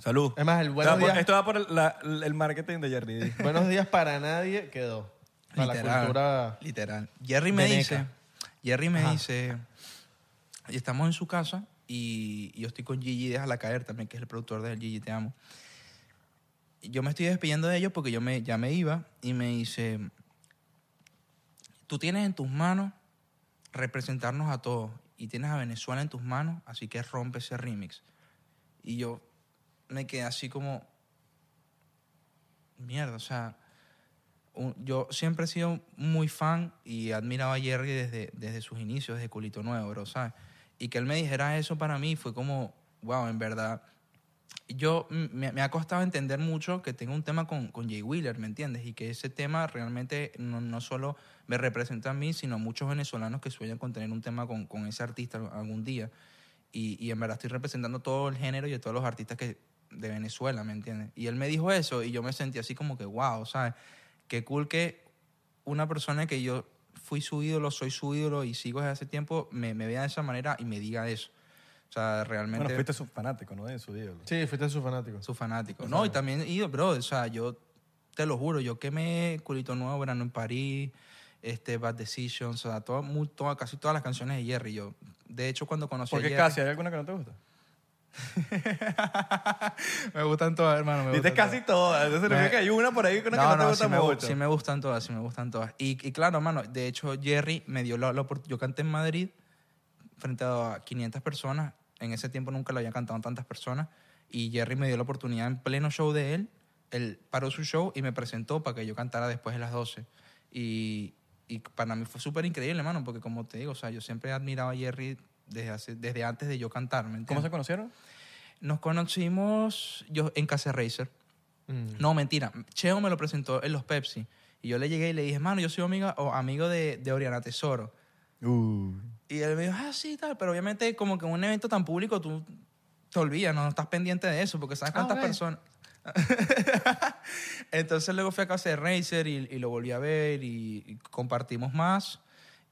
Speaker 1: Salud.
Speaker 2: Es más, el buenos
Speaker 1: Esto va por-
Speaker 2: días-
Speaker 1: Esto va por el, la- el marketing de Jerry. D.
Speaker 2: Buenos días para nadie quedó. Para la cultura.
Speaker 3: Literal. Jerry me
Speaker 2: veneca.
Speaker 3: dice, Jerry me dice, y estamos en su casa y yo estoy con Gigi, déjala caer también, que es el productor de Gigi, te amo. Y Yo me estoy despidiendo de ellos porque yo me, ya me iba y me dice, tú tienes en tus manos representarnos a todos y tienes a Venezuela en tus manos, así que rompe ese remix. Y yo me quedé así como, mierda, o sea, un- yo siempre he sido muy fan y admiraba a Jerry desde, desde sus inicios, desde Culito Nuevo, bro, ¿sabes? Y que él me dijera eso para mí fue como, wow, en verdad. Yo mm, me, me ha costado entender mucho que tengo un tema con, con Jay Wheeler, ¿me entiendes? Y que ese tema realmente no, no solo me representa a mí, sino a muchos venezolanos que sueñan con tener un tema con, con ese artista algún día. Y, y en verdad estoy representando todo el género y a todos los artistas que, de Venezuela, ¿me entiendes? Y él me dijo eso y yo me sentí así como que, wow, ¿sabes? Qué cool que una persona que yo fui su ídolo, soy su ídolo y sigo desde hace tiempo, me, me vea de esa manera y me diga eso. O sea, realmente
Speaker 1: Bueno, fuiste su fanático, ¿no? De su ídolo.
Speaker 2: Sí, fuiste su fanático.
Speaker 3: su fanático. No, y también, y, bro, o sea, yo te lo juro, yo quemé Culito Nuevo, Verano en París, este, Bad Decisions, o sea, toda, mu- toda- casi todas las canciones de Jerry. Yo, de hecho, cuando conocí a
Speaker 1: Porque
Speaker 3: Jerry...
Speaker 1: casi, ¿hay alguna que no te gusta?
Speaker 3: me gustan todas, hermano. me
Speaker 1: Dices
Speaker 3: gustan todas.
Speaker 1: casi todas. Entonces significa
Speaker 3: Me-
Speaker 1: que hay una por ahí que no, que no te gusta
Speaker 3: sí me, gu-
Speaker 1: mucho.
Speaker 3: sí me gustan todas, sí me gustan todas. Y, y claro, mano, de hecho, Jerry me dio la, la oportunidad. Yo canté en Madrid frente a 500 personas. En ese tiempo nunca lo habían cantado tantas personas. Y Jerry me dio la oportunidad en pleno show de él. Él paró su show y me presentó para que yo cantara después de las 12. Y, y para mí fue súper increíble, hermano, porque como te digo, o sea, yo siempre he admirado a Jerry desde, hace, desde antes de yo cantar. ¿me
Speaker 1: ¿Cómo
Speaker 3: entiendes?
Speaker 1: se conocieron?
Speaker 3: Nos conocimos yo en Casa Racer.
Speaker 2: Mm.
Speaker 3: No, mentira. Cheo me lo presentó en los Pepsi. Y yo le llegué y le dije, mano, yo soy amiga o amigo de, de Oriana Tesoro.
Speaker 2: Uh.
Speaker 3: Y él me dijo, ah, sí, tal. Pero obviamente, como que en un evento tan público, tú te olvidas, no estás pendiente de eso, porque sabes cuántas
Speaker 2: Ah, ok.
Speaker 3: personas. Entonces luego fui a casa de Racer y, y lo volví a ver y, y compartimos más.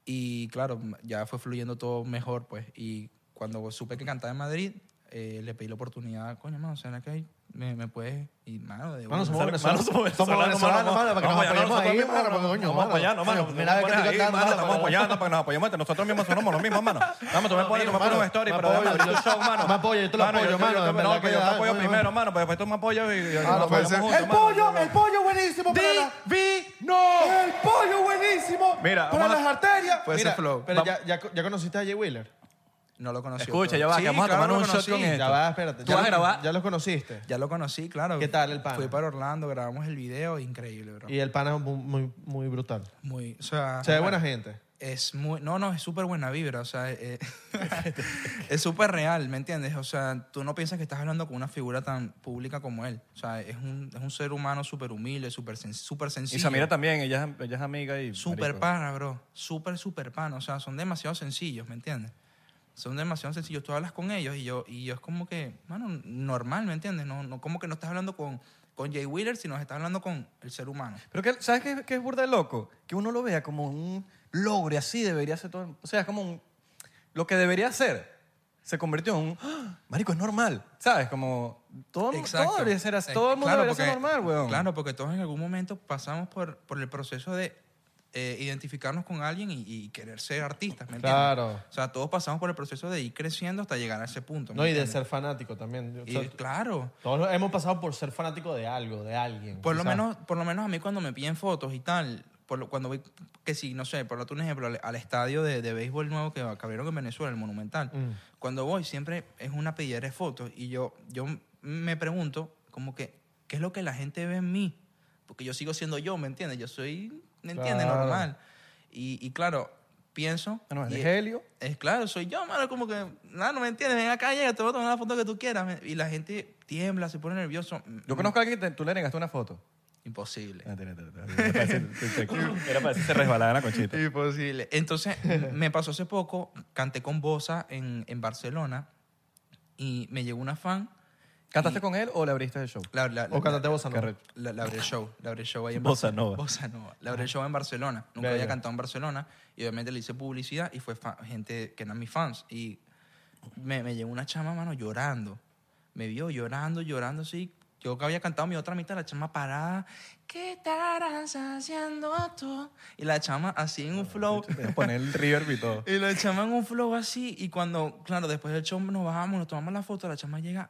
Speaker 3: Y claro, ya fue fluyendo todo mejor, pues. Y cuando supe que cantaba en Madrid, eh, le pedí la oportunidad, coño, mano, ¿será que me, me puedes? Y, mano, de
Speaker 2: Mano,
Speaker 3: una.
Speaker 2: somos
Speaker 1: Mano,
Speaker 2: venezolanos.
Speaker 1: somos
Speaker 2: Somos
Speaker 1: venezolanos,
Speaker 2: venezolanos,
Speaker 1: mano,
Speaker 2: mano, para que
Speaker 1: vamos
Speaker 2: nos
Speaker 1: a apoyarnos
Speaker 2: apoyemos
Speaker 1: nosotros
Speaker 2: ahí,
Speaker 1: mismos, mano,
Speaker 2: mano, coño,
Speaker 1: vamos a apoyarnos,
Speaker 2: mano.
Speaker 1: mano.
Speaker 2: Coño, primera vez que estoy
Speaker 1: Ahí,
Speaker 2: cantando,
Speaker 1: mano,
Speaker 2: mano,
Speaker 1: Estamos
Speaker 2: mano.
Speaker 1: apoyando para que nos apoyemos entre nosotros mismos, somos los mismos, mano. Vamos, tú me pones, tú me pones un story,
Speaker 2: me
Speaker 1: pero déjame
Speaker 2: apoyo,
Speaker 1: abrir el show, mano.
Speaker 2: me apoyo, yo te lo
Speaker 1: Mano,
Speaker 2: apoyo,
Speaker 1: yo te-
Speaker 2: mano, en
Speaker 1: No, pero
Speaker 2: verdad que
Speaker 1: yo te
Speaker 2: ya,
Speaker 1: apoyo
Speaker 2: bueno,
Speaker 1: primero, mano, pero después tú me apoyas y- y nos
Speaker 2: no puede
Speaker 1: apoyamos
Speaker 4: ser.
Speaker 1: juntos,
Speaker 4: ¡El
Speaker 1: mano.
Speaker 2: pollo buenísimo
Speaker 1: ¡Divino!
Speaker 2: el pollo buenísimo
Speaker 1: Mira, para vamos a- las
Speaker 2: arterias.
Speaker 3: Fue ese flow.
Speaker 2: Pero
Speaker 3: Va-
Speaker 2: ya, ya, ya conociste a Jay Wheeler.
Speaker 3: No lo conocí.
Speaker 1: Escucha,
Speaker 3: todo.
Speaker 1: ya va,
Speaker 3: Sí,
Speaker 1: que vamos a
Speaker 3: claro,
Speaker 1: tomar
Speaker 3: lo
Speaker 1: un shot
Speaker 3: conocí.
Speaker 1: con él.
Speaker 2: Ya va, espérate.
Speaker 3: ¿Tú
Speaker 2: ya
Speaker 3: vas a
Speaker 2: lo-
Speaker 3: grabar?
Speaker 2: Ya los conociste.
Speaker 3: Ya lo conocí, claro.
Speaker 2: ¿Qué tal el pana?
Speaker 3: Fui para Orlando, grabamos el video, increíble, bro.
Speaker 2: Y el pana es mu- muy, muy brutal.
Speaker 3: Muy, o sea,
Speaker 2: Se ve buena gente.
Speaker 3: es muy, no, no, es súper buena vibra, o sea, eh, es súper real, ¿me entiendes? O sea, tú no piensas que estás hablando con una figura tan pública como él, o sea, es un, es un ser humano súper humilde, súper sen- súper
Speaker 1: Y
Speaker 3: sencillo.
Speaker 1: Samira también, ella es- ella es amiga y...
Speaker 3: Súper
Speaker 1: marico.
Speaker 3: pana, bro. Súper, súper pana. O sea, son demasiado sencillos, ¿me entiendes? Son demasiado sencillos. Tú hablas con ellos y yo, y yo es como que, mano, normal, ¿me entiendes? No, no, como que no estás hablando con, con Jay Wheeler, sino estás hablando con el ser humano.
Speaker 1: Pero que, ¿sabes qué, qué es burda de loco? Que uno lo vea como un logro y así debería ser todo. O sea, es como un, lo que debería ser. Se convirtió en un ¡Ah! marico, es normal. ¿Sabes? Como todo,
Speaker 3: Exacto.
Speaker 1: todo debería ser así.
Speaker 3: Eh,
Speaker 1: Todo el mundo
Speaker 3: claro,
Speaker 1: debería ser
Speaker 3: porque-
Speaker 1: normal, weón.
Speaker 3: Claro, porque todos en algún momento pasamos por, por el proceso de eh, identificarnos con alguien y, y querer ser artistas, ¿me entiendes?
Speaker 2: Claro.
Speaker 3: O sea, todos pasamos por el proceso de ir creciendo hasta llegar a ese punto. ¿me
Speaker 2: No, y de
Speaker 3: entiendes?
Speaker 2: ser fanático también. O
Speaker 3: Y,
Speaker 2: sea,
Speaker 3: claro.
Speaker 2: Todos hemos pasado por ser fanático de algo, de alguien.
Speaker 3: Por lo,
Speaker 2: quizás.
Speaker 3: menos, por lo menos a mí cuando me piden fotos y tal, por lo- cuando voy, que sí, no sé, por otro un ejemplo, al, al estadio de, de béisbol nuevo que abrieron en Venezuela, el Monumental,
Speaker 1: Mm.
Speaker 3: cuando voy siempre es una pedidera de fotos y yo, yo me pregunto como que, ¿qué es lo que la gente ve en mí? Porque yo sigo siendo yo, ¿me entiendes? Yo soy, ¿me entiendes?
Speaker 2: Claro.
Speaker 3: Normal. Y, y claro, pienso...
Speaker 1: Bueno,
Speaker 3: y-
Speaker 1: eres Helio.
Speaker 3: es claro, soy yo, mano, como que, nada, no me entiendes, ven acá, llega, te voy a tomar la foto que tú quieras. me- Y la gente tiembla, se pone nervioso.
Speaker 1: Yo conozco a alguien que te- tú le negaste una foto.
Speaker 3: Imposible.
Speaker 1: Era para decir se resbalaba la conchita.
Speaker 3: Imposible. Entonces, me pasó hace poco, canté con Bosa en, en Barcelona y me llegó una fan.
Speaker 1: ¿Cantaste con él o le abriste el show?
Speaker 3: La, la,
Speaker 2: O cantante bossa nova.
Speaker 3: la, la, la abrió el show. La abrió el show ahí en
Speaker 1: Bossa
Speaker 3: Barcelona.
Speaker 1: nova.
Speaker 3: Bossa nova. La abrió el show en Barcelona. Nunca
Speaker 2: Verga.
Speaker 3: había cantado en Barcelona. Y obviamente le hice publicidad y fue fa- gente que eran mis fans. Y me, me llegó una chama, mano, llorando. Me vio llorando, llorando así. Yo que había cantado mi otra mitad, la chama parada. ¿Qué estarás haciendo tú? Y la chama así en un flow.
Speaker 1: Te voy a poner el reverb y todo.
Speaker 3: Y la chama en un flow así. Y cuando, claro, después del show nos bajamos, nos tomamos la foto, la chama llega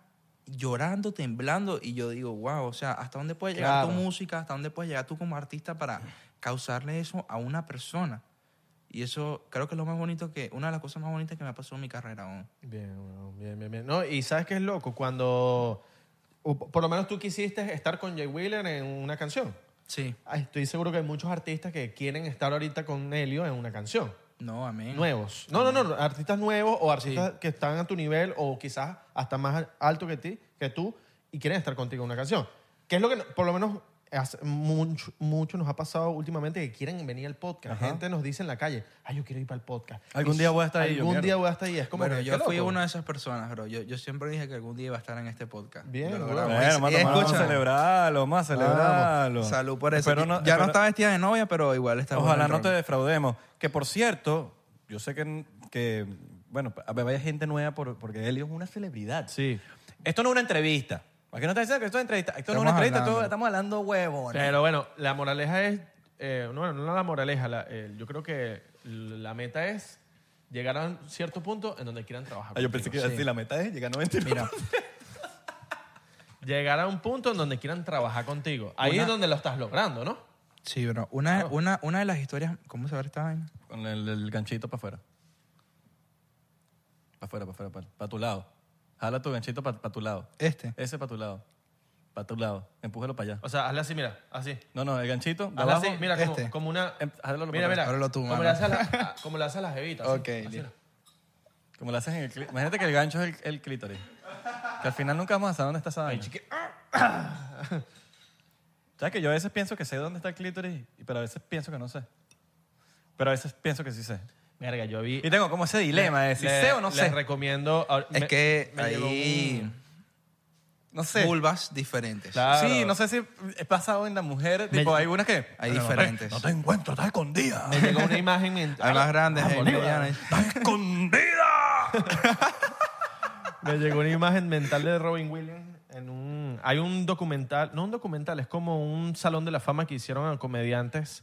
Speaker 3: llorando, temblando. Y yo digo, wow, o sea, ¿hasta dónde puede llegar tu
Speaker 2: Claro.
Speaker 3: música? ¿Hasta dónde puedes llegar tú como artista para causarle eso a una persona? Y eso creo que es lo más bonito que, una de las cosas más bonitas que me ha pasado en mi carrera aún.
Speaker 2: Bien, bueno, bien, bien, bien. No, y ¿sabes qué es loco? Cuando, o p- por lo menos tú quisiste estar con Jay Wheeler en una canción.
Speaker 3: Sí.
Speaker 2: Ay, Estoy seguro que hay muchos artistas que quieren estar ahorita con Helio en una canción.
Speaker 3: No, amén.
Speaker 2: Nuevos. No, no, no, no, artistas nuevos o artistas que están a tu nivel o quizás hasta más alto que ti, que tú y quieren estar contigo en una canción. Que es lo que no- por lo menos hace mucho, mucho nos ha pasado últimamente que quieren venir al podcast. Gente nos dice en la calle, "Ay, yo quiero ir para el podcast."
Speaker 1: Algún
Speaker 2: Y
Speaker 1: día
Speaker 2: s-
Speaker 1: voy a estar ahí, yo,
Speaker 2: Algún
Speaker 1: mierda.
Speaker 2: día voy a estar ahí, es como
Speaker 3: bueno,
Speaker 2: que,
Speaker 3: yo
Speaker 2: qué
Speaker 3: fui
Speaker 2: loco.
Speaker 3: una de esas personas, bro. Yo, yo siempre dije que algún día iba a estar en este podcast.
Speaker 2: Bien,
Speaker 3: Lo
Speaker 2: bro.
Speaker 3: logramos.
Speaker 1: Bueno,
Speaker 3: Y-
Speaker 1: mano,
Speaker 3: y
Speaker 1: vamos a
Speaker 3: escucha,
Speaker 1: celebrarlo, vamos a celebrarlo.
Speaker 3: Salud por eso.
Speaker 1: Espero no-
Speaker 3: ya no
Speaker 1: espero-
Speaker 3: está vestida de novia, pero igual está bueno
Speaker 1: Ojalá
Speaker 3: el
Speaker 1: no te
Speaker 3: rol.
Speaker 1: defraudemos. Que por cierto, yo sé que, que bueno, a ver, vaya gente nueva por- porque Helio es una celebridad.
Speaker 2: Sí.
Speaker 1: Esto no es una entrevista. ¿Para qué no estás diciendo que esto es entrevista? Esto no es una
Speaker 3: Estamos
Speaker 1: entrevista,
Speaker 3: hablando.
Speaker 1: esto- estamos hablando huevones.
Speaker 2: Pero bueno, la moraleja es, eh, no, no la moraleja, la- eh, yo creo que la meta es llegar a un cierto punto en donde quieran trabajar.
Speaker 1: Ah, yo
Speaker 2: contigo.
Speaker 1: pensé que iba a decir, la meta es llegar a 99.
Speaker 3: Mira,
Speaker 2: Llegar a un punto en donde quieran trabajar contigo. Ahí es donde lo estás logrando, ¿no?
Speaker 3: sí, bro. Una, una, una de las historias. ¿Cómo se va esta vaina?
Speaker 1: Con el, el ganchito para afuera. afuera, para afuera, para, tu lado. Jala tu ganchito para tu lado.
Speaker 3: Eh.
Speaker 7: Este.
Speaker 1: Ese para tu lado. Para tu lado. Empújalo para allá.
Speaker 2: O sea, hazle así, mira, así.
Speaker 1: No, no, el ganchito. De
Speaker 2: Hazle
Speaker 1: abajo,
Speaker 2: así, mira, como,
Speaker 7: este.
Speaker 2: como una...
Speaker 1: em- jálalo para
Speaker 2: Mira,
Speaker 1: atrás.
Speaker 2: mira.
Speaker 7: Ábrelo tú,
Speaker 2: como,
Speaker 7: mano.
Speaker 2: le hace a la- a- como le hace a las jevitas. así,
Speaker 7: Ok,
Speaker 2: así,
Speaker 7: listo.
Speaker 1: Como lo haces en el clítoris. Imagínate que el gancho es el, el clítoris. Que al final nunca vamos a saber dónde está esa vaina. ¿Sabes que yo a veces pienso que sé dónde está el clítoris, y- pero a veces pienso que no sé? Pero a veces pienso que sí sé.
Speaker 2: Verga, yo vi...
Speaker 1: Y tengo como ese dilema de si
Speaker 2: Le-
Speaker 1: sé o no
Speaker 2: les
Speaker 1: sé.
Speaker 2: recomiendo... ahor-
Speaker 3: Es
Speaker 2: me-
Speaker 3: que
Speaker 2: me llegó
Speaker 3: hay
Speaker 2: un-
Speaker 1: No sé.
Speaker 3: vulvas diferentes.
Speaker 2: Claro.
Speaker 1: Sí, no sé si es basado en la mujer. Tipo, hay unas que...
Speaker 3: Hay diferentes.
Speaker 4: No te encuentro, estás escondida.
Speaker 2: Me llegó una imagen mental.
Speaker 3: Hay más grandes,
Speaker 1: Ah,
Speaker 3: hay
Speaker 2: Bolívar.
Speaker 3: medianas.
Speaker 4: ¡Estás escondida!
Speaker 2: Me llegó una imagen mental de Robin Williams en un... Hay un documental, no un documental, es como un salón de la fama que hicieron a comediantes,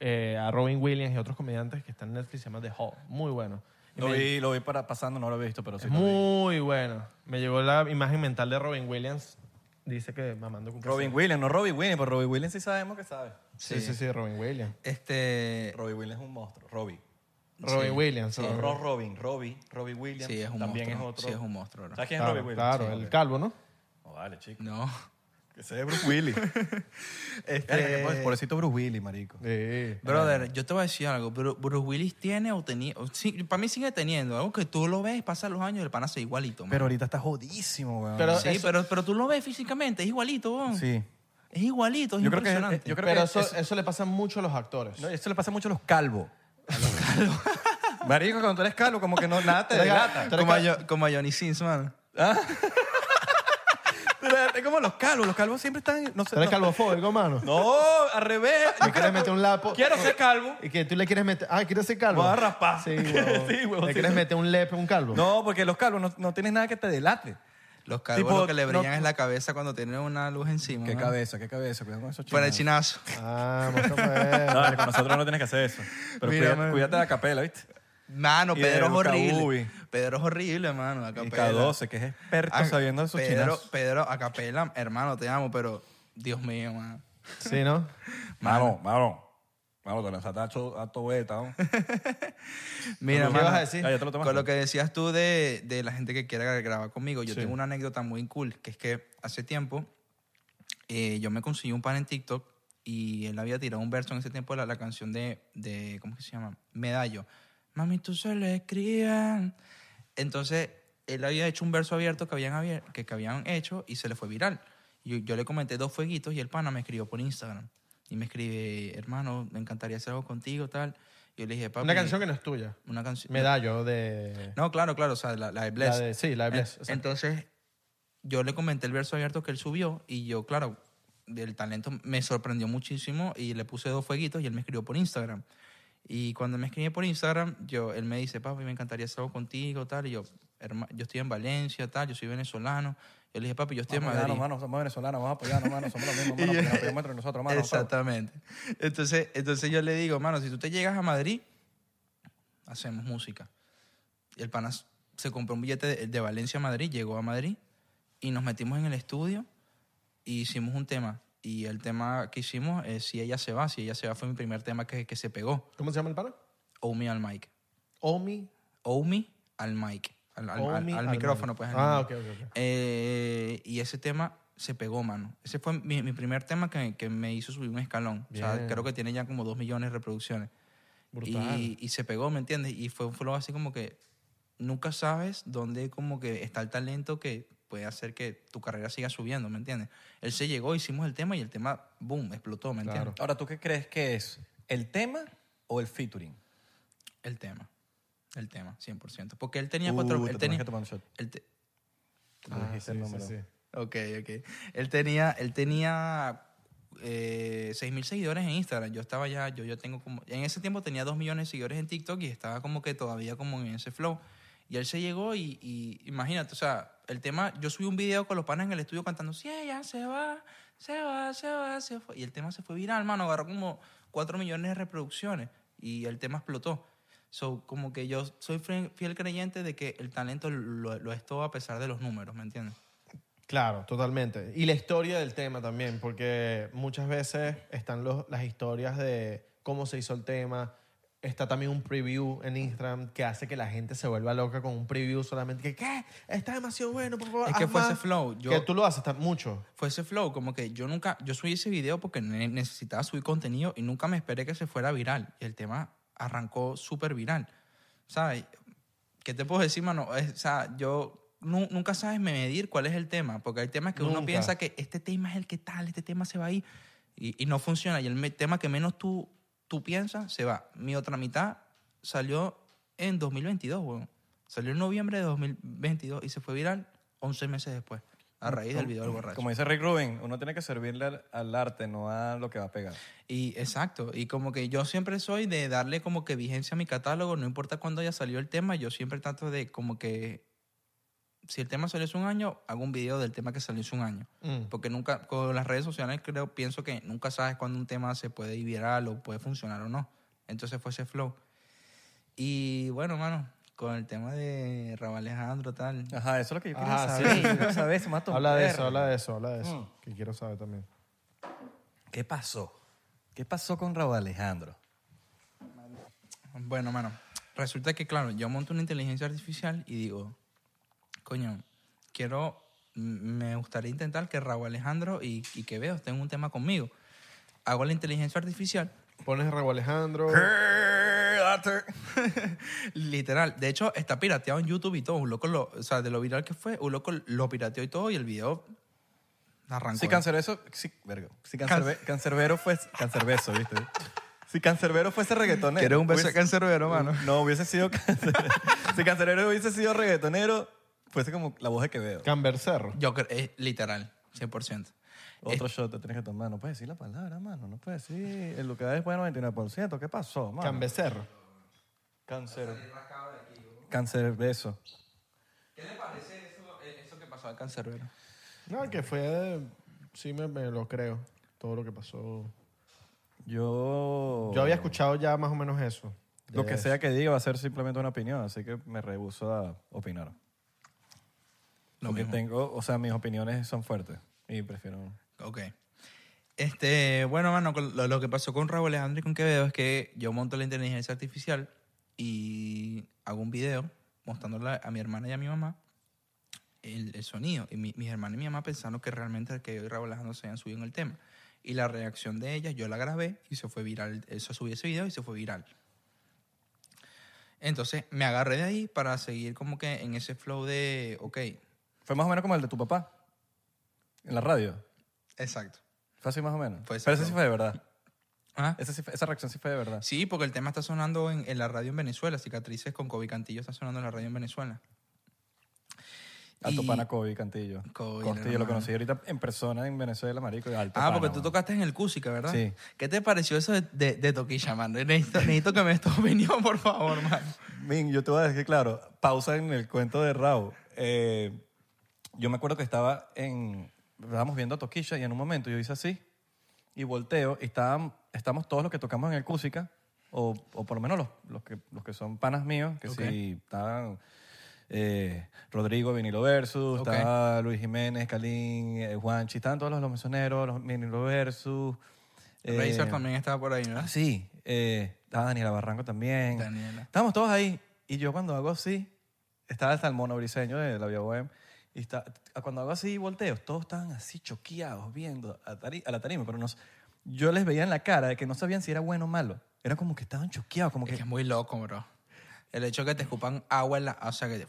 Speaker 2: eh, a Robin Williams y otros comediantes que están en Netflix, se llama The Hall. Muy bueno. Y
Speaker 1: Lo
Speaker 2: me-
Speaker 1: vi, lo vi para, pasando, no lo he visto, pero sí
Speaker 2: es
Speaker 1: lo vi.
Speaker 2: muy bueno. Me llegó la imagen mental de Robin Williams. Dice que mamando con
Speaker 1: Robin Williams, no Robin Williams, pero Robin Williams sí sabemos que sabe.
Speaker 2: Sí, sí, sí, Robin Williams.
Speaker 3: Este,
Speaker 1: Robin Williams es un monstruo. Robbie.
Speaker 2: Robin Williams.
Speaker 1: Sí,
Speaker 2: Robin-
Speaker 1: Ro- Robin, Robbie, Robbie Williams.
Speaker 3: sí, es un
Speaker 1: también
Speaker 3: monstruo.
Speaker 1: es otro.
Speaker 3: Sí, es un monstruo. bro.
Speaker 1: ¿Sabes quién es
Speaker 2: Claro,
Speaker 1: Robbie Williams?
Speaker 2: claro, el calvo, ¿no?
Speaker 1: No vale, chico.
Speaker 3: No.
Speaker 1: Ese es Bruce Willis. este... Pobrecito Bruce Willis, marico.
Speaker 2: Sí.
Speaker 3: Brother, yo te voy a decir algo. Bru- Bruce Willis tiene o tenía. o sí, Para mí sigue teniendo. Algo que tú lo ves, pasan los años y el pana se igualito. man.
Speaker 1: Pero ahorita está jodísimo, weón.
Speaker 2: Pero
Speaker 3: sí,
Speaker 2: eso-
Speaker 3: pero, pero tú lo ves físicamente, es igualito, weón.
Speaker 1: sí.
Speaker 3: Es igualito, es
Speaker 1: Yo creo que-
Speaker 3: impresionante.
Speaker 1: yo creo
Speaker 2: Pero
Speaker 1: que
Speaker 2: eso,
Speaker 1: eso-
Speaker 2: eso le pasa mucho a los actores.
Speaker 1: No, esto le pasa mucho a los calvos. A los calvos. marico, cuando tú eres calvo, como que no, nada te
Speaker 2: Tú eres cal-
Speaker 1: delata.
Speaker 2: tú eres
Speaker 3: como,
Speaker 2: cal-
Speaker 3: a, Jo- como a Johnny Sins, man.
Speaker 1: Es como los calvos. Los calvos siempre están... No, sé,
Speaker 2: tú eres
Speaker 1: no-
Speaker 2: calvofóbico, mano.
Speaker 1: No, al revés.
Speaker 2: Me quieres meter un lapo.
Speaker 1: Quiero ser calvo.
Speaker 2: Y que tú le quieres meter. Ah, ¿quieres ser calvo?
Speaker 1: Voy a raspar.
Speaker 2: Sí, huevón.
Speaker 1: Sí, huevón,
Speaker 2: ¿Le
Speaker 1: sí.
Speaker 2: quieres meter un lepe a un calvo?
Speaker 1: No, porque los calvos no, no tienes nada que te delate.
Speaker 3: Los calvos
Speaker 1: Tipo,
Speaker 3: lo que le brillan
Speaker 1: no-
Speaker 3: es la cabeza cuando tienen una luz encima.
Speaker 1: Qué
Speaker 3: man.
Speaker 1: cabeza, qué cabeza. Cuidado con esos chinos.
Speaker 3: Para el chinazo.
Speaker 2: Ah, mucho
Speaker 1: No, vale, con nosotros no tienes que hacer eso. Pero
Speaker 3: Mira,
Speaker 1: cuídate,
Speaker 3: man.
Speaker 1: cuídate de la capela, ¿viste?
Speaker 3: Mano,
Speaker 1: Y de
Speaker 3: Pedro es
Speaker 1: Luca
Speaker 3: horrible.
Speaker 1: Ubi.
Speaker 3: Pedro es horrible, mano.
Speaker 1: Y
Speaker 3: Acapela.
Speaker 1: K12, que es experto
Speaker 3: Ah,
Speaker 1: sabiendo de sus
Speaker 3: Pedro,
Speaker 1: chinazos.
Speaker 3: Pedro, acapela, hermano, te amo, pero Dios mío, mano.
Speaker 2: Sí, ¿no?
Speaker 4: Mano, mano. Mano, te lanzaste a tu- a tu beta, ¿no?
Speaker 3: Mira,
Speaker 2: ¿Qué
Speaker 3: mano,
Speaker 2: vas a decir?
Speaker 1: Ah, ya te lo tomaste.
Speaker 3: con lo que decías tú de, de la gente que quiera grabar conmigo, yo tengo una anécdota muy cool, que es que hace tiempo eh, yo me conseguí un pan en TikTok y él había tirado un verso en ese tiempo de la, la canción de, de, ¿cómo que se llama? Medallo. Mami, tú se le escriben. Entonces, él había hecho un verso abierto que habían, abier- que, que habían hecho y se le fue viral. Yo, yo le comenté dos fueguitos y el pana me escribió por Instagram. Y me escribe, hermano, me encantaría hacer algo contigo, tal. Yo le dije, papi.
Speaker 2: Una canción que no es tuya.
Speaker 3: Una canción.
Speaker 2: Medallo de.
Speaker 3: No, claro, claro, o sea, la, la de Bless.
Speaker 2: La de, sí, la de Bless.
Speaker 3: En-
Speaker 2: exacto.
Speaker 3: Entonces, yo le comenté el verso abierto que él subió y yo, claro, del talento me sorprendió muchísimo y le puse dos fueguitos y él me escribió por Instagram. Y cuando me escribe por Instagram, yo, él me dice, papi, me encantaría hacer algo contigo, tal. Y yo, "Herma- yo estoy en Valencia, tal, yo soy venezolano. Yo le dije, papi, yo estoy
Speaker 1: Vamos a
Speaker 3: en Madrid.
Speaker 1: apoyarnos, mano, somos venezolanos, vamos a apoyarnos, mano, somos los mismos, mano, porque nos apoyamos entre nosotros, mano.
Speaker 3: Exactamente. Entonces, entonces yo le digo, mano, si tú te llegas a Madrid, hacemos música. Y el pana s- se compró un billete de, de Valencia a Madrid, llegó a Madrid y nos metimos en el estudio y hicimos un tema. Y el tema que hicimos es Si ella se va, Si ella se va fue mi primer tema que, que se pegó.
Speaker 2: ¿Cómo se llama el paro?
Speaker 3: Omi al mic.
Speaker 2: Omi.
Speaker 3: Omi al mic. Al, al-
Speaker 2: Omi
Speaker 3: al- al
Speaker 2: al
Speaker 3: micrófono,
Speaker 2: mic.
Speaker 3: pues. al
Speaker 2: Ah,
Speaker 3: mic.
Speaker 2: ok, ok, ok.
Speaker 3: Eh, y ese tema se pegó, mano. Ese fue mi, mi primer tema que, que me hizo subir un escalón. O sea,
Speaker 2: Bien.
Speaker 3: creo que tiene ya como dos millones de reproducciones.
Speaker 2: Brutal.
Speaker 3: Y, y se pegó, ¿me entiendes? Y fue un flow así como que nunca sabes dónde como que está el talento que puede hacer que tu carrera siga subiendo, ¿me entiendes? Él se llegó, hicimos el tema y el tema, boom, explotó, ¿me entiendes?
Speaker 1: Ahora, ¿tú qué crees que es? ¿El tema o el featuring?
Speaker 3: El tema. El tema, 100%. Porque él tenía cuatro...
Speaker 1: Uh,
Speaker 3: él
Speaker 1: te
Speaker 3: tenía,
Speaker 1: tienes que tomar un shot.
Speaker 3: él te-
Speaker 1: Tú
Speaker 2: Ah,
Speaker 1: dijiste Ah, el número.
Speaker 3: Ok, ok. Él tenía, él tenía eh, 6.000 seguidores en Instagram. Yo estaba ya, yo, yo tengo como... En ese tiempo tenía 2 millones de seguidores en TikTok y estaba como que todavía como en ese flow. Y él se llegó y, y imagínate, o sea, el tema... Yo subí un video con los panas en el estudio cantando Si ella se va, se va, se va, se fue. Y el tema se fue viral, mano. Agarró como 4 millones de reproducciones y el tema explotó. So, como que yo soy fri- fiel creyente de que el talento lo, lo es todo a pesar de los números, ¿me entiendes?
Speaker 2: Claro, totalmente. Y la historia del tema también, porque muchas veces están los, las historias de cómo se hizo el tema, eh, Está también un preview en Instagram que hace que la gente se vuelva loca con un preview solamente que, ¿qué? Está demasiado bueno, por favor.
Speaker 3: Es que
Speaker 2: haz
Speaker 3: fue
Speaker 2: más".
Speaker 3: ese flow. Yo,
Speaker 2: que tú lo haces tan- mucho.
Speaker 3: fue ese flow, como que yo nunca, yo subí ese video porque ne- necesitaba subir contenido y nunca me esperé que se fuera viral. Y el tema arrancó súper viral. ¿Sabes? ¿Qué te puedo decir, mano? Es- o sea, yo nu- nunca sabes medir cuál es el tema, porque hay temas que uno
Speaker 2: Nunca.
Speaker 3: piensa que este tema es el que tal, este tema se va ahí y, y no funciona. Y el me- tema que menos tú, tú piensas se va. Mi otra mitad salió en 2022, weón. Salió en noviembre de 2022 y se fue viral 11 meses después, a raíz del video del borracho.
Speaker 1: Como dice Rick Rubin, uno tiene que servirle al, al arte, no a lo que va a pegar.
Speaker 3: Y exacto, y como que yo siempre soy de darle como que vigencia a mi catálogo, no importa cuándo haya salido el tema, yo siempre trato de como que si el tema salió hace un año, hago un video del tema que salió hace un año,
Speaker 2: Mm.
Speaker 3: porque nunca con las redes sociales creo pienso que nunca sabes cuándo un tema se puede ir viral o puede funcionar o no. Entonces fue ese flow. Y bueno, mano, con el tema de Raúl Alejandro tal,
Speaker 1: Ajá, eso es lo que yo quería
Speaker 2: Ajá,
Speaker 1: saber.
Speaker 2: sí.
Speaker 1: Yo quiero saber, se me va a tomar.
Speaker 2: Habla de eso, habla de eso, habla de eso.
Speaker 1: Mm.
Speaker 2: Que quiero saber también.
Speaker 1: ¿Qué pasó? ¿Qué pasó con Raúl Alejandro?
Speaker 3: Bueno, mano, resulta que, claro, yo monto una inteligencia artificial y digo, coño, quiero, m- me gustaría intentar que Raúl Alejandro y, y que veo tengan un tema conmigo. Hago la inteligencia artificial,
Speaker 2: Pones Raúl Alejandro.
Speaker 3: literal. De hecho, está pirateado en YouTube y todo. Un loco lo, o sea, de lo viral que fue, un loco lo pirateó y todo y el video arrancó.
Speaker 1: Si Cancerbeso, sí, verga. Si Cancerbe- Cancerbero fuese, Cancerbeso, ¿viste? Si Cancerbero fuese reggaetonero.
Speaker 3: Quiero un beso
Speaker 1: hubiese-
Speaker 3: de Cancerbero, mano.
Speaker 1: No, hubiese sido Cancerbero. si Cancerbero hubiese sido reggaetonero, fuese como la voz de Quevedo.
Speaker 2: Cambercerro.
Speaker 3: Yo creo, es literal, 100%.
Speaker 1: Otro shot te tienes que tomar. No puedes decir la palabra, mano. No puedes decir. El Lucas después del 99%. ¿Qué pasó, mano?
Speaker 2: Cambecerro.
Speaker 1: Cáncer. Cancerbeso.
Speaker 3: Eso que pasó al Cancerbero.
Speaker 2: No, que fue de- Sí, me, me lo creo. Todo lo que pasó.
Speaker 1: Yo.
Speaker 2: Yo había escuchado ya más o menos eso.
Speaker 1: Lo
Speaker 2: Ya
Speaker 1: que
Speaker 2: eso.
Speaker 1: sea que diga va a ser simplemente una opinión, así que me rehuso a opinar.
Speaker 3: Lo
Speaker 1: Porque
Speaker 3: mismo.
Speaker 1: tengo, o sea, mis opiniones son fuertes y prefiero.
Speaker 3: Ok. Este, bueno, mano, con lo, lo que pasó con Raúl Alejandro y con Quevedo es que yo monto la inteligencia artificial y hago un video mostrándole a mi hermana y a mi mamá el, el sonido. Y mi, mis hermanas y mi mamá pensaron que realmente que yo y Raúl Alejandro se habían subido en el tema. Y la reacción de ellas, yo la grabé y se fue viral. Eso subí ese video y se fue viral. Entonces me agarré de ahí para seguir como que en ese flow de, ok,
Speaker 1: Fue más o menos como el de tu papá en la radio.
Speaker 3: exacto.
Speaker 1: Fue así más o menos.
Speaker 3: Fue ese
Speaker 1: Pero ese sí
Speaker 3: flow.
Speaker 1: fue de verdad.
Speaker 3: Ah,
Speaker 1: Ese sí fue- esa reacción sí fue de verdad.
Speaker 3: Sí, porque el tema está sonando en, en la radio en Venezuela. Cicatrices con Kobe Cantillo está sonando en la radio en Venezuela.
Speaker 1: Alto
Speaker 3: Y-
Speaker 1: pana Kobe Cantillo.
Speaker 3: Kobe,
Speaker 1: Cantillo lo
Speaker 3: hermano.
Speaker 1: conocí ahorita en persona en Venezuela, marico. y Alto
Speaker 3: Ah,
Speaker 1: pana,
Speaker 3: porque tú
Speaker 1: mano.
Speaker 3: tocaste en el Cusica, ¿verdad?
Speaker 1: Sí.
Speaker 3: ¿Qué te pareció eso de, de, de Toquilla, mano? Necesito, necesito que me des tu opinión, por favor, mano.
Speaker 1: Min, yo te voy a decir, claro, pausa en el cuento de Raúl. Eh, yo me acuerdo que estaba en. Estábamos viendo a Toquilla y en un momento yo hice así y volteo y estaban, estamos todos los que tocamos en el Cúsica, o, o por lo menos los, los que, los que son panas míos, que
Speaker 3: Ok.
Speaker 1: sí, estaban. eh, Rodrigo Vinilo Versus,
Speaker 3: Ok.
Speaker 1: estaba Luis Jiménez, Calín, eh, Juanchi, estaban todos los, los mesoneros, los Vinilo Versus. eh,
Speaker 3: Razor también estaba por ahí, ¿verdad?
Speaker 1: Ah, sí. Eh, estaba Daniela Barranco también.
Speaker 3: Daniela.
Speaker 1: Estábamos todos ahí. Y yo cuando hago así, estaba el salmón briseño de la Vía Bohem. Y está, cuando hago así volteos, todos estaban así choqueados viendo a, tari- a la tarima. Pero no, s- yo les veía en la cara de que no sabían si era bueno o malo. Era como que estaban choqueados, como
Speaker 3: Es que
Speaker 1: que...
Speaker 3: es muy loco, bro. El hecho de que te escupan agua en la... O sea, que... te-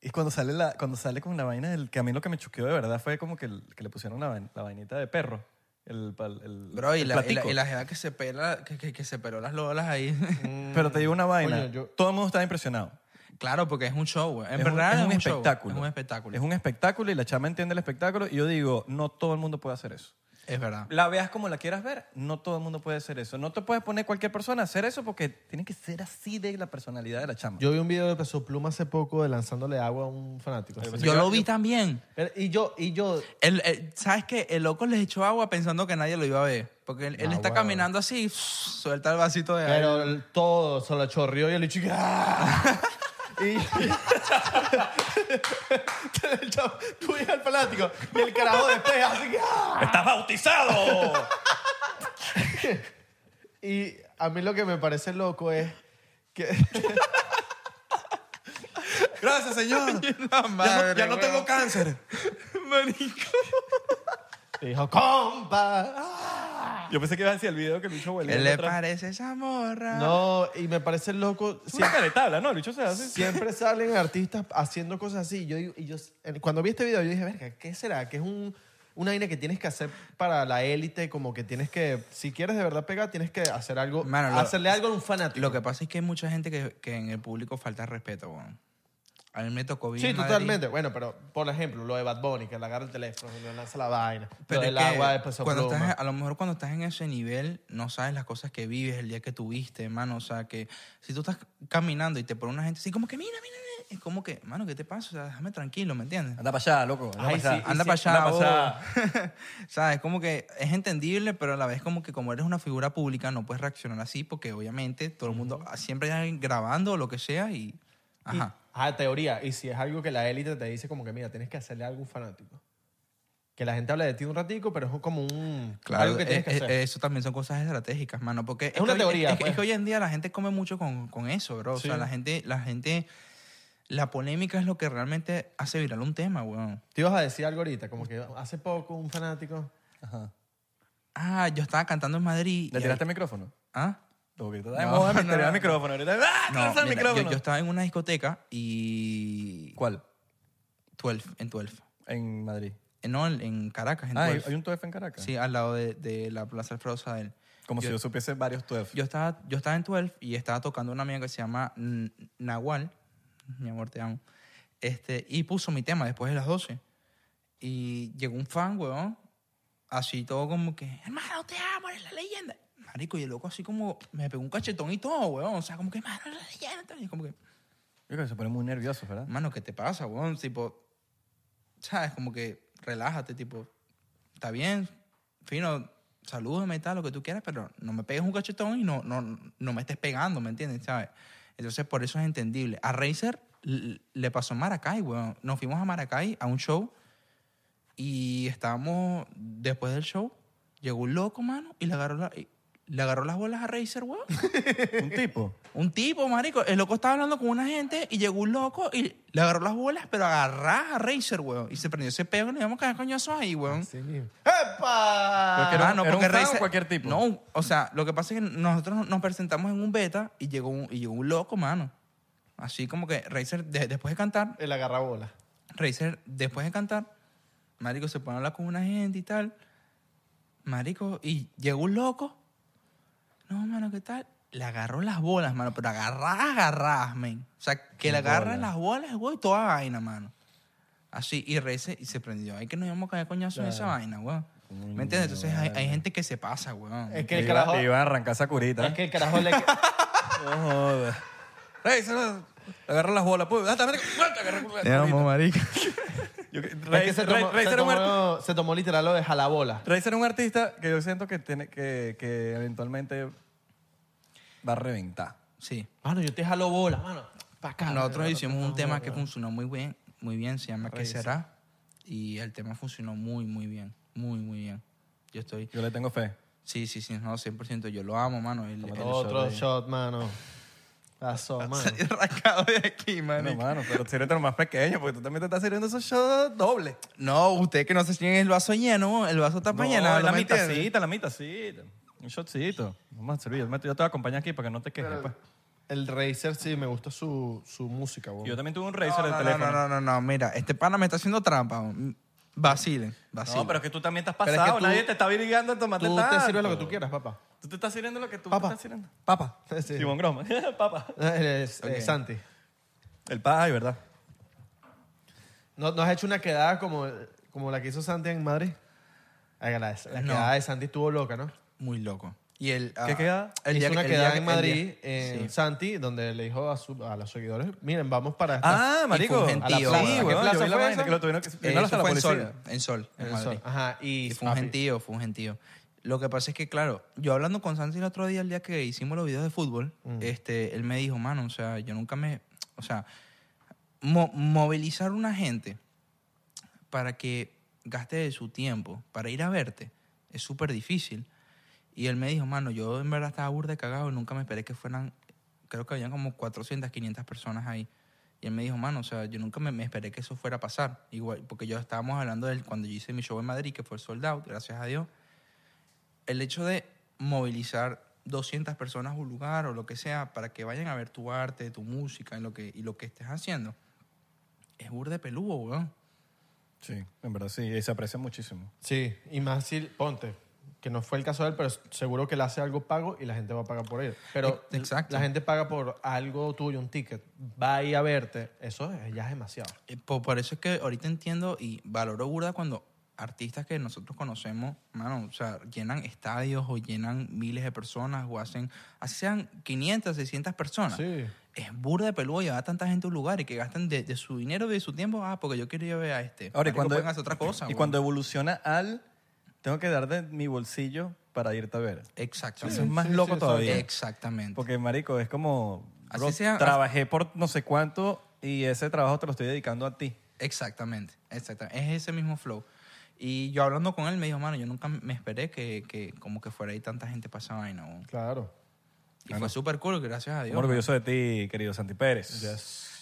Speaker 1: Y cuando sale, la, cuando sale con la vaina del... Que a mí lo que me choqueó de verdad fue como que, el- que le pusieron la, vain- la vainita de perro. El, pal- el-
Speaker 3: Bro, y
Speaker 1: el
Speaker 3: la, y la,
Speaker 1: platico.
Speaker 3: y la jeva que se pela, que, que- que se peló las lolas ahí.
Speaker 2: Mm.
Speaker 1: Pero te digo una vaina.
Speaker 2: Coño, yo-
Speaker 1: Todo el mundo estaba impresionado.
Speaker 3: claro, porque es un show, güey. En
Speaker 1: Es un-
Speaker 3: verdad
Speaker 1: es un,
Speaker 3: show,
Speaker 1: espectáculo.
Speaker 3: es un espectáculo.
Speaker 1: Es un espectáculo y la chama entiende el espectáculo y yo digo, no todo el mundo puede hacer eso.
Speaker 3: es verdad.
Speaker 1: La veas como la quieras ver, no todo el mundo puede hacer eso. No te puedes poner cualquier persona a hacer eso porque tiene que ser así de la personalidad de la chama.
Speaker 2: Yo vi un video de Peso Pluma hace poco de lanzándole agua a un fanático. así.
Speaker 3: Yo lo vi también.
Speaker 2: Pero- y yo, y yo,
Speaker 3: El, el- ¿Sabes qué? El loco les echó agua pensando que nadie lo iba a ver. Porque él, él está caminando así, y, suelta el vasito de aire.
Speaker 2: Ah, pero el- todo se lo chorrió y el chico. ¡ah! y el chavo, tú y el fanático. Y el carajo después así que. ¡ah!
Speaker 1: ¡Estás bautizado!
Speaker 2: Y a mí lo que me parece loco es que
Speaker 4: Gracias, señor.
Speaker 3: La
Speaker 4: ya no,
Speaker 3: madre,
Speaker 4: ya no tengo
Speaker 3: weón.
Speaker 4: cáncer.
Speaker 3: Marico.
Speaker 2: dijo, compa. Ah.
Speaker 1: Yo pensé que iba a decir el video que el bicho huele.
Speaker 3: ¿Qué le parece esa morra?
Speaker 2: No, y me parece loco.
Speaker 1: Es una
Speaker 2: Siempre,
Speaker 1: caretabla, ¿no? El bicho se hace.
Speaker 2: siempre salen artistas haciendo cosas así. Yo, digo- y yo, cuando vi este video, yo dije, verga, ¿qué será? ¿Qué es un, una vaina que tienes que hacer para la élite? Como que tienes que, si quieres de verdad pegar, tienes que hacer algo,
Speaker 3: Mano, lo-
Speaker 2: hacerle algo a un fanático.
Speaker 3: Lo que pasa es que hay mucha gente que, que en el público falta respeto, weón. A mí me tocó bien.
Speaker 2: Sí,
Speaker 3: en Madrid.
Speaker 2: totalmente. Bueno, pero por ejemplo, lo de Bad Bunny, que le agarra el teléfono, le lanza la vaina.
Speaker 3: Pero
Speaker 2: lo
Speaker 3: es
Speaker 2: del
Speaker 3: que
Speaker 2: agua de Peso
Speaker 3: cuando
Speaker 2: Pluma.
Speaker 3: estás, a lo mejor cuando estás en ese nivel, no sabes las cosas que vives, el día que tuviste, mano. O sea, que si tú estás caminando y te pone una gente así, como que mira, mira, mira", es como que, mano, ¿qué te pasa? O sea, déjame tranquilo, ¿me entiendes?
Speaker 8: Anda para allá, loco. Anda
Speaker 2: Ay,
Speaker 8: para allá.
Speaker 2: sí.
Speaker 3: Anda para allá.
Speaker 1: anda pa'
Speaker 3: bobo. ¿Sabes? Como que es entendible, pero a la vez como que como eres una figura pública no puedes reaccionar así porque obviamente todo el mundo siempre hay alguien grabando o lo que sea y... Ajá.
Speaker 2: Ah, teoría. Y si es algo que la élite te dice como que, mira, tienes que hacerle algo a un fanático. Que la gente hable de ti un ratico, pero es como un... algo que tienes
Speaker 3: eh,
Speaker 2: que hacer.
Speaker 3: eh, eso también son cosas estratégicas, mano. Porque es, que
Speaker 2: una
Speaker 3: hoy-
Speaker 2: teoría,
Speaker 3: es que- es
Speaker 2: pues.
Speaker 3: que hoy en día la gente come mucho con, con eso, bro. O sea,
Speaker 2: Sí.
Speaker 3: la gente, la gente, la polémica es lo que realmente hace viral un tema, weón.
Speaker 2: Te ibas a decir algo ahorita, como que hace poco un fanático...
Speaker 8: Ajá.
Speaker 3: Ah, yo estaba cantando en Madrid.
Speaker 8: ¿Le
Speaker 3: y-
Speaker 8: tiraste el micrófono?
Speaker 3: ¿Ah?
Speaker 8: Porque está de
Speaker 3: No,
Speaker 8: moda
Speaker 3: no,
Speaker 8: tirar
Speaker 3: no.
Speaker 8: el micrófono. Ahorita, ¡ah!
Speaker 3: No,
Speaker 8: ¡Lanza el
Speaker 3: mira, yo,
Speaker 8: micrófono!
Speaker 3: yo estaba en una discoteca y...
Speaker 8: ¿Cuál?
Speaker 3: 12, en 12.
Speaker 8: En Madrid.
Speaker 3: Eh, No, en- en Caracas, en
Speaker 8: Ah, hay
Speaker 3: 12.
Speaker 8: hay un TUEF en Caracas.
Speaker 3: Sí, al lado de, de la Plaza Alfredo Sadel.
Speaker 8: Como si
Speaker 3: Yo-
Speaker 8: yo supiese varios TUEF.
Speaker 3: Yo estaba, yo estaba en 12 y estaba tocando una amiga que se llama N- Nahual. Mi amor, te amo. Este, y puso mi tema después de las 12. Y llegó un fan, weón. Así todo como que, hermano, te amo, eres la leyenda. Marico, y el loco así como me pegó un cachetón y todo, weón. O sea, como que, hermano, eres la leyenda. Y como que,
Speaker 8: Yo creo que se pone muy nervioso, ¿verdad?
Speaker 3: hermano, ¿qué te pasa, weón? Tipo, ¿sabes? Como que relájate, tipo, está bien, fino, salúdame y tal, lo que tú quieras, pero no me pegues un cachetón y no, no, no me estés pegando, ¿me entiendes? ¿Sabes? Entonces, por eso es entendible. A Razer l- le pasó en Maracay, weón. Nos fuimos a Maracay a un show y estábamos, después del show, llegó un loco, mano, y le agarró, la- y le agarró las bolas a Razer, weón.
Speaker 8: Un tipo.
Speaker 3: Un tipo, marico. El loco estaba hablando con una gente y llegó un loco y le agarró las bolas, pero agarrá a Razer, weón. Y se prendió ese pego y le íbamos a caer coñazos ahí, weón.
Speaker 2: Sí mismo. ¡Epa!
Speaker 8: Pero es que era un-
Speaker 3: Mano,
Speaker 8: era un
Speaker 3: porque
Speaker 8: fan o
Speaker 3: Razer-
Speaker 8: cualquier tipo.
Speaker 3: No, o sea, lo que pasa es que nosotros nos presentamos en un beta y llegó un, y llegó un loco, mano. Así como que Razer, de- después de cantar,
Speaker 2: El agarrabola.
Speaker 3: Razer, después de cantar, Marico se pone a hablar con una gente y tal. Marico, y llegó un loco. No, mano, ¿qué tal? Le agarró las bolas, mano, pero agarrás, agarrás, men. O sea, que le agarran las bolas, güey, toda vaina, mano. Así, y Razer y se prendió. Hay que nos íbamos a caer coñazo en esa vaina, güey. ¿Me entiendes? Entonces hay, hay gente que se pasa, güey.
Speaker 2: Es que el
Speaker 8: Iba-
Speaker 2: carajo...
Speaker 8: Iba a arrancar esa curita.
Speaker 2: Es que el carajo le...
Speaker 8: No jodas. Ey, se lo- agarra las bolas. Pues. Ah, también- Te agarra con la curita.
Speaker 3: marico.
Speaker 8: Yo que-
Speaker 2: Es que
Speaker 8: Ray-
Speaker 2: se
Speaker 8: Ray-
Speaker 2: tomó,
Speaker 8: Ray
Speaker 2: se
Speaker 8: era un arti-
Speaker 2: tomó- se tomó literal lo de jalabola.
Speaker 8: Ray era un artista que yo siento que, tiene, que, que eventualmente va a reventar.
Speaker 3: Sí.
Speaker 2: Mano, yo te jalo bola, mano. Pa'
Speaker 8: Ah,
Speaker 2: acá.
Speaker 3: Nosotros hicimos un tema que funcionó muy bien, muy bien, se llama ¿Qué
Speaker 2: Raíces.
Speaker 3: será? Y el tema funcionó muy, muy bien, muy, muy bien. Yo estoy,
Speaker 8: Yo le tengo fe.
Speaker 3: sí, sí, sí, no, 100%, yo lo amo, mano. El, el-
Speaker 2: Otro shot, mano. Pasó, mano.
Speaker 3: el rascado de aquí,
Speaker 8: Bueno,
Speaker 3: mano.
Speaker 8: hermano, pero sírvete lo más pequeño, porque tú también te estás sirviendo esos shots doble.
Speaker 3: No, usted que no se tiene el vaso lleno, el vaso está pa'
Speaker 8: No,
Speaker 3: llenar,
Speaker 8: la
Speaker 3: ¿me entiende?
Speaker 8: mitacita, la mitacita. Un shotcito. Vamos a servir. Yo te voy a acompañar aquí para que no te quejes. pues.
Speaker 2: El Razer sí me gusta su, su música,
Speaker 8: Yo
Speaker 2: weón.
Speaker 8: también tuve un
Speaker 3: No,
Speaker 8: Razer en el
Speaker 3: no, no,
Speaker 8: teléfono.
Speaker 3: no, no, no, no, mira, este pana me está haciendo trampa. mm, Vacilen, vacilen.
Speaker 8: No, pero es que tú también estás
Speaker 3: Pero es
Speaker 8: pasado.
Speaker 3: que tú-
Speaker 8: Nadie te está virigando el tomate
Speaker 2: Tú te
Speaker 8: tanto.
Speaker 2: sirves lo que tú quieras, papá.
Speaker 8: Tú te estás sirviendo lo que tú
Speaker 2: Papa.
Speaker 8: te estás sirviendo.
Speaker 2: Papa.
Speaker 8: Simón Groma. Papa.
Speaker 3: Este,
Speaker 2: Santi.
Speaker 8: El pay, ¿verdad?
Speaker 2: ¿No, no has hecho una quedada como, como la que hizo Santi en Madrid? Ay, La, la
Speaker 3: No.
Speaker 2: quedada de Santi estuvo loca, ¿no?
Speaker 3: Muy loco. Y el,
Speaker 8: ¿Qué
Speaker 3: ah,
Speaker 8: queda?
Speaker 3: El
Speaker 2: hizo
Speaker 3: día,
Speaker 2: una
Speaker 3: que- el
Speaker 2: quedada
Speaker 3: día-
Speaker 2: en
Speaker 3: el
Speaker 2: Madrid,
Speaker 3: día- sí.
Speaker 2: en Santi, donde le dijo a, su- a los seguidores, miren, vamos para... esta-
Speaker 8: Ah, marico.
Speaker 3: fue un gentío,
Speaker 8: A la
Speaker 3: weón.
Speaker 8: plaza.
Speaker 3: ¿Qué
Speaker 8: Sí, weón.
Speaker 2: plaza
Speaker 8: Yo vi la
Speaker 2: fue
Speaker 8: vaina
Speaker 2: esa?
Speaker 8: que lo tuvieron que...
Speaker 3: Eh, Eso
Speaker 1: Eh,
Speaker 8: primero hasta la
Speaker 3: fue en
Speaker 8: policía.
Speaker 3: Sol, en Sol, en
Speaker 2: el
Speaker 3: Madrid.
Speaker 2: sol. Ajá, y...
Speaker 3: Y fue un
Speaker 2: papi,
Speaker 3: gentío, fue un gentío. Lo que pasa es que, claro, yo hablando con Santi el otro día, el día que hicimos los videos de fútbol, este, él me dijo, mano, o sea, yo nunca me... O sea, mo- movilizar una gente para que gaste de su tiempo, para ir a verte, es súper difícil. Y él me dijo, mano, yo en verdad estaba burda de cagado y nunca me esperé que fueran, creo que habían como 400, 500 personas ahí. Y él me dijo, mano, o sea, yo nunca me, me esperé que eso fuera a pasar. Igual, porque yo estábamos hablando del cuando yo hice mi show en Madrid, que fue sold out, gracias a Dios. El hecho de movilizar 200 personas a un lugar o lo que sea para que vayan a ver tu arte, tu música y lo que, y lo que estés haciendo, es burda de peludo, weón.
Speaker 1: Sí, en verdad sí, y se aprecia muchísimo.
Speaker 2: Sí, y más si, ponte, que no fue el caso de él, pero seguro que él hace algo pago y la gente va a pagar por él. Pero
Speaker 3: Exacto.
Speaker 2: la gente paga por algo tuyo, un ticket, va a ir a verte, eso es- ya es demasiado.
Speaker 3: Eh, po- Por eso es que ahorita entiendo y valoro burda cuando artistas que nosotros conocemos, mano, o sea, llenan estadios o llenan miles de personas o hacen, así sean 500, 600 personas.
Speaker 2: Sí.
Speaker 3: Es burda de peludo llevar a tanta gente a un lugar y que gastan de, de su dinero y de su tiempo, ah, porque yo quiero ir a ver a este.
Speaker 1: Ahora, y
Speaker 3: Marico,
Speaker 1: cuando,
Speaker 3: pueden hacer otra cosa.
Speaker 1: y
Speaker 3: weón.
Speaker 1: cuando evoluciona al, tengo que dar de mi bolsillo para irte a ver.
Speaker 3: Exactamente.
Speaker 1: Eso es más loco todavía.
Speaker 3: Exactamente.
Speaker 1: Porque, marico, es como,
Speaker 3: Así
Speaker 1: bro,
Speaker 3: sea-
Speaker 1: trabajé por no sé cuánto y ese trabajo te lo estoy dedicando a ti.
Speaker 3: Exactamente, exactamente. Es ese mismo flow. Y yo hablando con él me dijo, mano, yo nunca me esperé que, que como que fuera ahí tanta gente para esa vaina. weón".
Speaker 2: Claro.
Speaker 3: Y fue súper cool, gracias a Dios.
Speaker 1: Muy orgulloso de ti, querido Santi Pérez.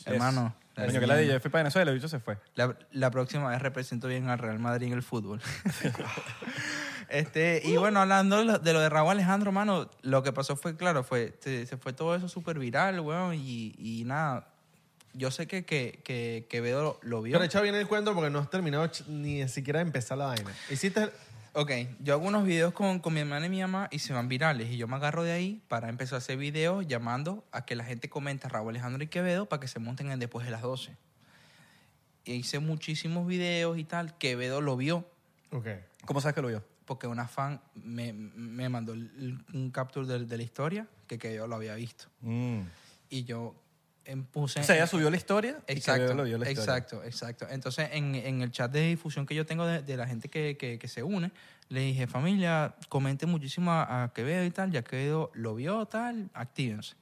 Speaker 3: Hermano, la
Speaker 1: Coño,
Speaker 3: leyenda.
Speaker 1: que la de yo fui para Venezuela, el bicho se fue.
Speaker 3: La, la próxima vez represento bien al Real Madrid en el fútbol. este, y bueno, hablando de lo- de lo de Raúl Alejandro, mano, lo que pasó fue, claro, fue, se, se fue todo eso súper viral, weón, y, y nada. Yo sé que, que, que Quevedo lo, lo vio.
Speaker 2: Pero echa bien el cuento porque no has terminado ch- ni siquiera de empezar la vaina. Hiciste...
Speaker 3: Ok, yo hago unos videos con, con mi hermana y mi mamá y se van virales. Y yo me agarro de ahí para empezar a hacer videos llamando a que la gente comente a Raúl Alejandro y Quevedo para que se monten en después de las 12. E hice muchísimos videos y tal. Quevedo lo vio
Speaker 2: Ok.
Speaker 1: ¿Cómo sabes que lo vio?
Speaker 3: porque una fan me, me mandó el- un capture del- de, la historia que Quevedo lo había visto.
Speaker 1: Mm.
Speaker 3: Y yo em, puse...
Speaker 1: O sea, ella subió la historia y
Speaker 3: Exacto,
Speaker 1: Quevedo lo vio la historia.
Speaker 3: exacto, exacto. Entonces, en, en el chat de difusión que yo tengo de, de la gente que, que- que se une, le dije, familia, comente muchísimo a, a Quevedo y tal, ya Quevedo lo vio, tal, actívense.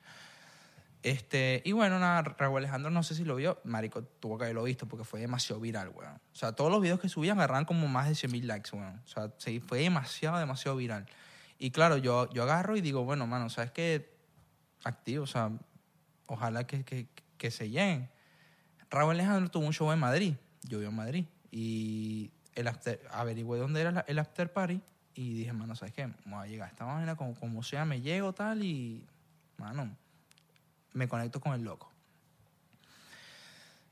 Speaker 3: Este, y bueno, nada, Raúl Alejandro, no sé si lo vio, marico, tuvo que haberlo visto porque fue demasiado viral, weón. O sea, todos los videos que subían agarran como más de 100 mil likes, weón. O sea, sí, fue demasiado, demasiado viral. Y claro, yo, yo agarro y digo, bueno, mano, ¿sabes qué? Activo, o sea, ojalá que, que, que se lleguen. Raúl Alejandro tuvo un show en Madrid. Yo vivo en Madrid. Y el after- averigüé dónde era la- el after party. Y dije, mano, ¿sabes qué? Me voy a llegar a esta vaina como, como sea, me llego tal y, mano, me conecto con el loco.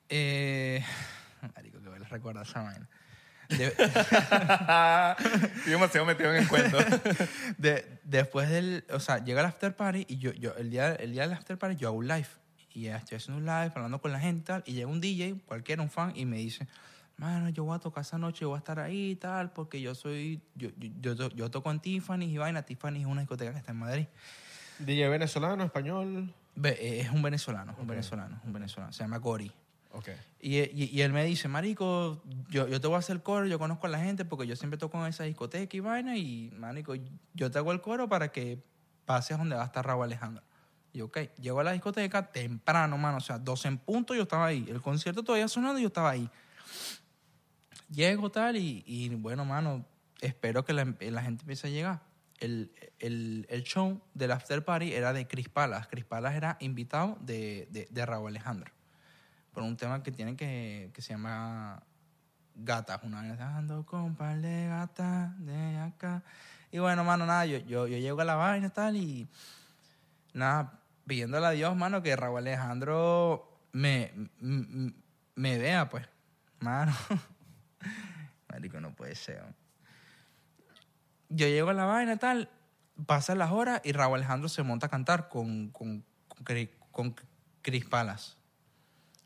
Speaker 3: Eh, marico, que voy a recordar esa vaina. De-
Speaker 8: Estoy demasiado metido en el cuento.
Speaker 3: De- después del, o sea, llega el after party y yo, yo el, día, el día del after party yo hago un live. Y ya estoy haciendo un live, hablando con la gente tal, y llega un DJ, cualquiera, un fan, y me dice, mano, yo voy a tocar esa noche, yo voy a estar ahí y tal, porque yo soy, yo, yo, yo, yo toco en Tiffany y vaina, Tiffany es una discoteca que está en Madrid.
Speaker 2: DJ venezolano, español.
Speaker 3: Ve, eh, Es un venezolano, un venezolano, un venezolano, se llama Gori.
Speaker 2: Ok.
Speaker 3: Y, y- y él me dice, marico, yo, yo te voy a hacer coro, yo conozco a la gente porque yo siempre toco en esa discoteca y vaina y, marico, yo te hago el coro para que pases donde va a estar Raúl Alejandro. Y yo, ok, llego a la discoteca temprano, mano, o sea, 12 en punto yo estaba ahí. El concierto todavía sonando y yo estaba ahí. Llego tal y, y, bueno, mano, espero que la, la gente empiece a llegar. El, el- el show del after party era de Cris Palas. Cris Palas era invitado de, de, de Raúl Alejandro por un tema que tienen que, que se llama Gatas. Una vez ando con par de gatas de acá. Y bueno, mano, nada, yo, yo, yo llego a la vaina y tal y nada, pidiéndole a Dios, mano, que Raúl Alejandro me, m- m- me vea, pues. Mano, marico, no puede ser. hombre. Yo llego a la vaina y tal, pasan las horas y Raúl Alejandro se monta a cantar con, con, con, Cri- con Cris Palas.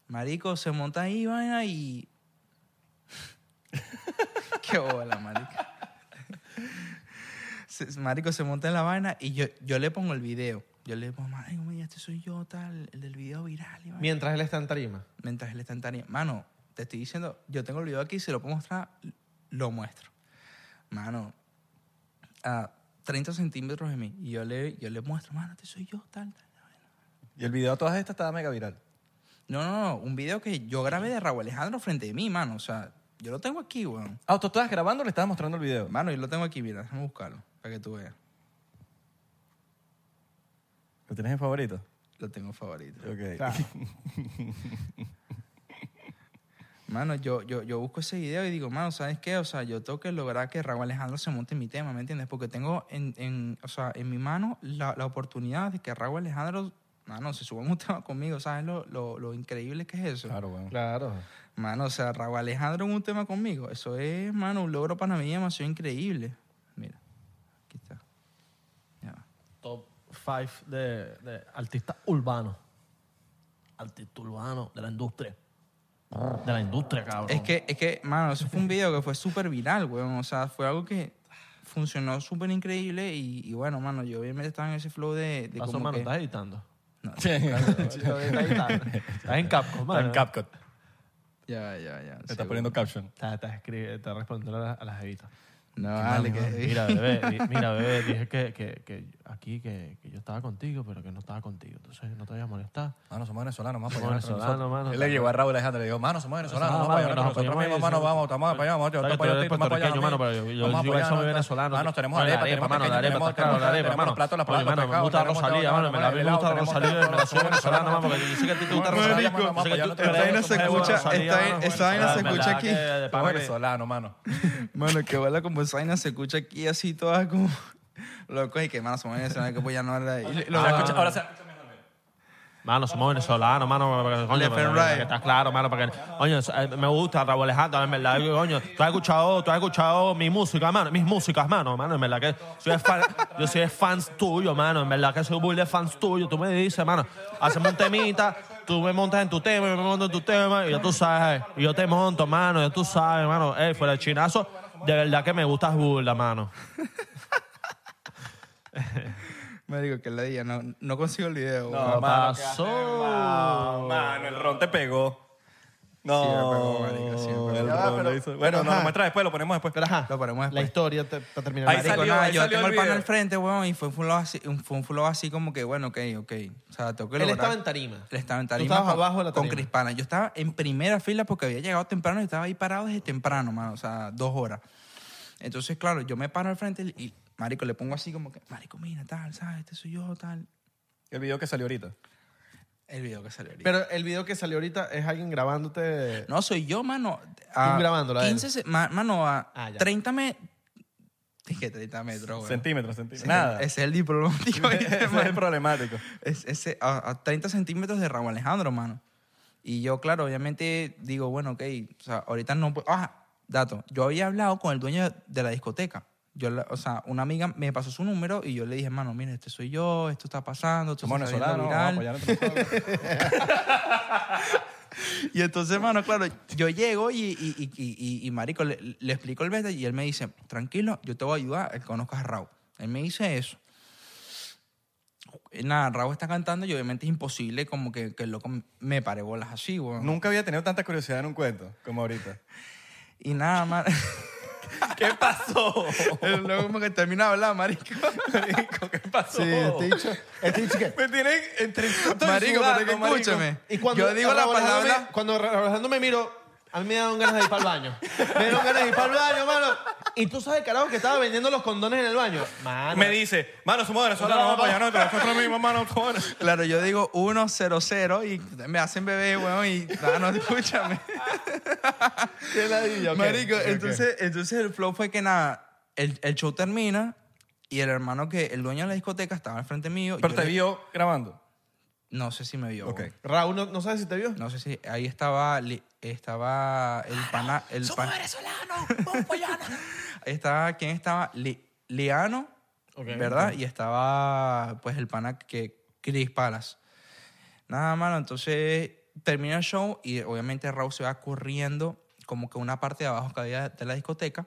Speaker 3: Marico, se monta ahí, vaina, y... Qué bola, marico. Se- marico, se monta en la vaina y yo, yo le pongo el video. Yo le pongo, marico, mira, este soy yo, tal, el del video viral. y vaina".
Speaker 2: Mientras él está en tarima.
Speaker 3: Mientras él está en tarea. Mano, te estoy diciendo, yo tengo el video aquí, si lo puedo mostrar, lo muestro. Mano, a 30 centímetros de mí. Y yo le, yo le muestro, mano, este soy yo, tal, tal.
Speaker 1: Y el video de todas estas estaba mega viral.
Speaker 3: No, no, no. Un video que yo grabé de Raúl Alejandro frente a mí, mano. O sea, yo lo tengo aquí, weón.
Speaker 1: Ah, tú estabas grabando, o le estabas mostrando el video.
Speaker 3: Mano, yo lo tengo aquí, mira, déjame buscarlo para que tú veas.
Speaker 1: ¿Lo tienes en favorito?
Speaker 3: Lo tengo favorito.
Speaker 1: Ok.
Speaker 3: Mano, yo, yo, yo busco ese video y digo, mano, ¿sabes qué? O sea, yo tengo que lograr que Raúl Alejandro se monte en mi tema, ¿me entiendes? Porque tengo en, en, o sea, en mi mano la, la oportunidad de que Raúl Alejandro, mano, se suba en un tema conmigo, ¿sabes lo, lo, lo increíble que es eso?
Speaker 1: Claro, weón.
Speaker 2: Claro.
Speaker 3: Mano, o sea, Raúl Alejandro en un tema conmigo, eso es, mano, un logro para mí demasiado increíble. Mira, aquí está. Ya va.
Speaker 9: Top 5 de, de artistas urbanos. Artista urbano de la industria. De la industria, cabrón.
Speaker 3: Es que, es que, mano, eso fue un video que fue súper viral, weón. O sea, fue algo que funcionó súper increíble y, y bueno, mano, yo obviamente estaba en ese flow de, de
Speaker 9: Paso,
Speaker 3: como
Speaker 9: mano,
Speaker 3: que-
Speaker 9: estás editando.
Speaker 1: Está
Speaker 9: Estás
Speaker 2: Ah,
Speaker 9: editando. Estás en Capcom, mano.
Speaker 1: en CapCut.
Speaker 3: Ya, ya, ya.
Speaker 1: Te está poniendo caption.
Speaker 9: Estás estás escri- estás respondiendo a las- a las evitas.
Speaker 3: No, vale, que...
Speaker 9: Mira, bebé, di- mira, bebé, dije que, que, que aquí que, que yo estaba contigo, pero que no estaba contigo. Entonces no te voy a molestar.
Speaker 8: Mano, Ah, somos venezolanos, vamos a
Speaker 9: Somos
Speaker 8: apoyar entre
Speaker 9: venezolanos,
Speaker 8: nosotros.
Speaker 9: mano,
Speaker 8: Él le
Speaker 9: también.
Speaker 8: llegó a Raúl Alejandro y le dijo, mano, somos venezolanos,
Speaker 9: Ah,
Speaker 8: vamos a
Speaker 9: mano,
Speaker 8: apoyar entre
Speaker 9: nos
Speaker 8: nosotros
Speaker 9: apoyamos
Speaker 8: mismos,
Speaker 9: ahí,
Speaker 8: mano, Ah,
Speaker 9: sí.
Speaker 8: pues, vamos, estamos apoyando, yo te
Speaker 9: Sabes,
Speaker 8: apoyo a ti,
Speaker 9: tú eres
Speaker 8: tú me apoyas a mí.
Speaker 9: puertorriqueño, mano, pero yo- yo-
Speaker 8: Vamos a
Speaker 9: yo
Speaker 8: apoyarnos
Speaker 9: soy
Speaker 8: entre-
Speaker 9: venezolano.
Speaker 8: Mano, tenemos
Speaker 9: La
Speaker 8: arepa,
Speaker 9: arepa,
Speaker 8: tenemos
Speaker 9: mano, la
Speaker 8: tequeño,
Speaker 9: arepa,
Speaker 8: tenemos
Speaker 9: está claro, la
Speaker 8: tacao,
Speaker 9: arepa,
Speaker 8: tenemos
Speaker 9: mano.
Speaker 8: los platos, las
Speaker 9: Oye,
Speaker 8: platos,
Speaker 9: mano, me
Speaker 8: pescado,
Speaker 9: gusta
Speaker 8: tenemos
Speaker 9: Rosalía,
Speaker 8: todo,
Speaker 9: mano, me la-
Speaker 8: tenemos
Speaker 9: me
Speaker 8: helado, tenemos
Speaker 9: gusta Rosalía,
Speaker 8: todo,
Speaker 9: me la sube
Speaker 8: somos
Speaker 9: venezolana,
Speaker 8: venezolanos,
Speaker 9: mano, porque yo sé que a ti te gusta
Speaker 8: Marico,
Speaker 9: Rosalía, mano,
Speaker 8: vamos a apoyar
Speaker 9: yo sé que tú-
Speaker 8: entre
Speaker 9: tú eres
Speaker 8: nosotros,
Speaker 9: de
Speaker 8: somos venezolanos.
Speaker 9: Rosalía,
Speaker 3: esta-
Speaker 9: mano, bueno,
Speaker 3: esta vaina
Speaker 9: la
Speaker 3: se escucha aquí.
Speaker 9: verdad que de pana
Speaker 8: Somos
Speaker 9: que-
Speaker 8: venezolanos, mano.
Speaker 3: Mano, que huele como esa vaina se escucha aquí así todas como locos y que, mano, somos venezolanos, que pues ya no hablar ahí.
Speaker 8: Lo- ahora escucha- ahora se escucha mejor.
Speaker 9: Mano, somos venezolanos, mano. para que- Coño,
Speaker 3: Left and
Speaker 9: para que- para
Speaker 3: right.
Speaker 9: que estás claro, mano. Para que, coño, eso, eh, me gusta Raúl Alejandro, en verdad. yo, Coño, tú has escuchado, tú has escuchado mi música, mano. Mis músicas, mano, mano. En verdad que soy fan, yo soy fans tuyo, mano. En verdad que soy muy de fans tuyo. Tú me dices, mano, hacemos un temita. Tú me montas en tu tema, yo me monto en tu tema. Y ya tú sabes, y yo te monto, mano. Ya tú sabes, mano. Ey, fuera de chinazo, de verdad que me gustas burla, mano.
Speaker 3: Me digo que la día, no, no consigo el video. weón.
Speaker 1: No, mano, ¿qué
Speaker 9: Pasó.
Speaker 1: haces, Mano, el ron te pegó. No,
Speaker 3: Sí, me pegó, marica, sí, me pegó.
Speaker 1: el
Speaker 2: Ya va,
Speaker 1: ron
Speaker 2: pero-
Speaker 1: lo hizo. Bueno, no,
Speaker 2: ajá.
Speaker 1: lo muestra después, lo ponemos después.
Speaker 2: Pero ajá,
Speaker 3: Lo ponemos
Speaker 2: la
Speaker 3: después.
Speaker 2: historia te- para terminar.
Speaker 1: Ahí
Speaker 2: Marico,
Speaker 3: Marico,
Speaker 1: salió,
Speaker 3: nada,
Speaker 1: ahí
Speaker 3: yo
Speaker 1: salió
Speaker 3: tengo
Speaker 1: el
Speaker 3: el pan
Speaker 1: video.
Speaker 3: al frente, weón, y fue un flow así, un, fue un flow así como que, bueno, ok, ok. O sea, tengo que
Speaker 2: Él
Speaker 3: lograr-
Speaker 2: estaba en tarima.
Speaker 3: Él estaba en
Speaker 2: Tú
Speaker 3: tarima.
Speaker 2: estabas
Speaker 3: con-
Speaker 2: abajo de la
Speaker 3: Con
Speaker 2: tarima.
Speaker 3: Crispana. Yo estaba en primera fila porque había llegado temprano y estaba ahí parado desde temprano, mano. O sea, dos horas. Entonces, claro, yo me paro al frente y, y, marico, le pongo así como que, marico, mira, tal, ¿sabes? Este soy yo, tal.
Speaker 1: El video que salió ahorita.
Speaker 3: Ah, El video que salió ahorita.
Speaker 2: Pero el video que salió ahorita es alguien grabándote.
Speaker 3: no, soy yo, mano. a
Speaker 2: Tú grabándola, él.
Speaker 3: 15, se- ma- mano, a
Speaker 2: Ah, ya.
Speaker 3: 30 metros. Dije 30 metros, weón.
Speaker 1: Centímetros, centímetros.
Speaker 3: Ese-
Speaker 1: Nada.
Speaker 3: Ese es el diplomático.
Speaker 1: Ese es el problemático.
Speaker 3: Es, ese- a, a 30 centímetros de Raúl Alejandro, mano. Y yo, claro, obviamente digo, bueno, ok, o sea, ahorita no puedo. Ah, dato, yo había hablado con el dueño de la discoteca. Yo, la- o sea, una amiga me pasó su número y yo le dije, mano, mira, este soy yo, esto está pasando, esto
Speaker 1: Somos
Speaker 3: está saliendo
Speaker 1: venezolanos, vamos a
Speaker 3: viral".
Speaker 1: apoyar entre nosotros.
Speaker 3: Y entonces, mano, claro, yo llego y, y, y, y- y- y, marico, le, le explico el beta y él me dice, tranquilo, yo te voy a ayudar, eh, conozcas a Raúl. Él me dice eso. Eh, Nada, Raúl está cantando y obviamente es imposible como que, que el loco me pare bolas así, weón.
Speaker 1: Nunca había tenido tanta curiosidad en un cuento como ahorita.
Speaker 3: Y nada, man.
Speaker 1: ¿Qué pasó?
Speaker 3: el loco como que termina de hablar, marico.
Speaker 1: Marico, ¿qué pasó?
Speaker 2: Sí, este dicho. Este dicho que.
Speaker 1: Me tienen entre insultos y
Speaker 3: Marico, pero es que
Speaker 1: sudando, marico.
Speaker 3: escúchame.
Speaker 2: Y cuando
Speaker 3: yo digo la
Speaker 2: Alejandro me-
Speaker 3: palabra...
Speaker 2: cuando Ra- Alejandro me miro, a mí me daban ganas de ir para el baño. Me dieron ganas de ir para el baño, mano. Y tú sabes, carajo, que estaba vendiendo los condones en el baño. Mano.
Speaker 1: Me dice, mano, somos venezolanos, vamos a apoyarnos entre nosotros mismos, mano. somos venezolanos.
Speaker 3: Claro, yo digo 1-0-0 y me hacen bebé, weón, y nada, no, escúchame. Marico, entonces, entonces el flow fue que nada, el, el show termina y el hermano que, el dueño de la discoteca estaba al frente mío.
Speaker 1: Pero
Speaker 3: yo
Speaker 1: te
Speaker 3: le-
Speaker 1: vio grabando.
Speaker 3: No sé si me vio.
Speaker 1: Ok.
Speaker 3: güey.
Speaker 2: Raúl, ¿no, no sabes si te vio?
Speaker 3: No sé si, ahí estaba, li- estaba el pana, el pana. ahí estaba, ¿quién estaba? Li- Liano, ¿verdad? Y estaba, pues, el pana que, Chris Palas. Nada malo, entonces termina el show y obviamente Raúl se va corriendo como que una parte de abajo que había de la discoteca.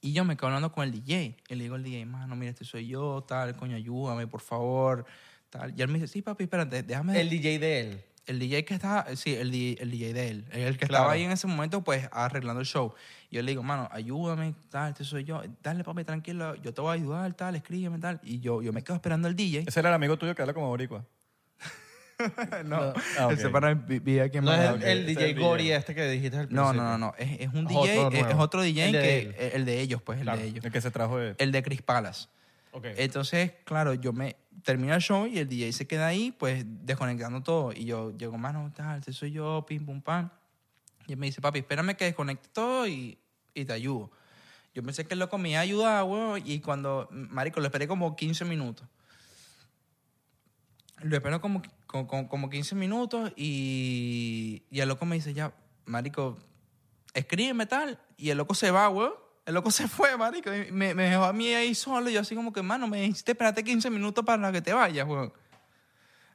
Speaker 3: Y yo me quedo hablando con el DJ. Y le digo al DJ, mano, mira, este soy yo, tal, coño, ayúdame, por favor, tal. Y él me dice, sí, papi, espérate, déjame...
Speaker 2: El DJ de él.
Speaker 3: El DJ que estaba, sí, el, di- el DJ de él, el que
Speaker 2: Claro.
Speaker 3: estaba ahí en ese momento, pues arreglando el show. Y yo le digo, mano, ayúdame, tal, este soy yo, dale, papi, tranquilo, yo te voy a ayudar, tal, escríbeme, tal. Y yo, yo me quedo esperando al DJ.
Speaker 1: Ese era el amigo tuyo que habla como boricua.
Speaker 3: no,
Speaker 1: Ah, ok.
Speaker 3: Ese pana vi- vi aquí en
Speaker 2: No es
Speaker 3: Miami.
Speaker 2: el, el
Speaker 1: ese es
Speaker 2: DJ
Speaker 1: el
Speaker 2: Gori
Speaker 1: DJ.
Speaker 2: este que dijiste al
Speaker 3: no,
Speaker 2: principio.
Speaker 3: no, no, no, es, es un
Speaker 2: Es
Speaker 3: DJ,
Speaker 2: otro
Speaker 3: es,
Speaker 2: nuevo.
Speaker 3: es otro DJ
Speaker 2: El de
Speaker 3: que,
Speaker 2: él.
Speaker 3: el de ellos, pues, el
Speaker 2: Claro.
Speaker 3: de ellos.
Speaker 1: El que se trajo de...
Speaker 3: El de Cris Palas.
Speaker 2: Ok.
Speaker 3: Entonces, claro, yo me termino el show y el DJ se queda ahí, pues desconectando todo. Y yo llego, mano, tal, este soy yo, pim, pum, pam. Y él me dice, papi, espérame que desconecte todo y, y te ayudo. Yo pensé que el loco me iba a ayudar, weón, y cuando, marico, lo esperé como 15 minutos. Lo espero como, como, como- como 15 minutos y, y el loco me dice, ya, marico, escríbeme tal. Y el loco se va, weón. El loco se fue, marico. y me, me dejó a mí ahí solo. Y yo así como que, mano, me dijiste, espérate 15 minutos para que te vayas, weón.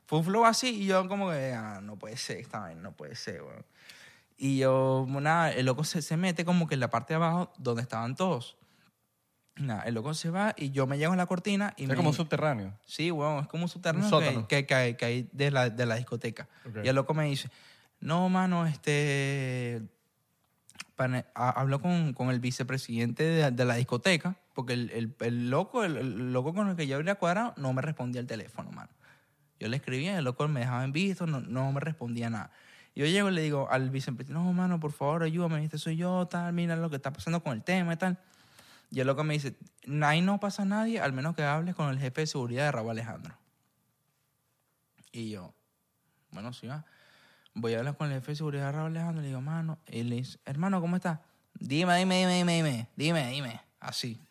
Speaker 3: Fue un flow así y yo como que, ah, no puede ser, esta vaina no puede ser, weón. Y yo, nada, el loco se, se mete como que en la parte de abajo donde estaban todos. Nada, el loco se va y yo me llego a la cortina y
Speaker 1: Es
Speaker 3: me...
Speaker 1: como un subterráneo.
Speaker 3: Sí, weón, es como un subterráneo
Speaker 1: Un
Speaker 3: que-
Speaker 1: sótano.
Speaker 3: que, que hay, que hay de, la, de la discoteca.
Speaker 1: Ok.
Speaker 3: Y el loco me dice, no, mano, este... pane- ha- Habló con, con el vicepresidente de, de la discoteca, porque el, el- el loco, el, el loco con el que yo había cuadrado no me respondía el teléfono, mano. Yo le escribía, el loco me dejaba en visto, no, no me respondía nada. Yo llego y le digo al vicepresidente, no, mano, por favor, ayúdame, este soy yo, tal, mira lo que está pasando con el tema y tal. Y el loco me dice, ahí no pasa nadie, al menos que hables con el jefe de seguridad de Raúl Alejandro. Y yo, bueno, sí va. Voy a hablar con el jefe de seguridad de Raúl Alejandro. Le digo, mano, y le dice, hermano, ¿cómo estás? Dime, dime, dime, dime, dime, dime, dime. Así.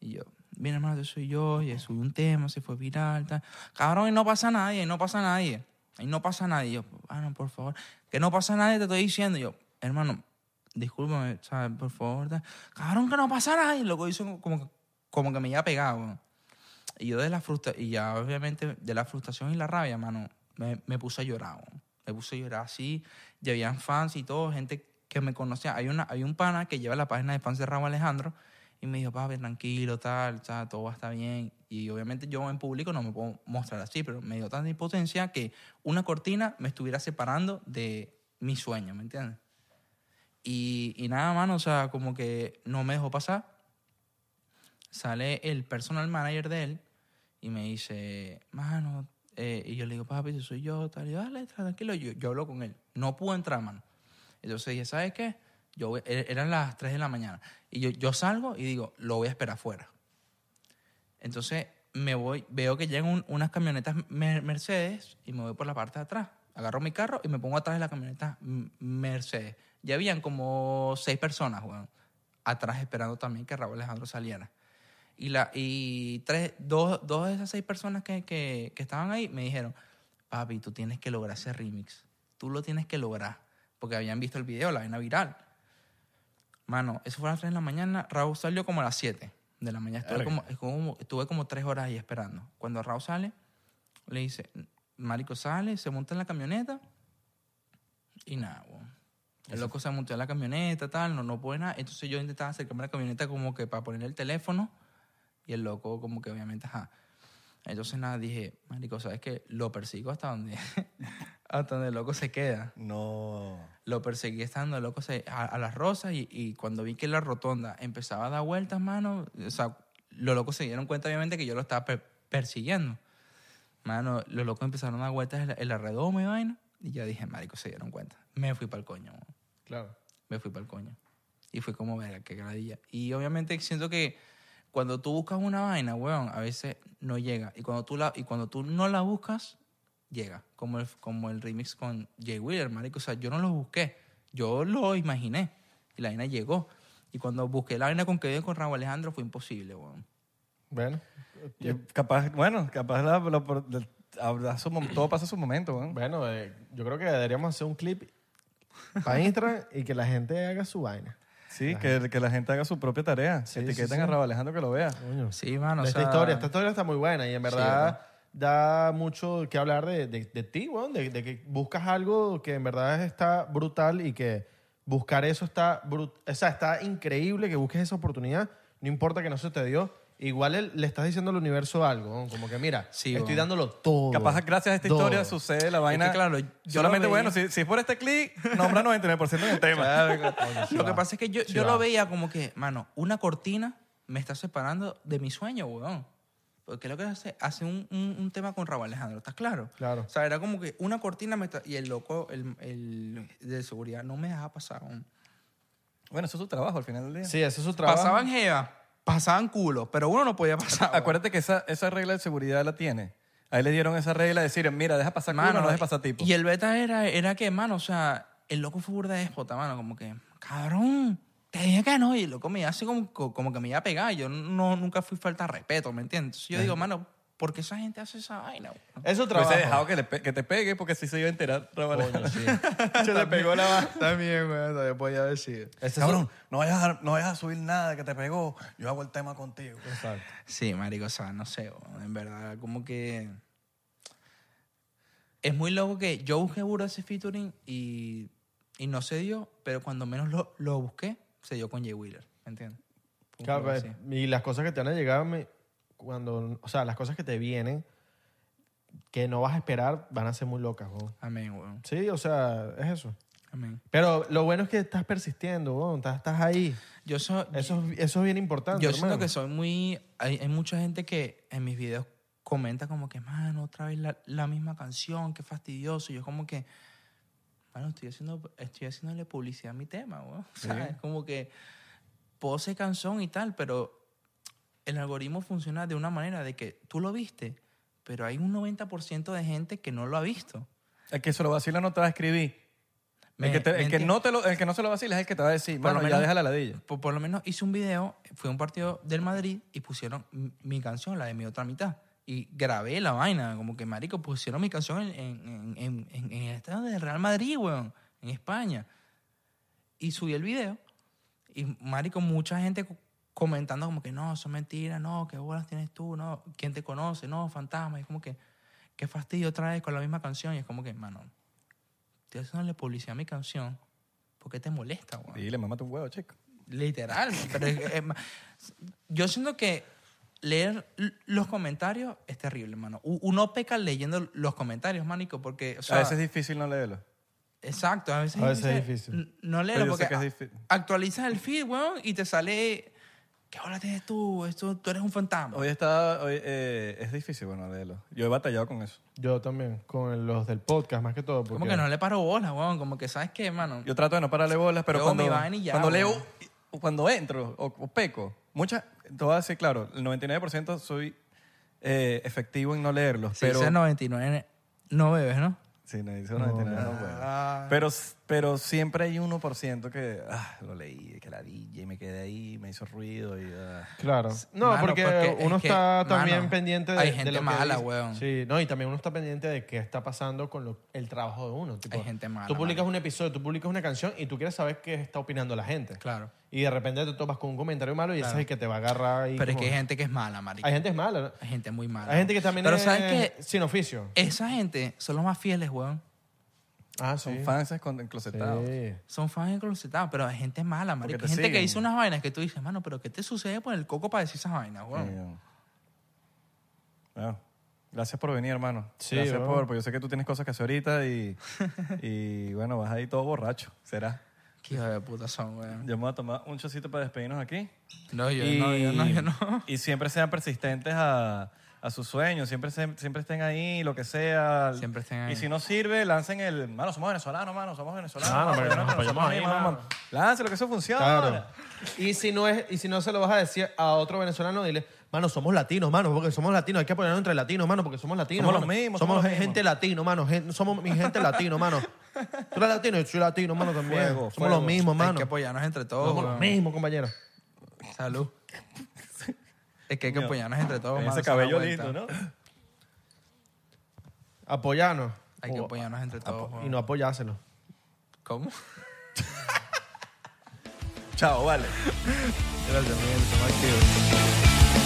Speaker 3: Y yo, mira, hermano, yo soy yo, y subí un tema, se fue viral, tal. Cabrón, y no pasa nadie, y no pasa nadie. Y no pasa nadie. Y yo, no, por favor. Que no pasa nadie, te estoy diciendo. Y yo, hermano, discúlpame, ¿sabes? Por favor, tal. Cabrón, que no pasa nadie. Y luego hizo como que, como que me iba pegado. Y yo de la frustración, y ya obviamente de la frustración y la rabia, mano, me, me puse a llorar. weón. Me puse a llorar así. Y habían fans y todo, gente que me conocía. Hay, una, hay un pana que lleva la página de fans de Raúl Alejandro y me dijo, papi, tranquilo, tal, tal, todo va a estar bien. Y obviamente yo en público no me puedo mostrar así, pero me dio tanta impotencia que una cortina me estuviera separando de mi sueño, ¿me entiendes? Y, y nada, mano, o sea, como que no me dejó pasar. Sale el personal manager de él y me dice, mano, eh, y yo le digo, papi, si soy yo, tal, y yo, dale, tra- tranquilo, yo, yo hablo con él. No pude entrar, mano. Entonces dije, ¿sabes qué? Yo, voy- e- eran las 3 de la mañana. Y yo, yo salgo y digo, lo voy a esperar afuera. Entonces me voy, veo que llegan un- unas camionetas Mer- Mercedes y me voy por la parte de atrás. Agarro mi carro y me pongo atrás de la camioneta M- Mercedes. Ya habían como seis personas, weón, atrás esperando también que Raúl Alejandro saliera. Y, la, y tres, dos, dos de esas seis personas que, que, que estaban ahí me dijeron, papi, tú tienes que lograr ese remix. Tú lo tienes que lograr. Porque habían visto el video, la vaina viral. Mano, eso fue a las 3 de la mañana. Raúl salió como a las 7 de la mañana. Estuve
Speaker 1: Verga.
Speaker 3: como, estuve como, estuve como tres horas ahí esperando. Cuando Raúl sale, le dice, marico sale, se monta en la camioneta y nada, weón. El loco se montó en la camioneta, tal, no, no puede nada. Entonces yo intentaba acercarme a la camioneta como que para poner el teléfono y el loco como que obviamente, ajá. Entonces nada, dije, marico, ¿sabes qué? Lo persigo hasta donde, hasta donde el loco se queda.
Speaker 1: No.
Speaker 3: Lo perseguí hasta donde el loco se, a, a las rosas y, y cuando vi que la rotonda empezaba a dar vueltas, mano, o sea, los locos se dieron cuenta obviamente que yo lo estaba per- persiguiendo. Mano, los locos empezaron a dar vueltas en la, en la redoma y vaina y ya dije, marico, se dieron cuenta. Me fui para el coño, weón.
Speaker 2: Claro.
Speaker 3: me fui para el coño. Y fue como, verga, qué gradilla. Y obviamente siento que cuando tú buscas una vaina, weón, a veces no llega. Y cuando tú, la, y cuando tú no la buscas, llega. Como el, como el remix con Jay Wheeler, marico. O sea, yo no lo busqué. Yo lo imaginé. Y la vaina llegó. Y cuando busqué la vaina con que vive con Raúl Alejandro, fue imposible, weón.
Speaker 2: Bueno.
Speaker 1: Y capaz, bueno, capaz la, la- la- habrá su mom- todo pasa a su momento, weón.
Speaker 2: Bueno, eh, yo creo que deberíamos hacer un clip para Instagram y que la gente haga su vaina.
Speaker 1: Sí, que, que la gente haga su propia tarea.
Speaker 2: Sí,
Speaker 1: Etiqueten
Speaker 2: sí, sí.
Speaker 1: a Raúl Alejandro que lo vea.
Speaker 2: Coño.
Speaker 3: Sí, mano.
Speaker 2: esta historia, esta historia está muy buena y en verdad
Speaker 3: ¿verdad?
Speaker 2: da mucho que hablar de, de- de ti, weón, de, de que buscas algo que en verdad está brutal y que buscar eso está brut- o sea, está increíble que busques esa oportunidad, no importa que no se te dio, igual el- le estás diciendo al universo algo, weón, como que mira,
Speaker 3: Sí,
Speaker 2: estoy
Speaker 3: weón.
Speaker 2: dándolo todo.
Speaker 1: Capaz gracias a esta
Speaker 2: todo.
Speaker 1: historia sucede la vaina.
Speaker 3: claro, yo
Speaker 1: solamente
Speaker 3: lo veía-
Speaker 1: bueno, si, si es por este clic, nombra 99% del tema.
Speaker 3: Lo que pasa es que yo, yo
Speaker 2: va.
Speaker 3: lo veía como que, mano, una cortina me está separando de mi sueño, weón. Porque lo que hace, hace un, un- un tema con Raúl Alejandro, ¿estás claro?
Speaker 2: Claro.
Speaker 3: O sea, era como que una cortina me está- y el loco el, el de seguridad no me dejaba pasar. weón.
Speaker 1: Bueno, eso es su trabajo al final del día.
Speaker 2: Sí, ese es su trabajo.
Speaker 3: Pasaban Jeva, pasaban culos, pero uno no podía pasar. weón.
Speaker 1: Acuérdate que esa, esa regla de seguridad la tiene. Ahí le dieron esa regla de decir, mira, deja pasar mano, no deja pasar tipo.
Speaker 3: Y el beta era, era que, mano, o sea, el loco fue burda de déspota, mano, como que, cabrón, te dije que no, y el loco me iba así como, co- como que me iba a pegar, y yo no, nunca fui falta de respeto, ¿me entiendes? Entonces yo digo, mano, ¿por qué esa gente hace esa vaina? weón?"
Speaker 2: Eso
Speaker 1: Hubiese
Speaker 2: trabajo.
Speaker 1: dejado que, le pe- que te pegue porque así se iba a enterar. Raúl.
Speaker 2: Coño, sí.
Speaker 1: Se le pegó la mano.
Speaker 3: También, güey, también podía decir.
Speaker 2: Ese es
Speaker 4: Cabrón, no vayas, a, no vayas a subir nada que te pegó. Yo hago el tema contigo.
Speaker 3: Sí, marico, o sea, no sé, weón, en verdad, como que... Es muy loco que yo busqué burda ese featuring y, y no se dio, pero cuando menos lo, lo busqué, se dio con Jay Wheeler, ¿me entiendes? Fue un
Speaker 2: Claro,
Speaker 3: poco
Speaker 2: pues,
Speaker 3: así.
Speaker 2: y las cosas que te van a llegar, me- cuando, o sea, las cosas que te vienen, que no vas a esperar, van a ser muy locas, weón.
Speaker 3: Amén, weón.
Speaker 2: Sí, o sea, es eso.
Speaker 3: Amén.
Speaker 2: Pero lo bueno es que estás persistiendo, weón, estás, estás ahí.
Speaker 3: Yo, so-
Speaker 2: Eso, es- eso es bien importante,
Speaker 3: yo
Speaker 2: hermano.
Speaker 3: siento que soy muy... Hay, hay mucha gente que en mis videos comenta como que, mano, otra vez la, la misma canción, qué fastidioso. Y yo como que, mano, estoy, haciendo, estoy haciéndole publicidad a mi tema, weón. O sea, es como que puedo ser canción y tal, pero el algoritmo funciona de una manera de que tú lo viste, pero hay un 90% de gente que no lo ha visto.
Speaker 1: El que se lo vacila no te va a escribir.
Speaker 3: Me-
Speaker 1: el, que te-
Speaker 3: me
Speaker 1: el que
Speaker 3: enti-
Speaker 1: no te lo- el que no se lo vacila es el que te va a decir,
Speaker 3: Por lo
Speaker 1: bueno, ya
Speaker 3: menos-
Speaker 1: deja la ladilla.
Speaker 3: por, por lo menos hice un video, fue un partido del Madrid y pusieron m- mi canción, la de mi otra mitad. Y grabé la vaina, como que marico, pusieron mi canción en, en- en- en- en el estadio del Real Madrid, weón, en España. Y subí el video y marico, mucha gente co- comentando como que no, son mentiras, no, qué bolas tienes tú, no, quién te conoce, no, fantasma. Y es como que, qué fastidio otra vez con la misma canción. Y es como que, mano, estoy haciéndole publicidad a mi canción. ¿Por qué te molesta, weón?
Speaker 1: Dile, mamá tu huevo, chico.
Speaker 3: Literal. pero es- es ma- yo siento que leer l- los comentarios es terrible, hermano. U- Uno peca leyendo los comentarios, manico, porque... O sea,
Speaker 1: a veces es difícil no leerlo.
Speaker 3: Exacto, a veces,
Speaker 2: A veces es
Speaker 3: dice,
Speaker 2: difícil.
Speaker 3: "N- No
Speaker 1: Pero
Speaker 3: leerlo
Speaker 1: yo sé
Speaker 3: porque
Speaker 1: que es
Speaker 3: a-
Speaker 1: difícil.
Speaker 3: actualizas el feed, weón, y te sale... ¿Qué hola tienes tú? Esto, tú eres un fantasma.
Speaker 1: Hoy está, hoy, eh, es difícil, bueno, leerlo. Yo he batallado con eso.
Speaker 2: Yo también, con los del podcast más que todo. Porque...
Speaker 3: Como que no le paro bola, weón. Como que, ¿sabes qué, hermano?
Speaker 1: Yo trato de no pararle bolas, pero
Speaker 3: Luego me
Speaker 1: cuando,
Speaker 3: van y ya,
Speaker 1: cuando
Speaker 3: bueno.
Speaker 1: leo, o cuando entro o, o peco, muchas, te voy a decir, claro, el 99% soy eh, efectivo en no leerlos, pero...
Speaker 3: pero... 99 no bebes, ¿no?
Speaker 1: Sí, no dice 99, no puedo. Ah, Pero, pero siempre hay 1% que ah, lo leí, que la y me quedé ahí, me hizo ruido y... ah.
Speaker 2: Claro. No,
Speaker 3: Mano,
Speaker 2: porque,
Speaker 3: porque
Speaker 2: uno
Speaker 3: es que,
Speaker 2: está
Speaker 3: mano,
Speaker 2: también pendiente de.
Speaker 3: hay
Speaker 2: de
Speaker 3: gente
Speaker 2: lo que
Speaker 3: mala,
Speaker 2: dice.
Speaker 3: weón.
Speaker 2: Sí, no, y también uno está pendiente de qué está pasando con lo- el trabajo de uno. Tipo,
Speaker 3: Hay gente mala,
Speaker 2: Tú publicas un episodio, tú publicas una canción y tú quieres saber qué está opinando la gente.
Speaker 3: Claro.
Speaker 2: Y de repente te topas con un comentario malo y ese es el que te va a agarrar. ahí
Speaker 3: Pero es
Speaker 2: como-
Speaker 3: que hay gente que es mala, marico.
Speaker 2: Hay gente que es mala. ¿no?
Speaker 3: Hay gente muy mala.
Speaker 2: Hay gente que también
Speaker 3: Pero
Speaker 2: es
Speaker 3: ¿sabes qué?
Speaker 2: sin oficio.
Speaker 3: Esa gente son los más fieles, weón.
Speaker 2: Ah,
Speaker 1: Son
Speaker 2: sí.
Speaker 1: fans con- enclosetados.
Speaker 2: Sí.
Speaker 3: Son fans enclosetados, pero hay gente mala, marico.
Speaker 1: te
Speaker 3: Hay gente que
Speaker 1: siguen.
Speaker 3: dice unas vainas que tú dices, mano, pero ¿qué te sucede por el coco para decir esas vainas, weón?
Speaker 1: Coño. Bueno, gracias por venir, hermano.
Speaker 2: Sí,
Speaker 1: gracias
Speaker 2: bro.
Speaker 1: por, porque yo sé que tú tienes cosas que hacer ahorita y, y bueno, vas ahí todo borracho, será.
Speaker 3: Qué hijo de puta son, weón.
Speaker 1: Yo me voy a tomar un chocito para despedirnos aquí.
Speaker 3: No, yo
Speaker 1: y,
Speaker 3: no, yo no, yo no.
Speaker 1: y siempre sean persistentes a, a sus sueños, siempre, se- siempre estén ahí, lo que sea.
Speaker 3: Siempre estén ahí.
Speaker 1: Y si no sirve, lancen el, mano, somos venezolanos, mano, somos venezolanos.
Speaker 3: Ah,
Speaker 9: Mano,
Speaker 1: mano,
Speaker 9: pero
Speaker 1: venezolanos,
Speaker 9: nos apoyamos
Speaker 1: somos
Speaker 9: ahí, mano.
Speaker 1: Láncelo, que eso funciona.
Speaker 2: Claro. Y si, no es, y si no se lo vas a decir a otro venezolano, dile, mano, somos latinos, mano, porque somos latinos, hay que apoyarnos entre latinos, mano, porque somos latinos.
Speaker 1: Somos los
Speaker 2: mano.
Speaker 1: mismos,
Speaker 2: Somos,
Speaker 1: somos los
Speaker 2: gente latino, mano, gen- somos mi gente latino, mano. Tú eres latino, yo soy latino, mano, también.
Speaker 1: Fuego,
Speaker 2: somos
Speaker 1: fuego.
Speaker 2: los mismos,
Speaker 3: Hay
Speaker 2: mano.
Speaker 3: que apoyarnos entre todos,
Speaker 2: Somos los
Speaker 3: weón.
Speaker 2: mismos, compañero.
Speaker 3: Salud. es que hay que apoyarnos entre todos,
Speaker 1: Con
Speaker 3: mano, esa
Speaker 1: ese
Speaker 3: es la
Speaker 1: cabello
Speaker 3: vuelta.
Speaker 1: lindo, ¿no?
Speaker 2: Apoyarnos.
Speaker 3: Hay que apoyarnos entre todos,
Speaker 2: Y
Speaker 3: weón.
Speaker 2: no apoyárselo.
Speaker 3: ¿Cómo?
Speaker 1: Chao, vale.
Speaker 3: Gracias, Miguel. Somos activos.